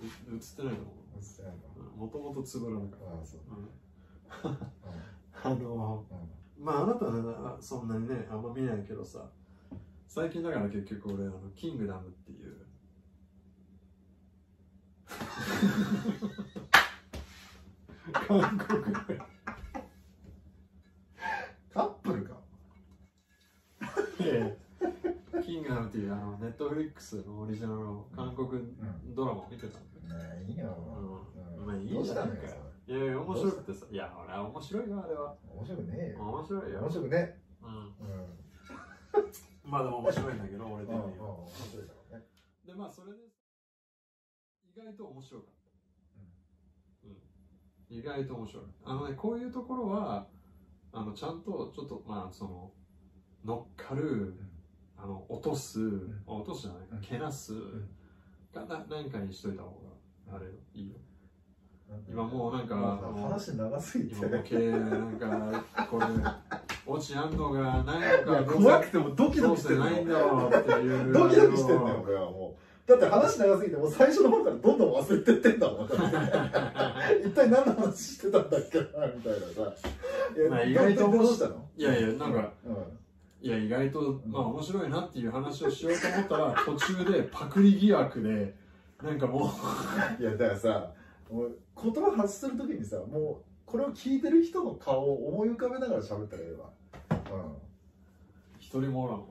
Speaker 2: れ
Speaker 1: うんう映ってないと思
Speaker 2: 映ってないの
Speaker 1: う。もともとつぶらなかっ
Speaker 2: ああそう
Speaker 1: た。うん
Speaker 2: うん
Speaker 1: あの
Speaker 2: う
Speaker 1: ー、まああなたはそんなにね、あんま見ないけどさ、最近だから結局俺、あの、キングダムっていう、 韓国の
Speaker 2: んカップルか
Speaker 1: ええキングダムっていうあのネットフリックスのオリジナルの韓国ドラマを見てたんだよ、
Speaker 2: ねえいいよ
Speaker 1: うん
Speaker 2: うん
Speaker 1: まあいい
Speaker 2: どう
Speaker 1: じ
Speaker 2: し
Speaker 1: ゃ
Speaker 2: た
Speaker 1: な
Speaker 2: の
Speaker 1: い
Speaker 2: よ
Speaker 1: か
Speaker 2: それ
Speaker 1: いやいや面白くてさいや俺は面白いよあれは
Speaker 2: 面白くねえよ
Speaker 1: 面白い
Speaker 2: 面
Speaker 1: よ、
Speaker 2: 白くね
Speaker 1: うん、
Speaker 2: うんうん
Speaker 1: まあでも面白いんだけど俺
Speaker 2: うん
Speaker 1: 的に
Speaker 2: 面
Speaker 1: は
Speaker 2: 白いだろうね
Speaker 1: でまあそれで意外と面白かった、うん意外と面白いあのねこういうところはあのちゃんとちょっとまあその乗っかる、あの落とす、
Speaker 2: ん
Speaker 1: あ落とすじゃない、
Speaker 2: うん
Speaker 1: けなす、
Speaker 2: ん
Speaker 1: がな何かにしといた方があれよいいよ
Speaker 2: なんか
Speaker 1: 今もうなんか
Speaker 2: もうさ話長すぎて
Speaker 1: 今ボケなんかこれ落ちあんのがないのか
Speaker 3: 怖くてもドキ
Speaker 1: ど
Speaker 3: ド
Speaker 1: う
Speaker 3: キし
Speaker 1: してて
Speaker 3: る
Speaker 1: ないんだろうっていう
Speaker 2: ドキドキしてんだよ俺はもうだって話長すぎてもう最初の方からどんどん忘れてってんだもんだ って一体何の話してたんだっけなみたいなさいや
Speaker 1: まあ意外と面白い
Speaker 2: どうしたの
Speaker 1: いやいやなんか
Speaker 2: う
Speaker 1: いや意外とまあ面白いなっていう話をしようと思った ら途中でパクリ疑惑でなんかも
Speaker 2: んいやだからさもう言葉発する時にさもうこれを聞いてる人の顔を思い浮かべながら喋ったらええわうん
Speaker 1: う一人もおらんわ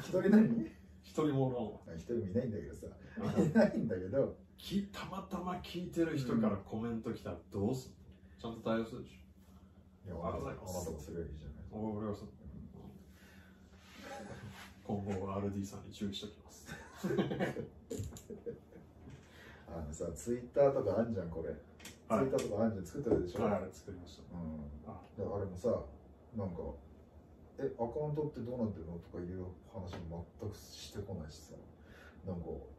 Speaker 2: 一人何
Speaker 1: 一人もおらんわ
Speaker 2: 一人もいないんだけどさ いないんだけど
Speaker 1: きたまたま聞いてる人からコメント来たらどうすんのちゃんと対応するでし
Speaker 2: いや
Speaker 1: ありがとうござい
Speaker 2: あ
Speaker 1: ます
Speaker 2: なたもすればいいじゃない
Speaker 1: ょ俺俺は そう今後は RD さんに注意しておきます
Speaker 2: あのさツイッターとかあんじゃんこれ、
Speaker 1: はい
Speaker 2: ツイッターとかあんじゃん作ってるでしょ、
Speaker 1: はい作りました
Speaker 2: うん、
Speaker 1: あ
Speaker 2: であれもさなんか「えアカウントってどうなってるの?」とかいう話も全くしてこないしさなんかこ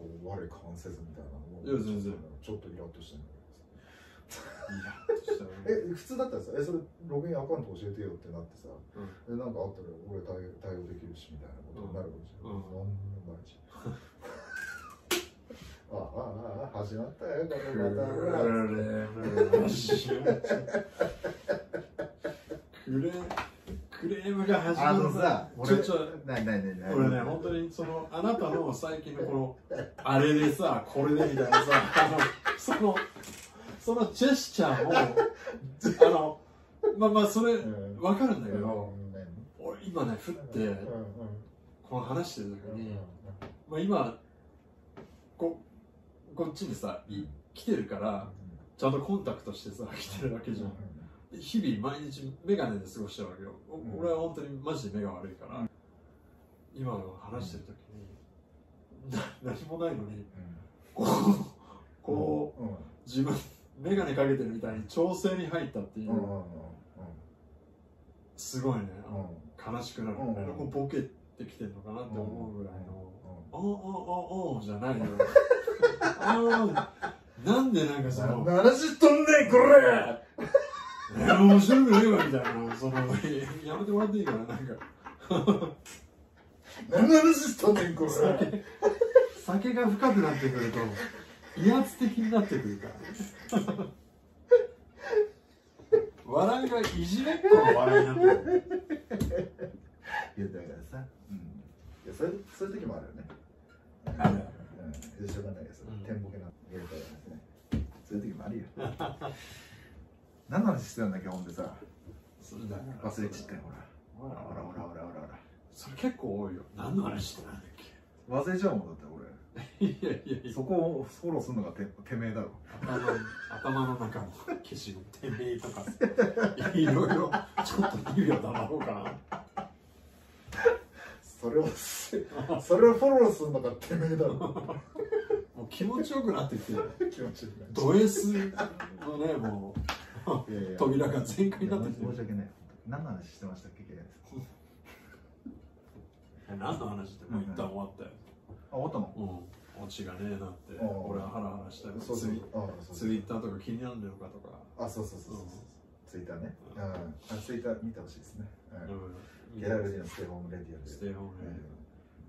Speaker 2: う我関せずみたいなのも
Speaker 1: いや全然
Speaker 2: ちょっとイラッとしてんだ
Speaker 1: いやそしたら
Speaker 2: けどさえ普通だったらさ「えそれログインアカウント教えてよ」ってなってさ、えなんかあったら俺対応対応できるしみたいなことになるかもしれ
Speaker 1: う
Speaker 2: ない、
Speaker 1: ん
Speaker 2: なんもないしああああ始まったよこれまたほら
Speaker 1: クレームクレクレームが始ま
Speaker 3: あ
Speaker 1: る
Speaker 3: のさ、
Speaker 1: ちょちょ
Speaker 3: なになになになに
Speaker 1: 俺ね、本当にそのあなたの最近のこのあれでさ、これでみたいなさ、あのそのそのジェスチャーを、あのまあまあ、それ
Speaker 2: うん
Speaker 1: わかるんだけど、
Speaker 2: うん
Speaker 1: 俺今ね、ふって、この話してる時に、
Speaker 2: う
Speaker 1: まあ、今こ、こっちにさ、い来てるから、ちゃんとコンタクトしてさ、来てるわけじゃん。日々毎日メガネで過ごしてるわけよ、お
Speaker 2: うん
Speaker 1: 俺は本当にマジで目が悪いから、今の話してる時に、な何もないのにこう こう
Speaker 2: うん
Speaker 1: 自分メガネかけてるみたいに調整に入ったっていう、
Speaker 2: うんうん
Speaker 1: すごいねあ
Speaker 2: うん
Speaker 1: の悲しくなる、
Speaker 2: うん
Speaker 1: 俺もボケてきてるのかなって思うぐらいの、
Speaker 2: う
Speaker 1: おん、おんおんおんじゃないよ あーなんでなんかその
Speaker 2: ん70トンねこれ
Speaker 1: え面白くねえわみたいなそのやめてもらっていいからなんか
Speaker 2: 70トンねこれ
Speaker 1: 酒が深くなってくると威圧的になってくるから笑いがいじめっ子の笑いなんだよ
Speaker 3: いやだからさ、うん
Speaker 2: いやそういうそういう時もあるよね
Speaker 1: ある
Speaker 2: うんでしょうがないです
Speaker 1: うん
Speaker 2: 天ボケなやり方ですね
Speaker 3: そういう時もあるよ。何の話してたんだっけ、ほんでさ、
Speaker 1: それだから
Speaker 3: 忘れちったよ、ほ
Speaker 1: ほ
Speaker 3: ら。
Speaker 1: ら
Speaker 3: ほ
Speaker 1: ほら
Speaker 3: らほらほらほらほ
Speaker 1: それ結構多いよ何の話してたんだっ
Speaker 3: ら。忘れちゃうもんだって、
Speaker 1: け
Speaker 3: 俺。
Speaker 1: いやいやいや
Speaker 3: そこをフォローするのがててめえだろ。
Speaker 1: 頭の頭の中の消しゴムてめえとかいろいろちょっと意味を黙ろうか
Speaker 2: それをせそれをフォローするのがてめえだろ
Speaker 1: なもう気持ちよくなってきて
Speaker 2: 気持ち悪いな
Speaker 1: ド S のねもう
Speaker 3: いやいや
Speaker 1: 扉が全開になってきてる
Speaker 3: 申し訳ない。何の話してましたっけ、ケイ
Speaker 1: 何の話ってもう一旦終わったよ、
Speaker 3: あ、終わったの
Speaker 1: うん、オチがねえなって
Speaker 2: うん
Speaker 1: 俺はハラハラしたよ
Speaker 2: そうそ
Speaker 1: ツ
Speaker 2: う
Speaker 1: イ
Speaker 2: あそう
Speaker 1: ツイッターとか気になるのかとか、
Speaker 2: あそうそうそうそうツイッターね
Speaker 1: う
Speaker 2: うんんあツイッター見てほしいですね
Speaker 1: う
Speaker 2: うん
Speaker 1: ん、
Speaker 2: ギャラルディのステイホームレディオで
Speaker 1: ステイホームレディ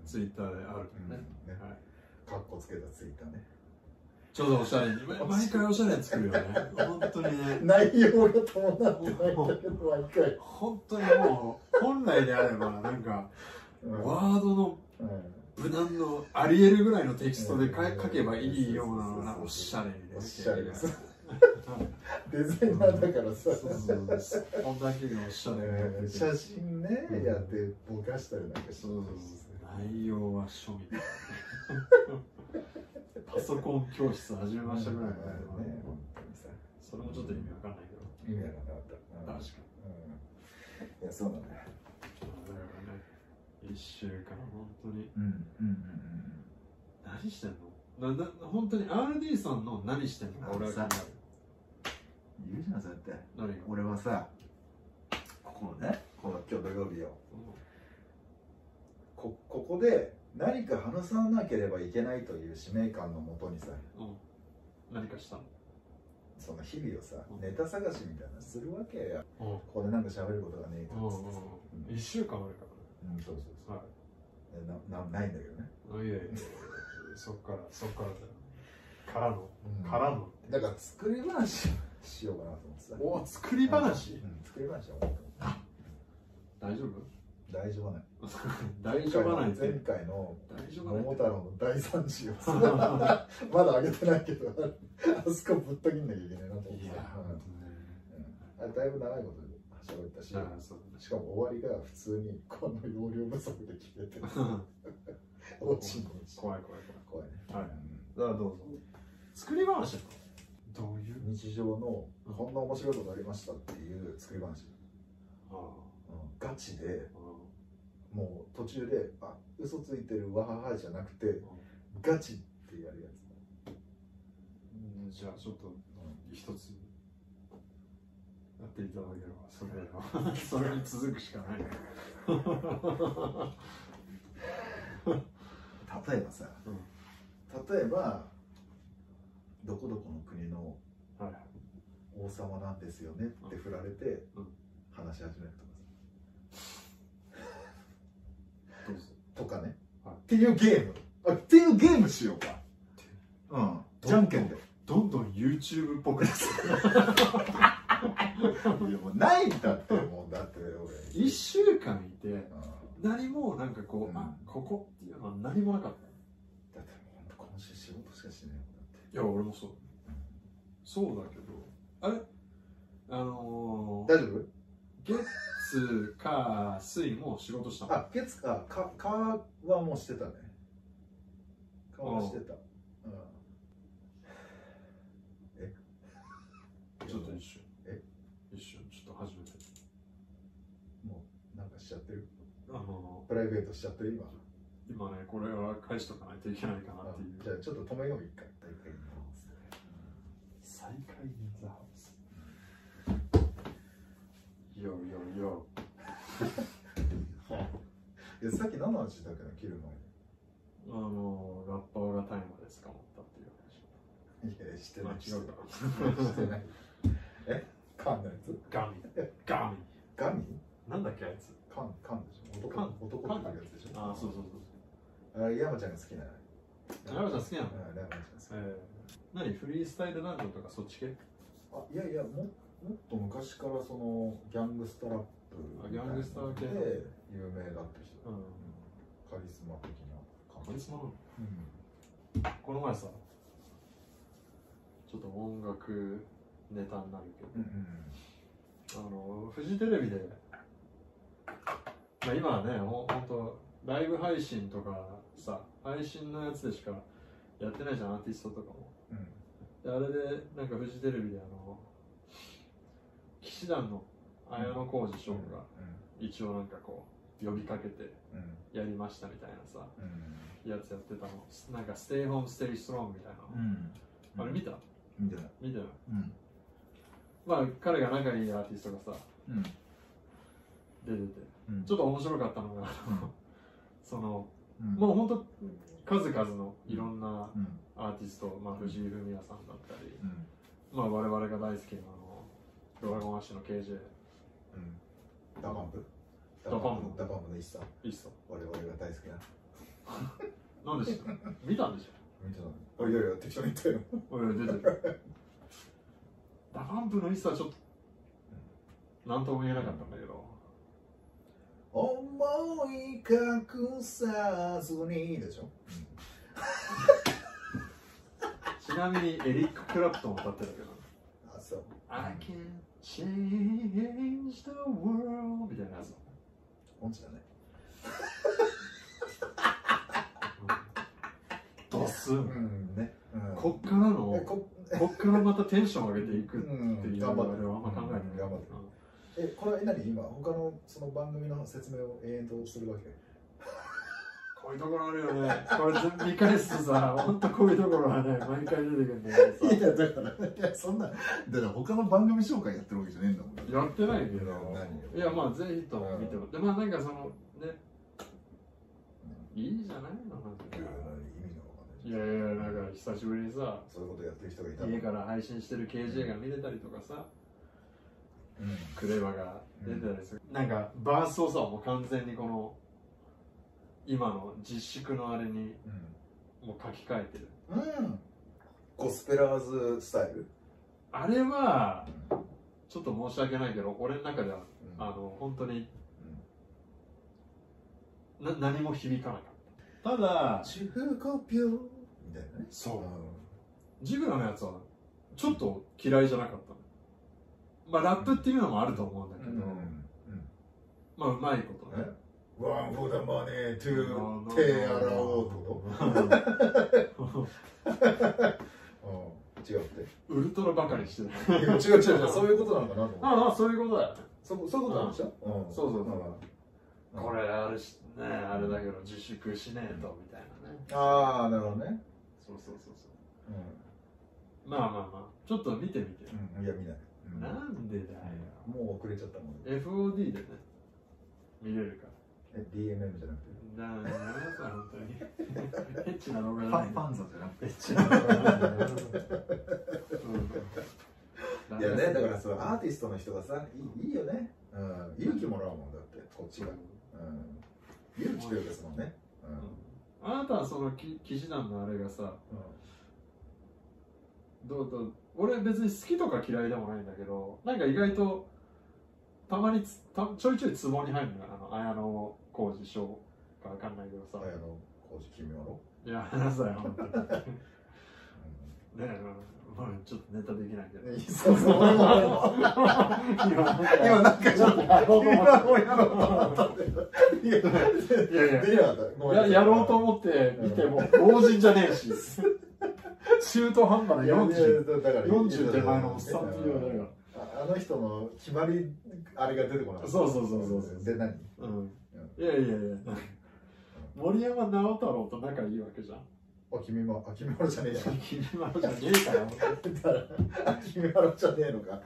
Speaker 1: ツイッターである
Speaker 2: うん
Speaker 1: ね、
Speaker 2: ね
Speaker 1: はい、
Speaker 2: かっこつけたツイッターね
Speaker 1: ちょうどおしゃれにま毎回おしゃれに作るよ ね本当にね
Speaker 2: 内容が伴ってないんだけど毎回
Speaker 1: 本当にもう本来であればなんか
Speaker 2: うん
Speaker 1: ワードの
Speaker 2: うん
Speaker 1: 無難のありえるぐらいのテキストで書書けばいいようなのがおしゃれにね
Speaker 2: おしゃれです
Speaker 1: そう
Speaker 2: デザイナーだからさ
Speaker 1: そうそう こんだけのおしゃれにやって
Speaker 2: うん
Speaker 1: て
Speaker 2: 写真ね
Speaker 1: うん
Speaker 2: やってぼかしたりなんかして
Speaker 1: そうそうそう内容は庶 民パソコン教室始めましたぐらいだ
Speaker 2: ね
Speaker 1: よね
Speaker 2: ね本当にさ
Speaker 1: それもちょっと意味わかんないけど
Speaker 2: 意味がなかったうん
Speaker 1: 確か
Speaker 2: うんいやそうなんだよ
Speaker 1: にだからね1週間本当に
Speaker 3: うん、うん、うん
Speaker 1: 何してんのなな本当に RD さんの何してんのか俺は気になる
Speaker 3: うん。言うじゃん、そうやって。
Speaker 1: 何が
Speaker 3: 俺はさ、ここをね、
Speaker 2: この今日土曜日よこここで何か話さなければいけないという使命感のもとにさ
Speaker 1: うん、うん、何かしたの
Speaker 2: その日々をさネタ探しみたいなのするわけや
Speaker 1: うんうん
Speaker 2: ここでなんか喋ることがねえと
Speaker 1: う
Speaker 2: つってさ
Speaker 1: ん1週間あるか
Speaker 2: うんそうそう
Speaker 1: らね
Speaker 2: そうななないんだけどね
Speaker 1: はいいやいやいやそっからそっからだよからのからのって
Speaker 2: だから作り話しようかなと思ってさ
Speaker 1: お作り話
Speaker 2: うん作り話は思ってた
Speaker 1: 大丈夫
Speaker 2: 大丈夫ない
Speaker 1: 大丈夫ないって
Speaker 2: 前回の
Speaker 1: 大丈夫ない
Speaker 2: 桃
Speaker 1: って
Speaker 2: 太郎の大惨事をさまだ上げてないけどあそこぶった切んなきゃいけないなと思っ
Speaker 1: い
Speaker 2: て
Speaker 1: や
Speaker 2: さ
Speaker 1: ー
Speaker 2: うん
Speaker 1: 本当ね
Speaker 2: あれだいぶ長いこと喋ったし
Speaker 1: だからそう
Speaker 2: しかも終わりが普通にこの容量不足で 消えてる
Speaker 1: 怖
Speaker 2: 落
Speaker 1: い
Speaker 2: ちん落ちん
Speaker 1: 怖い怖い
Speaker 2: 怖いね
Speaker 1: はい
Speaker 2: うん
Speaker 1: だからどうぞ作り話だとどういう
Speaker 2: 日常のこんな面白いことありましたっていう作り話、
Speaker 1: ああ
Speaker 2: うんガチで
Speaker 1: あ
Speaker 2: もう途中であ嘘ついてるわははじゃなくて
Speaker 1: あ
Speaker 2: ガチってやるやつ
Speaker 1: うんじゃあちょっと一つやっていただければそれはそれに続くしかない
Speaker 2: 例えばさ、
Speaker 1: う
Speaker 2: 例えばどこどこの国の
Speaker 1: はい
Speaker 2: 王様なんですよねって振られて
Speaker 1: うん
Speaker 2: 話し始めるとかさ
Speaker 1: どうぞ
Speaker 2: とかね、
Speaker 1: はい
Speaker 2: っていうゲームあっていうゲームしようかうんじゃんけんでい
Speaker 1: どんどん YouTube っぽく なってき
Speaker 2: やもうないんだってもうだって
Speaker 1: た
Speaker 2: 俺
Speaker 1: 一週間いて
Speaker 2: うん
Speaker 1: 何もなんかこう、
Speaker 2: うん
Speaker 1: あここっていうのは何もなかった
Speaker 2: だってもうほんと今週仕事しかしないもんだって
Speaker 1: いや俺もそうそうだけどあれあのー、
Speaker 2: 大丈夫
Speaker 1: 月火水も仕事したの
Speaker 2: あ月かかかはもうしてたねかはしてたうんえ
Speaker 1: ちょっと一瞬
Speaker 2: え
Speaker 1: 一瞬ちょっと初めて
Speaker 2: もうなんかしちゃってる
Speaker 1: あの
Speaker 2: プライベートしちゃってる今
Speaker 1: ー、今ねこれは返しとかないといけないかなっていう
Speaker 2: じゃあちょっと止めよう一回大会
Speaker 1: 再開インザハウス。よよよ。
Speaker 2: いやさっき何の話だっけな切る
Speaker 1: あのラッパーがタイマーで捕まったっていう
Speaker 2: 前にいやして
Speaker 1: 話。
Speaker 2: ない
Speaker 1: あ
Speaker 2: してな
Speaker 1: 違う
Speaker 2: い
Speaker 1: か。
Speaker 2: してない。えカンのやつ
Speaker 1: ガ ミ。ガミ。
Speaker 2: ガミ
Speaker 1: なんだっけあいつ。
Speaker 2: カン、カンでしょ男
Speaker 1: カン
Speaker 2: 男っていうやつでしょ
Speaker 1: あそうそう
Speaker 2: う。あれ、山ちゃんが好きなの。
Speaker 1: そう。山ちゃん好きなの。
Speaker 2: うん、山ちゃんが好き。
Speaker 1: えー、何フリースタイルダンジョンとかそっち系？
Speaker 2: あ、いやいや、ももっと昔からその、ギャングスタラップみたいな
Speaker 1: あ
Speaker 2: の
Speaker 1: ギャングスタ系
Speaker 2: で、有名だった人。
Speaker 1: うん。
Speaker 2: カリスマ的な感
Speaker 1: カリスマなの。
Speaker 2: うん
Speaker 1: この前さ、ちょっと音楽ネタになるけど。
Speaker 2: うんうん。
Speaker 1: あのフジテレビで、まあ、今はねほほんとライブ配信とかさ配信のやつでしかやってないじゃんアーティストとかも
Speaker 2: うん
Speaker 1: であれでなんかフジテレビであの騎士団の綾野浩二賞が一応なんかこう呼びかけて
Speaker 2: うんうん
Speaker 1: やりましたみたいなさ
Speaker 2: うん
Speaker 1: やつやってたのなんかステイホームステイストロングみたいな、
Speaker 2: うんうん
Speaker 1: あれ見た
Speaker 2: 見てない
Speaker 1: 見てない
Speaker 2: うん
Speaker 1: まあ彼が仲いいアーティストがさ
Speaker 2: うん
Speaker 1: 出てて
Speaker 2: うん
Speaker 1: ちょっと面白かったのがその
Speaker 2: うん
Speaker 1: もう本当数々のいろんな
Speaker 2: うん
Speaker 1: アーティスト、まあ、藤井フミヤさんだったり、
Speaker 2: うん
Speaker 1: まあ、我々が大好きなあのドラゴンアッシュの KJ
Speaker 2: うんダパンプ
Speaker 1: ダパンプ
Speaker 2: ダパンプの一さん
Speaker 1: いっそ
Speaker 2: 我々が大好きな
Speaker 1: なんでしょう見たんでし
Speaker 2: 見てたのあいやいや適当に言ったよ
Speaker 1: ょおいおい出てるダパンプのいっそはちょっと何とも言えなかったんだけど
Speaker 2: 思い隠さずにでしょ
Speaker 1: ちなみにエリック・クラプトン歌ってたけど
Speaker 2: あそう
Speaker 1: I can change the world みたいなやつ、
Speaker 2: 音痴だね
Speaker 1: ドス
Speaker 2: う
Speaker 1: ン
Speaker 2: んねうん
Speaker 1: こっからの
Speaker 2: えこ
Speaker 1: こっからまたテンション上げていく
Speaker 2: う
Speaker 1: ってい
Speaker 2: ん
Speaker 1: う
Speaker 2: 頑
Speaker 1: 我
Speaker 2: 張
Speaker 1: 々
Speaker 2: ってる
Speaker 1: はあんま考えてない。
Speaker 2: 頑張ってるえこれは何今他のその番組の説明を延々とするわけ
Speaker 1: こういうところあるよね。これ全部見返すとさ、ほんとこういうところがね、毎回出てくるんだけどさ。
Speaker 2: いやだから
Speaker 3: いやそんなだから他の番組紹介やってるわけじゃねえんだもんだって
Speaker 1: やってないけ
Speaker 2: 何よ
Speaker 1: ど。いや、まあ、ぜひとも見ても。で、まあ、なんかその、ね、いいじゃないの、なんか
Speaker 2: 意味のわかんな
Speaker 1: い
Speaker 2: い
Speaker 1: やいやなんか久しぶりにさ
Speaker 2: そういうことやってる人がいたの
Speaker 1: 家から配信してる KJ が見れたりとかさ
Speaker 2: うん
Speaker 1: クレバが出てたりする、なんかバースをさもう完全にこの今の実粛のあれにもう書き換えてる
Speaker 2: うん、うん、ゴスペラーズスタイル、
Speaker 1: あれはちょっと申し訳ないけど俺の中では
Speaker 2: うん
Speaker 1: あの本当にな何も響かなかったた
Speaker 2: うん
Speaker 1: だ
Speaker 2: 15秒みたいなね
Speaker 1: そううんジブラのやつはちょっと嫌いじゃなかったのまあラップっていうのもあると思うんだけど、
Speaker 6: うん
Speaker 1: まあうまいことね
Speaker 2: えワンフォーダマネー、ト
Speaker 1: あの
Speaker 2: ゥー、手洗おうって ことうん違 って。
Speaker 1: ウルトラばかりしてる
Speaker 2: いや違う違う違う、そういうことなのかなと思って。
Speaker 1: ああそういうことだよね
Speaker 2: そそういうことなんでしょうん
Speaker 1: そうそうそ
Speaker 2: うん
Speaker 1: これあるしねあれだけど自粛しねえとみたいなね
Speaker 2: ああ、なるほどね。
Speaker 1: そうそうそうそうまあまあまあちょっと見てみて、
Speaker 2: うん。いや、見ない。うん
Speaker 1: なんでだよ
Speaker 2: もう遅れちゃったもんね。
Speaker 1: FOD でね見れるか
Speaker 2: え、DMM じゃなくて。
Speaker 1: らなあなあ本当に エッチな動画
Speaker 3: フ
Speaker 1: だ
Speaker 3: ァ
Speaker 1: ね
Speaker 3: ンファンザじゃなくて
Speaker 1: エッチな動画だねうん
Speaker 2: いやね、だからそう、アーティストの人がさ、いいいいよね。うん。勇気もらうもんだって、こっちが。うん。勇気というか、そのね。うん。
Speaker 1: あなたはそのき騎士団のあれがさどうどう俺別に好きとか嫌いでもないんだけどなんか意外とたまにつたちょいちょいツボに入るのよあの綾野浩二賞かわかんないけどさ、
Speaker 2: あやの、こうじ、君はろ。
Speaker 1: い、やめなさい本当にねえ、うんまあ、ちょっとネタできないけど
Speaker 2: うんそうそう、俺も俺も。今
Speaker 1: 今
Speaker 2: なんかちょっと
Speaker 1: やろうと思
Speaker 2: 今
Speaker 1: っ
Speaker 2: もうやろうと思ったんだけど。いや、
Speaker 1: ていやいや
Speaker 2: できなかった。ごめんな
Speaker 1: や
Speaker 2: さい
Speaker 1: やろうと思って見ても老人じゃねえし中途半端ない
Speaker 2: や
Speaker 1: 40
Speaker 2: いやだから
Speaker 1: 40手前のおっさんっていうのよ
Speaker 2: ああの人の決まり、あれが出てこなかった。
Speaker 1: そうそうそうそうそう
Speaker 2: で、何
Speaker 1: うんいやいやいや森山直太朗と仲いいわけじゃん
Speaker 2: あ、君も、あ、君もろじゃねえや。
Speaker 1: 君まろじゃねえかよ
Speaker 2: あ、君もろじゃねえのか。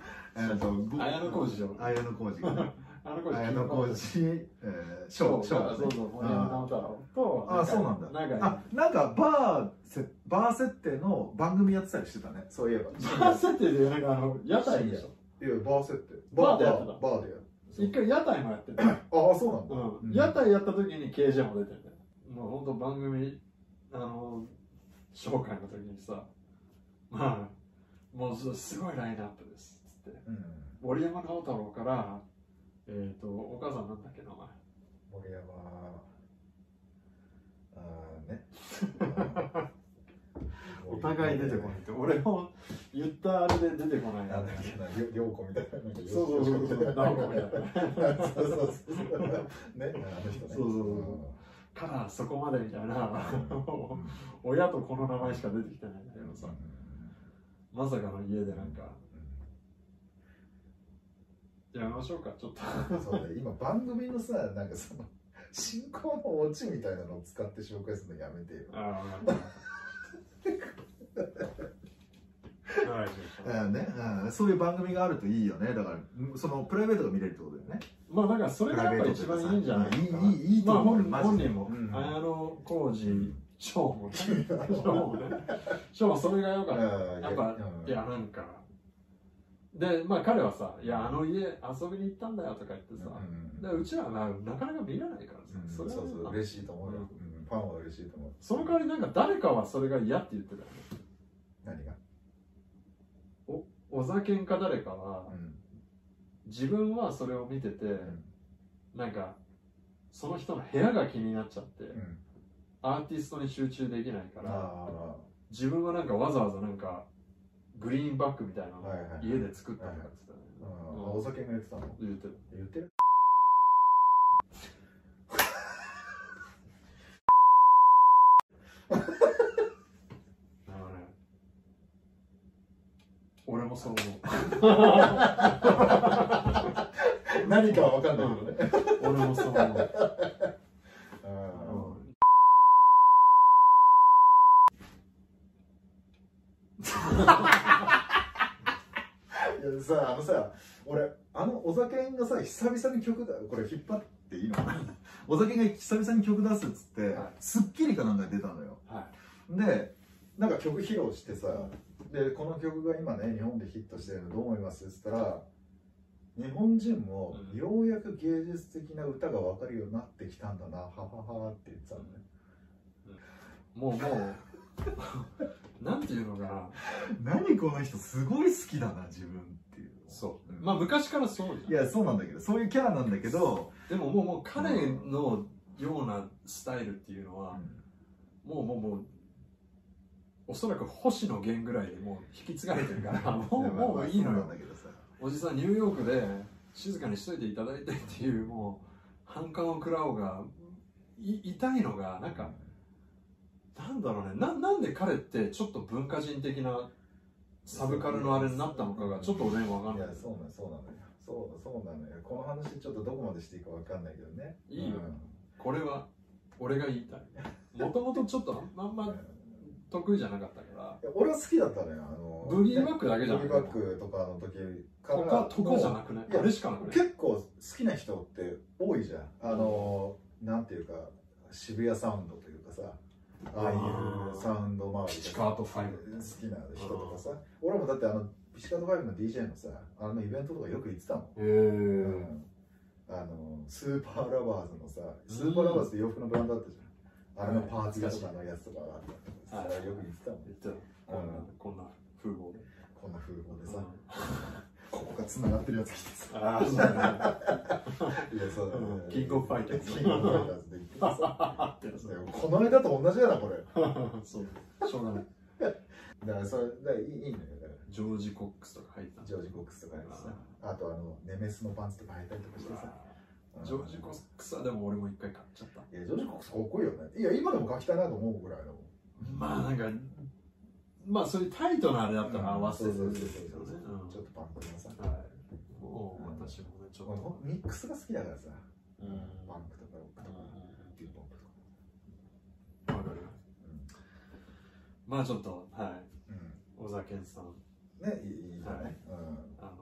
Speaker 1: 綾野浩二じゃん
Speaker 3: 綾野浩二が
Speaker 1: あの子
Speaker 3: 綾野浩二えー翔翔
Speaker 1: そうそう森山直太朗と
Speaker 3: ああそうなんだ
Speaker 1: 仲いい
Speaker 3: あなんかバーせバー設定の番組やってたりしてたね
Speaker 2: そういえば。
Speaker 1: バーセテでなんかあの屋台でしょ
Speaker 2: いや、バーセって。
Speaker 1: バーでやってた
Speaker 2: バーバーでやる。
Speaker 1: 一回屋台もやってた
Speaker 2: ああ、そうなんだ。
Speaker 1: うん屋台やった時に KJ も出てるんだよもうほんと番組あの紹介の時にさまあもうすすごいラインナップですつって
Speaker 2: うん。
Speaker 1: 森山直太朗からえっ、とお母さんなんだっけ名前
Speaker 2: 森山。ああ、ね。
Speaker 1: お互い出てこないって俺も言ったあれで出てこないな
Speaker 2: なんだっけな、りょりょうこみたいな。なんかよし
Speaker 1: そうそうそうそう
Speaker 2: よし
Speaker 1: 直子みたいな
Speaker 2: そうそうそう。 ね、あの人ね。
Speaker 1: そうそうそからそこまでみたいな 親とこの名前しか出てきてないんだけどさ
Speaker 2: うん
Speaker 1: まさかの家でなんかやめましょうかちょっと
Speaker 2: うんそうね、今番組のさ、なんかその、進行のオチみたいなのを使って紹介するのやめてよ。
Speaker 1: ああはい
Speaker 3: うんねうんそういう番組があるといいよねだからそのプライベートが見れるってことだよね
Speaker 1: まあなんかそれ
Speaker 3: プ
Speaker 1: が
Speaker 3: ラ
Speaker 1: や
Speaker 3: イ
Speaker 1: っ
Speaker 3: ベ
Speaker 1: ぱ
Speaker 3: ー
Speaker 1: 一番
Speaker 3: トとうか
Speaker 1: いいんじゃない
Speaker 3: いい
Speaker 1: か
Speaker 3: いいいいと
Speaker 1: まあ
Speaker 3: 思う、
Speaker 1: 本
Speaker 3: マジで
Speaker 1: 本人も、
Speaker 2: うん
Speaker 1: 綾野浩二翔もね翔もね翔もそれがよかった
Speaker 2: や
Speaker 1: やっぱいや、なんか。で、まあ彼はさ、いや、あの家遊びに行ったんだよとか言って
Speaker 2: うん
Speaker 1: さ、
Speaker 2: う
Speaker 1: で
Speaker 2: ん
Speaker 1: うちらはななかなか見れないからさ、
Speaker 2: うんそ
Speaker 1: そうれ
Speaker 2: そ
Speaker 1: は
Speaker 2: う、
Speaker 1: あ
Speaker 2: 嬉しいと思う
Speaker 1: う
Speaker 2: よ。うんファンは嬉しいと思う。
Speaker 1: その代わりなんか誰かはそれが嫌って言ってたよね。
Speaker 2: 何が
Speaker 1: お酒んか誰かは、
Speaker 2: うん
Speaker 1: 自分はそれを見てて、なんか、その人の部屋が気になっちゃって、
Speaker 2: うん
Speaker 1: アーティストに集中できないか
Speaker 2: あ
Speaker 1: ら、
Speaker 2: あ、
Speaker 1: 自分はなんかわざわざなんか、グリーンバッグみたいなのを
Speaker 2: はいはいはい
Speaker 1: 家で作ったとか言ってたよね。
Speaker 2: うんあお酒が言ってたの
Speaker 1: 言ってた。
Speaker 2: 言ってる
Speaker 1: あのね俺もそう思う。
Speaker 2: 何かは分かんないけどね。
Speaker 1: 俺もそう 思う。
Speaker 2: うんいやさあのさ俺あのお酒がさ久々に曲だこれ引っ張って いいの
Speaker 3: お酒が久々に曲出すっつって、
Speaker 1: はい
Speaker 3: スッキリかなんかに出たのよ
Speaker 1: は
Speaker 3: で
Speaker 2: なんか曲披露してさ、で、この曲が今ね、日本でヒットしてるのどう思いますって言ったら、日本人も
Speaker 1: うん
Speaker 2: ようやく芸術的な歌が分かるようになってきたんだな、はははって言ってたのね。
Speaker 1: もうもう なんていうのかな
Speaker 3: 何この人すごい好きだな自分っていう
Speaker 6: そ
Speaker 3: うん
Speaker 1: まあ昔からそう
Speaker 3: い
Speaker 1: じゃん
Speaker 3: やそうなんだけどそういうキャラなんだけど、
Speaker 1: でももうもう彼のようなスタイルっていうのは、もうもうもうおそらく星野源ぐらいでもう引き継がれてるからもう
Speaker 3: いやまあ
Speaker 1: もういいの
Speaker 3: そうなん
Speaker 1: よ
Speaker 3: だけどさ
Speaker 1: おじさんニューヨークで静かにしといていただいてっていうもう反感を食らおうがい痛いのがなんかなんだろうねななんで彼ってちょっと文化人的なサブカルのあれになったのかがちょっと俺もわか
Speaker 2: い
Speaker 1: んな
Speaker 2: や
Speaker 1: い、
Speaker 2: そうなの、そうなのよ。そう、そうなのよ。この話ちょっとどこまでしていいか分かんないけどね。
Speaker 1: いいよ
Speaker 2: うん
Speaker 1: これは俺が言いたいもともとちょっとあんま得意じゃなかったから
Speaker 2: いや俺は好きだったのよ。あの
Speaker 1: ブギーバックだけじゃん
Speaker 2: ブギーバックとかの時か
Speaker 1: と
Speaker 2: ら
Speaker 1: かとかじゃなくない
Speaker 2: いや
Speaker 1: あれしかなくない
Speaker 2: 結構好きな人って多いじゃんあの、なんていうか渋谷サウンドというかさああいうサウンド周り
Speaker 1: ピチ
Speaker 2: と
Speaker 1: カ
Speaker 2: か
Speaker 1: ートファイブ
Speaker 2: 好きな人とかさ俺もだってあのピチカート5の DJ のさあのイベントとかよく行ってたもん、
Speaker 1: へ
Speaker 2: う
Speaker 1: え
Speaker 2: んあのスーパーラバーズのさスーパーラバーズって洋服のブランドだったじゃん、あれのパーツとかのやつとかがあった
Speaker 1: はい
Speaker 2: あれよく行ってたもん
Speaker 1: 言ってたこんなこんな風貌で
Speaker 2: こんな風貌でさここが繋がってるやつ着てさ
Speaker 1: ああそうだ
Speaker 2: いやそうだね
Speaker 1: うんキングオブファイターズ
Speaker 2: キングオブファイターズで行ってさ
Speaker 1: ね
Speaker 2: でもこの間と同じだなこれ
Speaker 1: そうしょうがない
Speaker 2: だからそれだからいいいいのよだか
Speaker 1: ジョージ・コックスとか入った
Speaker 2: ら
Speaker 1: ん
Speaker 2: ジョージ・コックスとかやってさあとあのネメスのパンツとか履いたりとかしてさうん
Speaker 1: ジョージ・コックスはでも俺も一回買っちゃった
Speaker 2: いやジョージ・コックスかっこいいよねいや今でも書きたいなと思うぐらいの
Speaker 1: まあなんかまあそういうタイトなあれだったら合わせて
Speaker 2: そうそうそうそう
Speaker 1: ね
Speaker 2: ちょっとパンクなさ
Speaker 1: うんはいもう私もねちょっ
Speaker 2: 俺ほ
Speaker 1: と
Speaker 2: んミックスが好きだからさ
Speaker 1: うん
Speaker 2: パンクとかロックとかビューポンプとか
Speaker 1: わかるまあちょっとはい
Speaker 2: うん
Speaker 1: 小沢健さん
Speaker 2: ねいいいいじゃないうん
Speaker 1: あの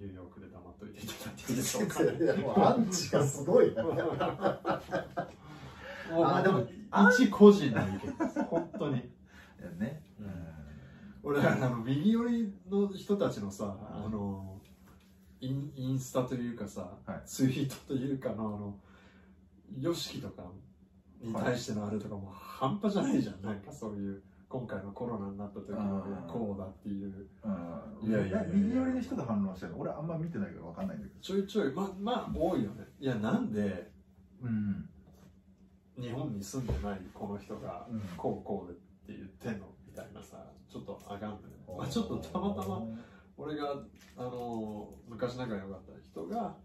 Speaker 1: ニューヨークで黙っといていただいていいでしょう か
Speaker 2: いやもうアンチがすごいな
Speaker 1: あ
Speaker 3: あ
Speaker 1: で
Speaker 3: で
Speaker 1: も
Speaker 3: も
Speaker 1: 一個人の意見です 本当に
Speaker 3: いやね、
Speaker 1: うん
Speaker 3: う
Speaker 1: 俺あの右寄りの人たちのさ、
Speaker 3: ん
Speaker 1: あのインインスタというかさ、
Speaker 3: はい
Speaker 1: ツイートというかのあの YOSHIKI とかに対してのあれとかも半端じゃないじゃん、なんかそういう今回のコロナになった時の
Speaker 3: うん
Speaker 1: こうだっていう
Speaker 3: うん
Speaker 1: いやいやいやいや
Speaker 3: 右寄りの人が反応してるの俺あんま見てないから分かんないんだけど
Speaker 1: ちょいちょいままあ多いよねいやなんで
Speaker 3: うん
Speaker 1: 日本に住んでないこの人が
Speaker 2: うん
Speaker 1: こうこうでって言ってんのみたいなさちょっとあかんね、まあ、ちょっとたまたま俺が、あのー昔仲良かった人が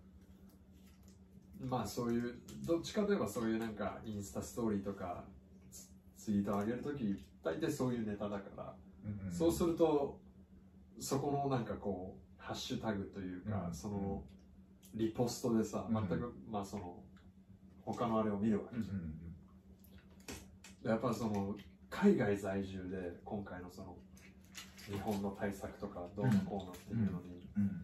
Speaker 1: まあそういうどっちかといえばそういうなんかインスタストーリーとかツツイート上げるとき大体そういうネタだから、
Speaker 2: うんうん
Speaker 1: そうするとそこのなんかこうハッシュタグというか、
Speaker 2: うん
Speaker 1: そのリポストでさ、全くまあその他のあれを見るわけ
Speaker 2: うんうん
Speaker 1: やっぱその海外在住で今回のその日本の対策とかどうのこうのっていうのに
Speaker 3: うん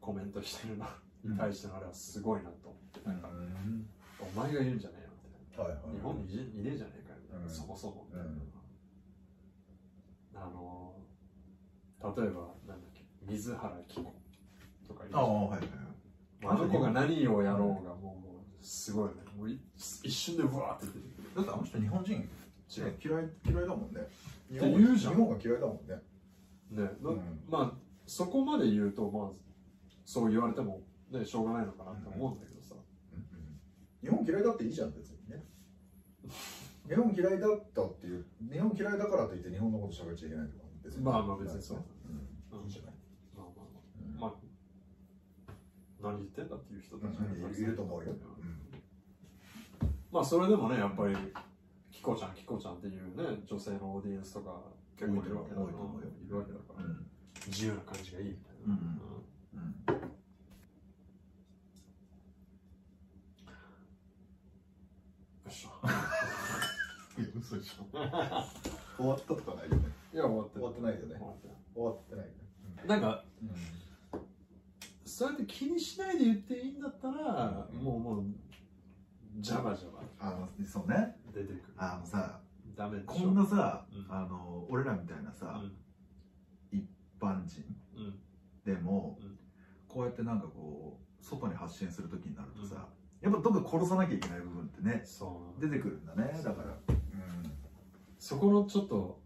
Speaker 1: コメントしてるの
Speaker 3: うん
Speaker 1: に対してのあれはすごいなと思って、なんか
Speaker 2: うん
Speaker 1: お前が言うんじゃねえよみたい
Speaker 2: はいはい
Speaker 1: な日本にいじいねえじゃねえかよみたいな、
Speaker 2: うん
Speaker 1: そもそもみたいな、
Speaker 2: うん
Speaker 1: あのー例えばなんだっけ水原希子とかいるじ
Speaker 3: あ
Speaker 1: ゃ
Speaker 3: あ
Speaker 1: ん
Speaker 3: はいはい
Speaker 1: あ
Speaker 3: はい
Speaker 1: の子が何をやろうがもうもうすごいねもうい一瞬でうわーって出てくる
Speaker 3: だってあの人日本人
Speaker 1: 違う
Speaker 3: ね
Speaker 2: 嫌い嫌いだもんね日
Speaker 1: って言うじゃん
Speaker 2: 日本が嫌いだもんね
Speaker 1: ね、な
Speaker 2: うん
Speaker 1: まあそこまで言うと、まあ、そう言われても、ね、しょうがないのかなって思うんだけどさ、
Speaker 2: 日本嫌いだっていいじゃん別にね日本嫌いだったっていう日本嫌いだからといって日本のこと喋っちゃいけないとか別
Speaker 1: まあまあ別にそう
Speaker 2: うんいいじゃない
Speaker 1: まあまあま
Speaker 2: うん
Speaker 1: あ、まあ、何言ってんだっていう人たちもたくさん
Speaker 2: いると思うよ
Speaker 1: まあそれでもねやっぱりキコちゃんキコちゃんっていうね女性のオーディエンスとか結構いるわけだから
Speaker 3: 多いと思うよ
Speaker 1: いるわけだから、
Speaker 3: うん
Speaker 1: 自由な感じがいいみたい
Speaker 3: うん
Speaker 1: な、
Speaker 3: うん
Speaker 1: よっし
Speaker 3: いや嘘でしょ
Speaker 1: ゃ
Speaker 2: 終わったとかないよね
Speaker 1: いや終わって
Speaker 2: 終
Speaker 1: る
Speaker 2: わってないよね
Speaker 1: 終わってる
Speaker 2: 終わってないよね
Speaker 1: なんか
Speaker 2: うん
Speaker 1: そうやって気にしないで言っていいんだったら、
Speaker 2: うん
Speaker 1: もうもうジャバジャバ
Speaker 3: あのそうね
Speaker 1: 出てくる
Speaker 3: あのさ
Speaker 1: ダメでしょ
Speaker 3: こんなさ、
Speaker 1: うん
Speaker 3: あの俺らみたいな
Speaker 1: う
Speaker 3: さ、
Speaker 1: ん
Speaker 3: 一般人
Speaker 1: うん
Speaker 3: でも、
Speaker 1: うん
Speaker 3: こうやってなんかこう外に発信する時になるとさ、やっぱどっか殺さなきゃいけない部分ってね
Speaker 1: そう
Speaker 3: 出てくるんだねだから
Speaker 1: そこのちょっと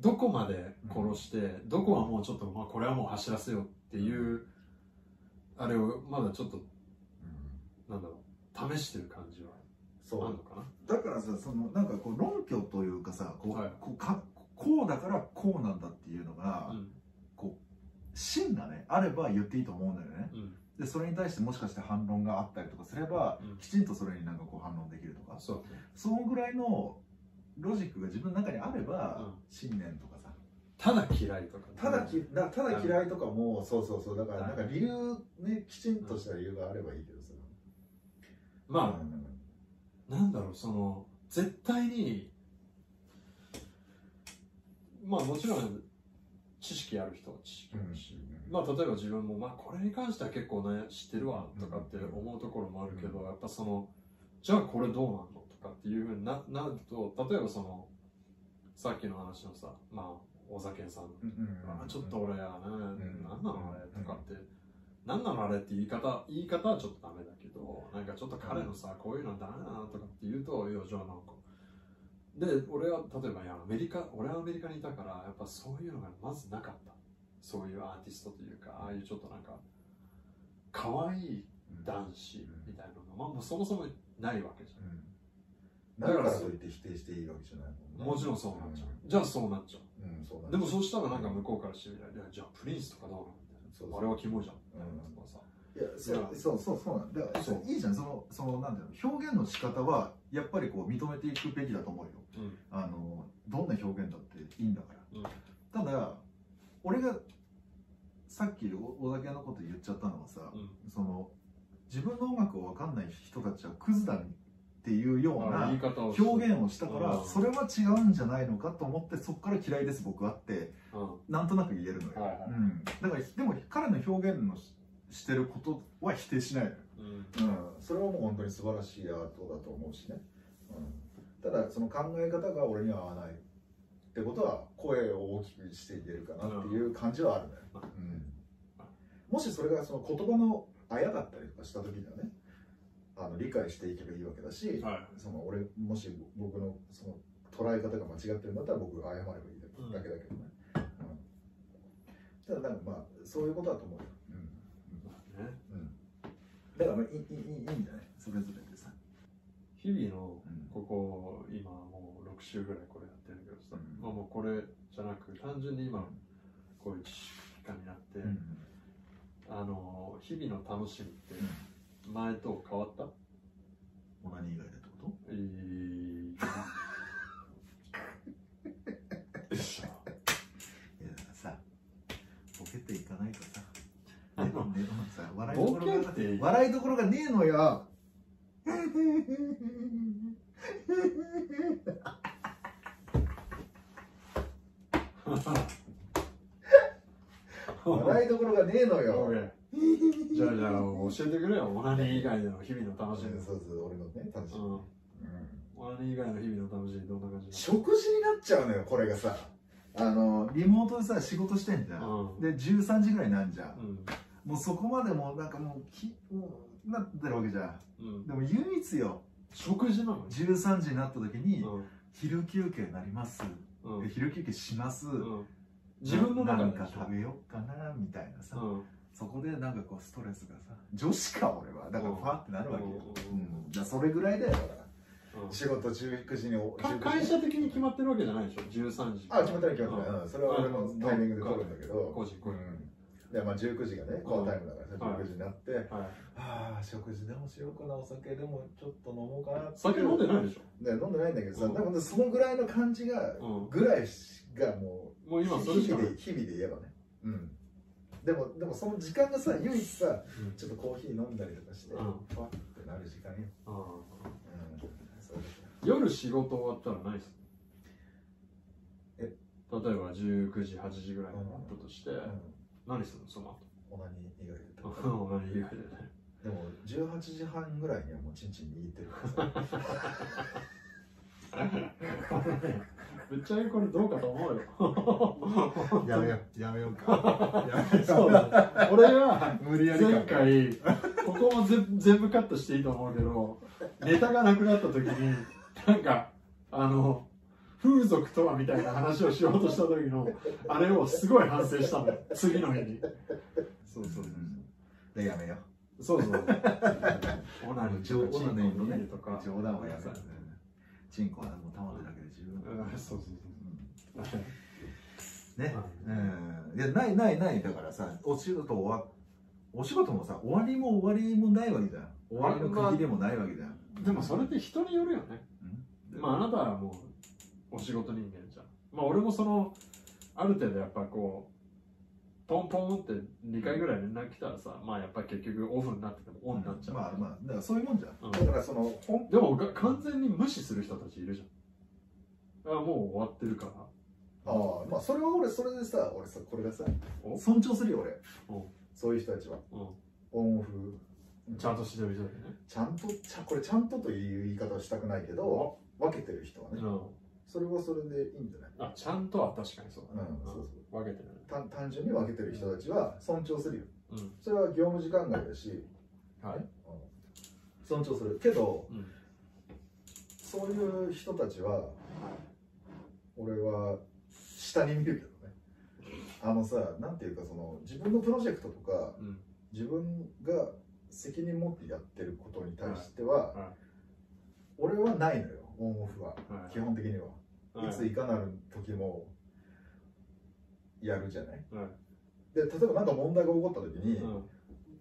Speaker 1: どこまで殺して、どこはもうちょっと、まあ、これはもう走らせようっていうあれをまだちょっとなんだろう試してる感じは
Speaker 2: そ
Speaker 1: ある
Speaker 2: う
Speaker 1: のかな
Speaker 3: だからさそのなんかこう論拠というかさこう,、
Speaker 1: はい
Speaker 3: こうかこうだからこうなんだっていうのが、
Speaker 1: うん
Speaker 3: 芯がねあれば言っていいと思うんだよね
Speaker 1: うん
Speaker 3: でそれに対してもしかして反論があったりとかすれば、
Speaker 1: うん
Speaker 3: きちんとそれになんかこう反論できるとか
Speaker 1: そうね
Speaker 3: そのぐらいのロジックが自分の中にあれば、
Speaker 1: うん
Speaker 3: 信念とかさ
Speaker 1: ただ嫌いとかね、
Speaker 2: ただきだただ嫌いとかもそうそうそうだからなんか理由ねきちんとした理由があればいいけどさ
Speaker 1: ま
Speaker 3: うん
Speaker 1: あなんだろうその絶対にまあもちろん知識ある人は知識あるし、まあ、例えば自分も、まあ、これに関しては結構ね知ってるわとかって思うところもあるけど、やっぱそのじゃあこれどうなんのとかっていうふうにななると例えばそのさっきの話のさまあお酒さん、あちょっと俺はね、
Speaker 2: ん
Speaker 1: なんなのあれとかって、なんなのあれって言い方言い方はちょっとダメだけどなんかちょっと彼のさこういうのダメだなとかって言うといやじゃあなんかで俺は例えばいやアメリカ俺はアメリカにいたからやっぱそういうのがまずなかったそういうアーティストというかああいうちょっとなんか可愛い男子みたいなのが、まあ、もうそもそもないわけじゃん
Speaker 2: だからといって否定していいわけじゃないもんね
Speaker 1: もちろんそうなっちゃう、じゃあそうなっちゃう
Speaker 2: うんそうなん
Speaker 1: で
Speaker 2: だ
Speaker 1: もそうしたらなんか向こうからしてみたらいやじゃあプリンスとかどうなのみたいな
Speaker 2: そうそう
Speaker 1: あれはキモいじゃん、
Speaker 2: うん
Speaker 1: とかさ
Speaker 2: いや
Speaker 3: そ
Speaker 2: そう
Speaker 3: うそうそうそうなんだだから
Speaker 1: そう
Speaker 3: いいじゃんそのそのなんていうの表現の仕方はやっぱりこう認めていくべきだと思うよ
Speaker 1: うん
Speaker 3: あのどんな表現だっていいんだから、
Speaker 1: うん
Speaker 3: ただ俺がさっきお小酒のこと言っちゃったのはさ、
Speaker 1: うん
Speaker 3: その自分の音楽を分かんない人たちはクズだっていうよう
Speaker 1: あ
Speaker 3: な
Speaker 1: 言い方をして
Speaker 3: 表現をしたから
Speaker 1: うん
Speaker 3: それは違うんじゃないのかと思ってそこから嫌いです僕はって
Speaker 1: うんは
Speaker 3: なんとなく言えるのよ、
Speaker 1: いは
Speaker 3: うん、だからでも彼の表現のししてることは否定しないのよ
Speaker 1: い、うん
Speaker 2: うんそれはもう本当に素晴らしいアートだと思うしね、うん、ただその考え方が俺には合わないってことは声を大きくしていけるかなっていう感じはあるね、うん、もしそれがその言葉のあやだったりとかした時にはねあの理解していけばいいわけだし、
Speaker 1: は
Speaker 2: その俺もし僕のその捉え方が間違ってるんだったら僕が謝ればいいだけ,、
Speaker 1: うん
Speaker 2: だけどね、うん、ただなんかまあそういうことだと思うよ、
Speaker 1: いね、
Speaker 2: うんうん、
Speaker 3: だからまあいいいいいいいいんじゃないそれぞれでさ、
Speaker 1: 日々の
Speaker 3: うん
Speaker 1: ここ今もう6週ぐらいこれやってるけどさ、
Speaker 3: うん
Speaker 1: まあ、もうこれじゃなく単純に今こういう知識家になって、
Speaker 3: うん
Speaker 1: あの日々の楽しみって前と変わった
Speaker 3: オナニー以外でってこと
Speaker 1: いい
Speaker 3: いやさボケていかないとさねねさ笑いど
Speaker 1: ボ
Speaker 3: ころ
Speaker 1: ケ
Speaker 3: が
Speaker 1: っていい
Speaker 3: 笑いどころがねえの よ
Speaker 2: 笑いどころがねえのよ、
Speaker 1: オッケーじゃあじゃあ教えてくれよオナニー以外での日々の楽しみ、
Speaker 2: うんそうそう、俺のね、楽しみ。
Speaker 1: うん
Speaker 2: うん
Speaker 1: オナニー以外の日々の楽しみどんな感じな
Speaker 2: 食事になっちゃうのよ、これがさ。
Speaker 3: あのリモートでさ仕事してんじゃん、
Speaker 1: のうん
Speaker 3: で13時ぐらいなんじゃん、
Speaker 1: うん
Speaker 3: もうそこまでもうなんかもうきもうなってるわけじゃ
Speaker 1: う
Speaker 3: ん
Speaker 1: ん
Speaker 3: でも唯一よ
Speaker 1: 食事なの
Speaker 3: 13時になった時に、
Speaker 1: う
Speaker 3: 昼休憩になります、
Speaker 1: んうん
Speaker 3: 昼休憩します、
Speaker 1: うん自分の中
Speaker 3: なん
Speaker 1: で
Speaker 3: か食べようかなみたいなさ、
Speaker 1: うん
Speaker 3: そこでなんかこうストレスがさ女子か俺はだからファーってなるわけよ、
Speaker 1: う
Speaker 3: うんんじゃあそれぐらいだよ
Speaker 2: だから仕事19時にお
Speaker 1: か
Speaker 2: 19時に
Speaker 1: 会社的に決まってるわけじゃないでしょ13時
Speaker 2: あ、決まったら決まったら、うんそれは俺のタイミングで取るんだけ
Speaker 1: 個
Speaker 2: ど。
Speaker 1: 人
Speaker 2: う
Speaker 1: 個人
Speaker 2: んで、まあ19時がね、コアタイムだからさ、
Speaker 1: はい
Speaker 2: 19時になって、
Speaker 1: はい
Speaker 2: ああ、食事でもしようかな、お酒でもちょっと飲もうかなって。
Speaker 1: 酒飲んでない
Speaker 2: ね
Speaker 1: でし
Speaker 2: 飲んでないんだけどさ、
Speaker 1: うん
Speaker 2: でもそのぐらいの感じが、
Speaker 1: ょうん
Speaker 2: ぐらいしがもう、
Speaker 1: もう今それし
Speaker 2: 日
Speaker 1: か
Speaker 2: 々
Speaker 1: ない
Speaker 2: で、日々で言えばね。うん。でも、でもその時間がさ、唯一さ、
Speaker 1: うん
Speaker 2: ちょっとコーヒー飲んだりとかして、
Speaker 1: うん
Speaker 2: ふわってなる時間よ。
Speaker 1: うん
Speaker 2: うん、そうですね。
Speaker 1: 夜仕事終わったらないです
Speaker 2: え
Speaker 1: 例えば19時8時ぐらいになったとして
Speaker 2: うん
Speaker 1: 何するのその
Speaker 2: オナニー以外でとか。
Speaker 1: 後オナニー以外でね
Speaker 2: でも、18時半ぐらいにはもうチンチン握ってるからさ。
Speaker 1: ぶっちゃけこれどうかと思うよ
Speaker 2: やめようやめようかやめよう
Speaker 1: そうだ俺は
Speaker 3: 無理やり
Speaker 1: 前
Speaker 3: か
Speaker 1: 回ここもぜ全部カットしていいと思うけどネタがなくなった時になんかあの風俗とはみたいな話をしようとした時のあれをすごい反省したのよ次の日に
Speaker 3: そうそうそう
Speaker 2: でやめよう
Speaker 1: そうそうオナニー
Speaker 3: 冗
Speaker 1: とかチンコ
Speaker 3: 談ね
Speaker 1: を見るとか
Speaker 3: 冗談はやめないチンコはもう玉でだけで十分
Speaker 1: うんそうそうそう
Speaker 3: ねうんいやないないないだからさお仕事終わお仕事もさ終わりも終わりもないわけじゃん終わりの区切りもないわけじゃん
Speaker 1: でもそれって人によるよね
Speaker 3: うん
Speaker 1: まああなたはもうお仕事人間じゃんまあ俺もそのある程度やっぱこうポンポンって2回ぐらい連絡来たらさまあやっぱ結局オフになっててもオンになっちゃう、
Speaker 3: まあまあだからそういうもんじゃん
Speaker 1: うん
Speaker 2: だからその本
Speaker 1: でもが完全に無視する人たちいるじゃんあもう終わってるから
Speaker 2: ああまあそれは俺それでさ俺さこれがさ
Speaker 1: お
Speaker 2: 尊重するよ俺
Speaker 1: お
Speaker 2: そういう人たちは
Speaker 1: うん
Speaker 2: オンオフ
Speaker 1: ちゃんとしてる人だよね
Speaker 2: ちゃんとちゃこれちゃんとという言い方はしたくないけど分けてる人はね
Speaker 1: う
Speaker 2: それはそれでいいんじゃない
Speaker 1: んあちゃんとは確かにそうだね、
Speaker 2: うんそう
Speaker 1: 分けてるね
Speaker 2: 単単純に分けてる人たちは尊重するよ
Speaker 1: うん
Speaker 2: それは業務時間外だし
Speaker 1: はい
Speaker 2: 尊重するけど
Speaker 1: うん
Speaker 2: そういう人たちは俺は下に見るけどねあのさなんていうかその自分のプロジェクトとか
Speaker 1: うん
Speaker 2: 自分が責任持ってやってることに対しては、
Speaker 1: はいはい
Speaker 2: 俺はないのよオンオフは
Speaker 1: はい
Speaker 2: 基本的には、
Speaker 1: はい
Speaker 2: い、ついかなる時もやるじゃない、
Speaker 1: はい
Speaker 2: で例えば何か問題が起こった時に
Speaker 1: うん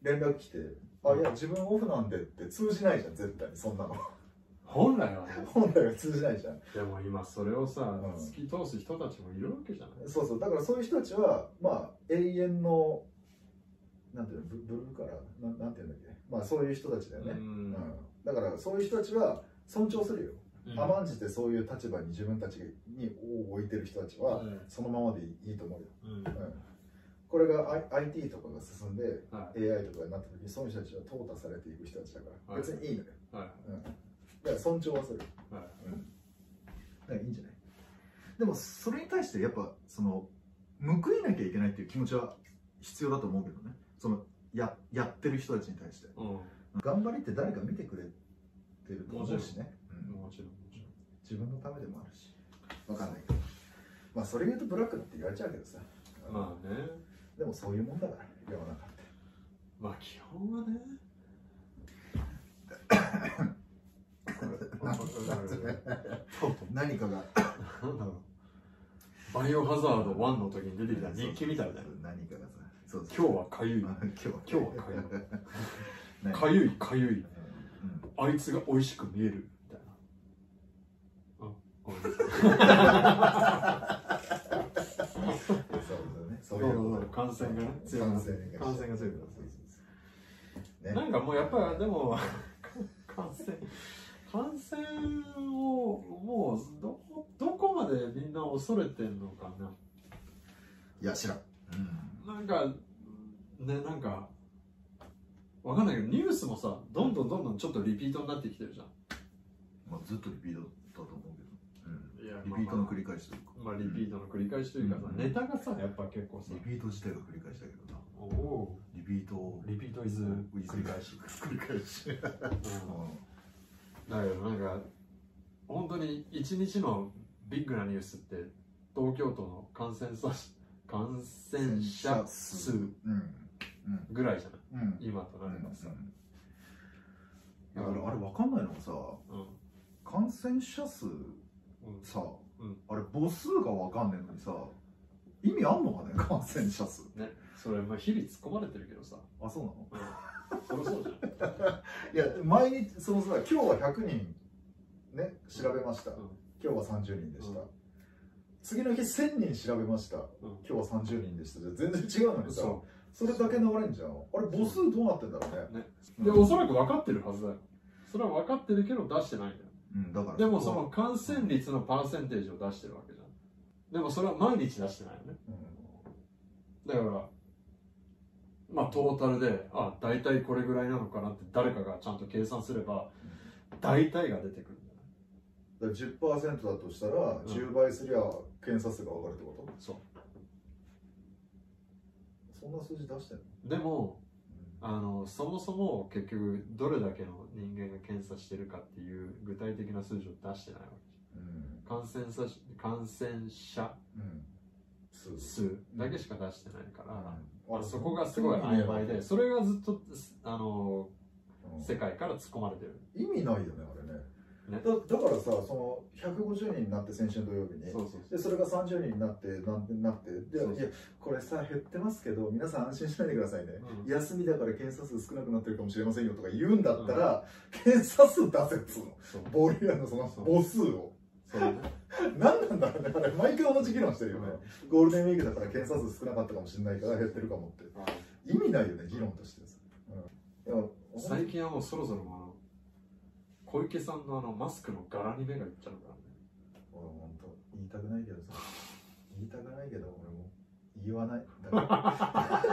Speaker 2: 連絡来て「あいや自分オフなんで」って通じないじゃん絶対にそんなの
Speaker 1: 本来はね
Speaker 2: 本来は通じないじゃん
Speaker 1: でも今それをさ、
Speaker 2: ん
Speaker 1: 突き通す人たちもいるわけじゃない
Speaker 2: そうそうだからそういう人たちはまあ永遠のなんていうのブブルーカラーななんていうんだっけまあそういう人たちだよね、
Speaker 1: ん
Speaker 2: だからそういう人たちは尊重するよ、
Speaker 1: うん
Speaker 2: 甘んじてそういう立場に自分たちに置いてる人たちは
Speaker 1: うん
Speaker 2: そのままでいいと思うよ、
Speaker 1: うん
Speaker 2: うんこれが I- IT とかが進んで
Speaker 1: は
Speaker 2: AI とかになった時にそういう人たちは淘汰されていく人たちだから
Speaker 1: はい
Speaker 2: 別にいいのよ、
Speaker 1: いはい
Speaker 2: うん、だから尊重はする、
Speaker 1: はい
Speaker 3: だからいいんじゃないでもそれに対してやっぱその報いなきゃいけないっていう気持ちは必要だと思うけどねそのややってる人たちに対して
Speaker 1: うん
Speaker 3: 頑張りって誰か見てくれてると思うしね、うん
Speaker 1: もちろんもち
Speaker 3: 自分のためでもあるし
Speaker 2: 分かんないけどまあそれ言うとブラックって言われちゃうけどさ、
Speaker 1: ろんまあね
Speaker 2: でもそういうもんだから世の中って
Speaker 1: まあ基本はね
Speaker 3: 何かが
Speaker 1: なんだろうバイオハザード1の時に出てきた日記みたいだよ
Speaker 3: 何かがさそうそう
Speaker 1: 今日はかゆい
Speaker 3: 今日は
Speaker 1: 今日はかゆい
Speaker 3: ね
Speaker 1: かゆいかゆい
Speaker 3: うん
Speaker 1: あいつが美味しく見えるみたいなあごめんなさい
Speaker 2: そうだね
Speaker 1: そ
Speaker 2: そ
Speaker 1: うう
Speaker 2: い
Speaker 1: そううそ
Speaker 2: こ
Speaker 1: う感染がね
Speaker 2: と
Speaker 1: 強くな
Speaker 2: 感
Speaker 1: って
Speaker 2: 染が
Speaker 1: 感染が強くなる
Speaker 2: そうそうそう
Speaker 1: なんかもうやっぱりでも感染感染をもうどどこまでみんな恐れてんのかない
Speaker 3: や知らん、うん
Speaker 1: なんかねなんかわかんないけどニュースもさどんどんどんどんちょっとリピートになってきてるじゃん
Speaker 3: まあ、ずっとリピートだと思うけ
Speaker 1: い
Speaker 3: ど、
Speaker 1: や
Speaker 3: リピートの繰り返しというか、
Speaker 1: まあリピートの繰り返しというかさ、
Speaker 3: うん
Speaker 1: ネタがさやっぱ結構さ
Speaker 3: リピート自体が繰り返しだけどな
Speaker 1: おお
Speaker 3: リピートを
Speaker 1: リピートイズ繰り返し、
Speaker 3: 繰り返し、う
Speaker 1: だけどなんか本当に一日のビッグなニュースって東京都の感染者感染者数
Speaker 3: んうんうん
Speaker 1: ぐらいじゃない
Speaker 3: うん
Speaker 1: 今となればさ、
Speaker 3: だからあれ分かんないのがさ
Speaker 1: うん
Speaker 3: 感染者数
Speaker 1: うん
Speaker 3: さ、
Speaker 1: うん
Speaker 3: あれ母数が分かんないのにさ意味あんのかね 感染者数
Speaker 1: ね、それまあ日々突っ込まれてるけどさ、
Speaker 3: あそうなの
Speaker 1: そりゃそうじゃん
Speaker 2: いや毎日そのさ今日は100人ね調べました、
Speaker 1: うん
Speaker 2: 今日は30人でした、
Speaker 1: うん
Speaker 2: 次の日1000人調べました、今日は30人でしたじゃ全然違うのにさ
Speaker 1: そ
Speaker 2: それだけ流れんじゃんあれ母数どうなってんだろうね
Speaker 1: ねう
Speaker 2: う
Speaker 1: んでおそらく分かってるはずだよそれは分かってるけど出してないんだよ
Speaker 3: うんだから
Speaker 1: でもその感染率のパーセンテージを出してるわけじゃんでもそれは毎日出してないよねだからまあトータルであ大体これぐらいなのかなって誰かがちゃんと計算すれば大体が出てくるんじゃない
Speaker 2: だから10%だとしたら、
Speaker 1: ん
Speaker 2: 10倍すりゃ検査数が上がるってこと
Speaker 1: そ
Speaker 2: そんな数字出してんの、
Speaker 1: うでも
Speaker 2: うん
Speaker 1: あのそもそも結局どれだけの人間が検査してるかっていう具体的な数字を出してないわ
Speaker 2: うん
Speaker 1: け感染者感染者
Speaker 2: うん、数字
Speaker 1: 数だけしか出してないから、
Speaker 2: うん
Speaker 1: まあそこがすごい曖昧でそれがずっとあの
Speaker 2: うん
Speaker 1: 世界から突っ込まれてる
Speaker 2: 意味ないよねあれね
Speaker 1: ね
Speaker 2: だだからさその150人になって先週土曜日に
Speaker 1: そうそうそ
Speaker 2: で
Speaker 1: う
Speaker 2: それが30人になってなんてなってで
Speaker 1: そうそう
Speaker 2: いやこれさ減ってますけど皆さん安心しないでくださいね、
Speaker 1: うん
Speaker 2: 休みだから検査数少なくなってるかもしれませんよとか言うんだったら、検査数出せっつうの
Speaker 1: そう
Speaker 2: ボリュアのその
Speaker 1: そう
Speaker 2: 母数を
Speaker 1: そうね
Speaker 2: 何なんだろうねあれ毎回同じ議論してるよねゴールデンウィークだから検査数少なかったかもしれないから減ってるかもって
Speaker 1: うん
Speaker 2: 意味ないよね議論としてさ、うん、いや
Speaker 1: 最近はもうそろそろもうあの小池さんのあのマスクの柄に目がいっちゃうからね
Speaker 2: 俺本当言いたくないけどさ言いたくないけど俺も言わないだ か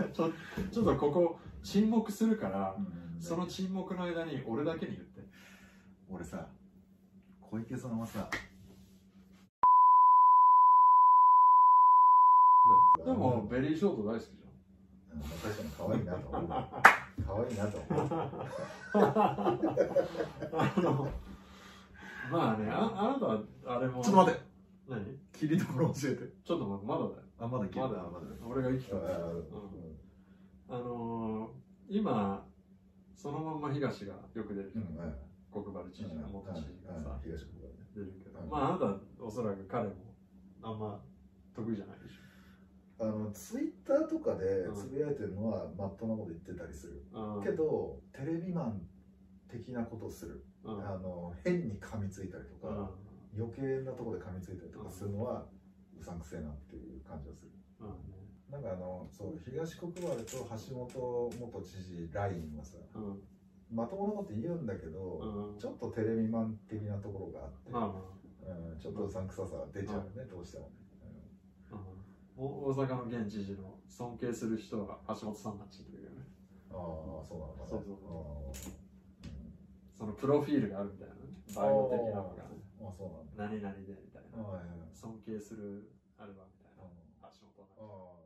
Speaker 2: ら、
Speaker 1: ちょっとここ沈黙するから
Speaker 3: うん
Speaker 1: その沈黙の間に俺だけに言って
Speaker 3: 俺さ小池さんはさ
Speaker 1: でもベリーショート大好きじ
Speaker 2: うん、確かに可愛いなと思う可愛いなと思う
Speaker 1: ゃんあのまあねああなたはあれも
Speaker 3: ちょっと待って
Speaker 1: 何
Speaker 3: 切りどころ教えて
Speaker 1: ちょっと待ってまだだよ
Speaker 3: あまだ切る
Speaker 1: まだ
Speaker 3: あまだ
Speaker 1: 俺が生きて
Speaker 2: う
Speaker 1: る
Speaker 2: ん
Speaker 1: あのー、今そのまんま東がよく出る
Speaker 2: うんうんうん
Speaker 1: 国原知事が元知事がさ、
Speaker 2: うん東国原ね
Speaker 1: 出るけど、
Speaker 2: うん
Speaker 1: まああなたおそらく彼もあんま得意じゃないでし
Speaker 2: あのツイッターとかで
Speaker 1: うん
Speaker 2: つぶやいてるのはまっとうなこと言ってたりする、
Speaker 1: ょ、うん
Speaker 2: けどテレビマン的なことをする、
Speaker 1: うん
Speaker 2: あの変に噛みついたりと
Speaker 1: うん
Speaker 2: か、余計なところで噛みついたりとかするのはうさんくせえなっていう感じがする
Speaker 1: うん
Speaker 2: なんかあのそう東国原と橋本元知事ラインはさ
Speaker 1: うん
Speaker 2: まともなこと言うんだけ
Speaker 1: う
Speaker 2: ど、
Speaker 1: ん
Speaker 2: ちょっとテレビマン的なところがあって、
Speaker 1: まあま
Speaker 2: うん、ちょっとうさんくささが出ちゃうよね、どうしてもね、
Speaker 1: あ、うん、お大阪の現知事の尊敬する人が橋本さんになっちゃってるよね
Speaker 2: うんああそうなのかな
Speaker 1: そうそう
Speaker 2: そ
Speaker 1: そのプロフィールがあるみたいなねバイオ的なのがね
Speaker 2: ああそうなんだ
Speaker 1: 何々でみたいな
Speaker 2: はいはいはい
Speaker 1: 尊敬するあればみたいな
Speaker 2: あ
Speaker 1: 橋本なんか
Speaker 2: あ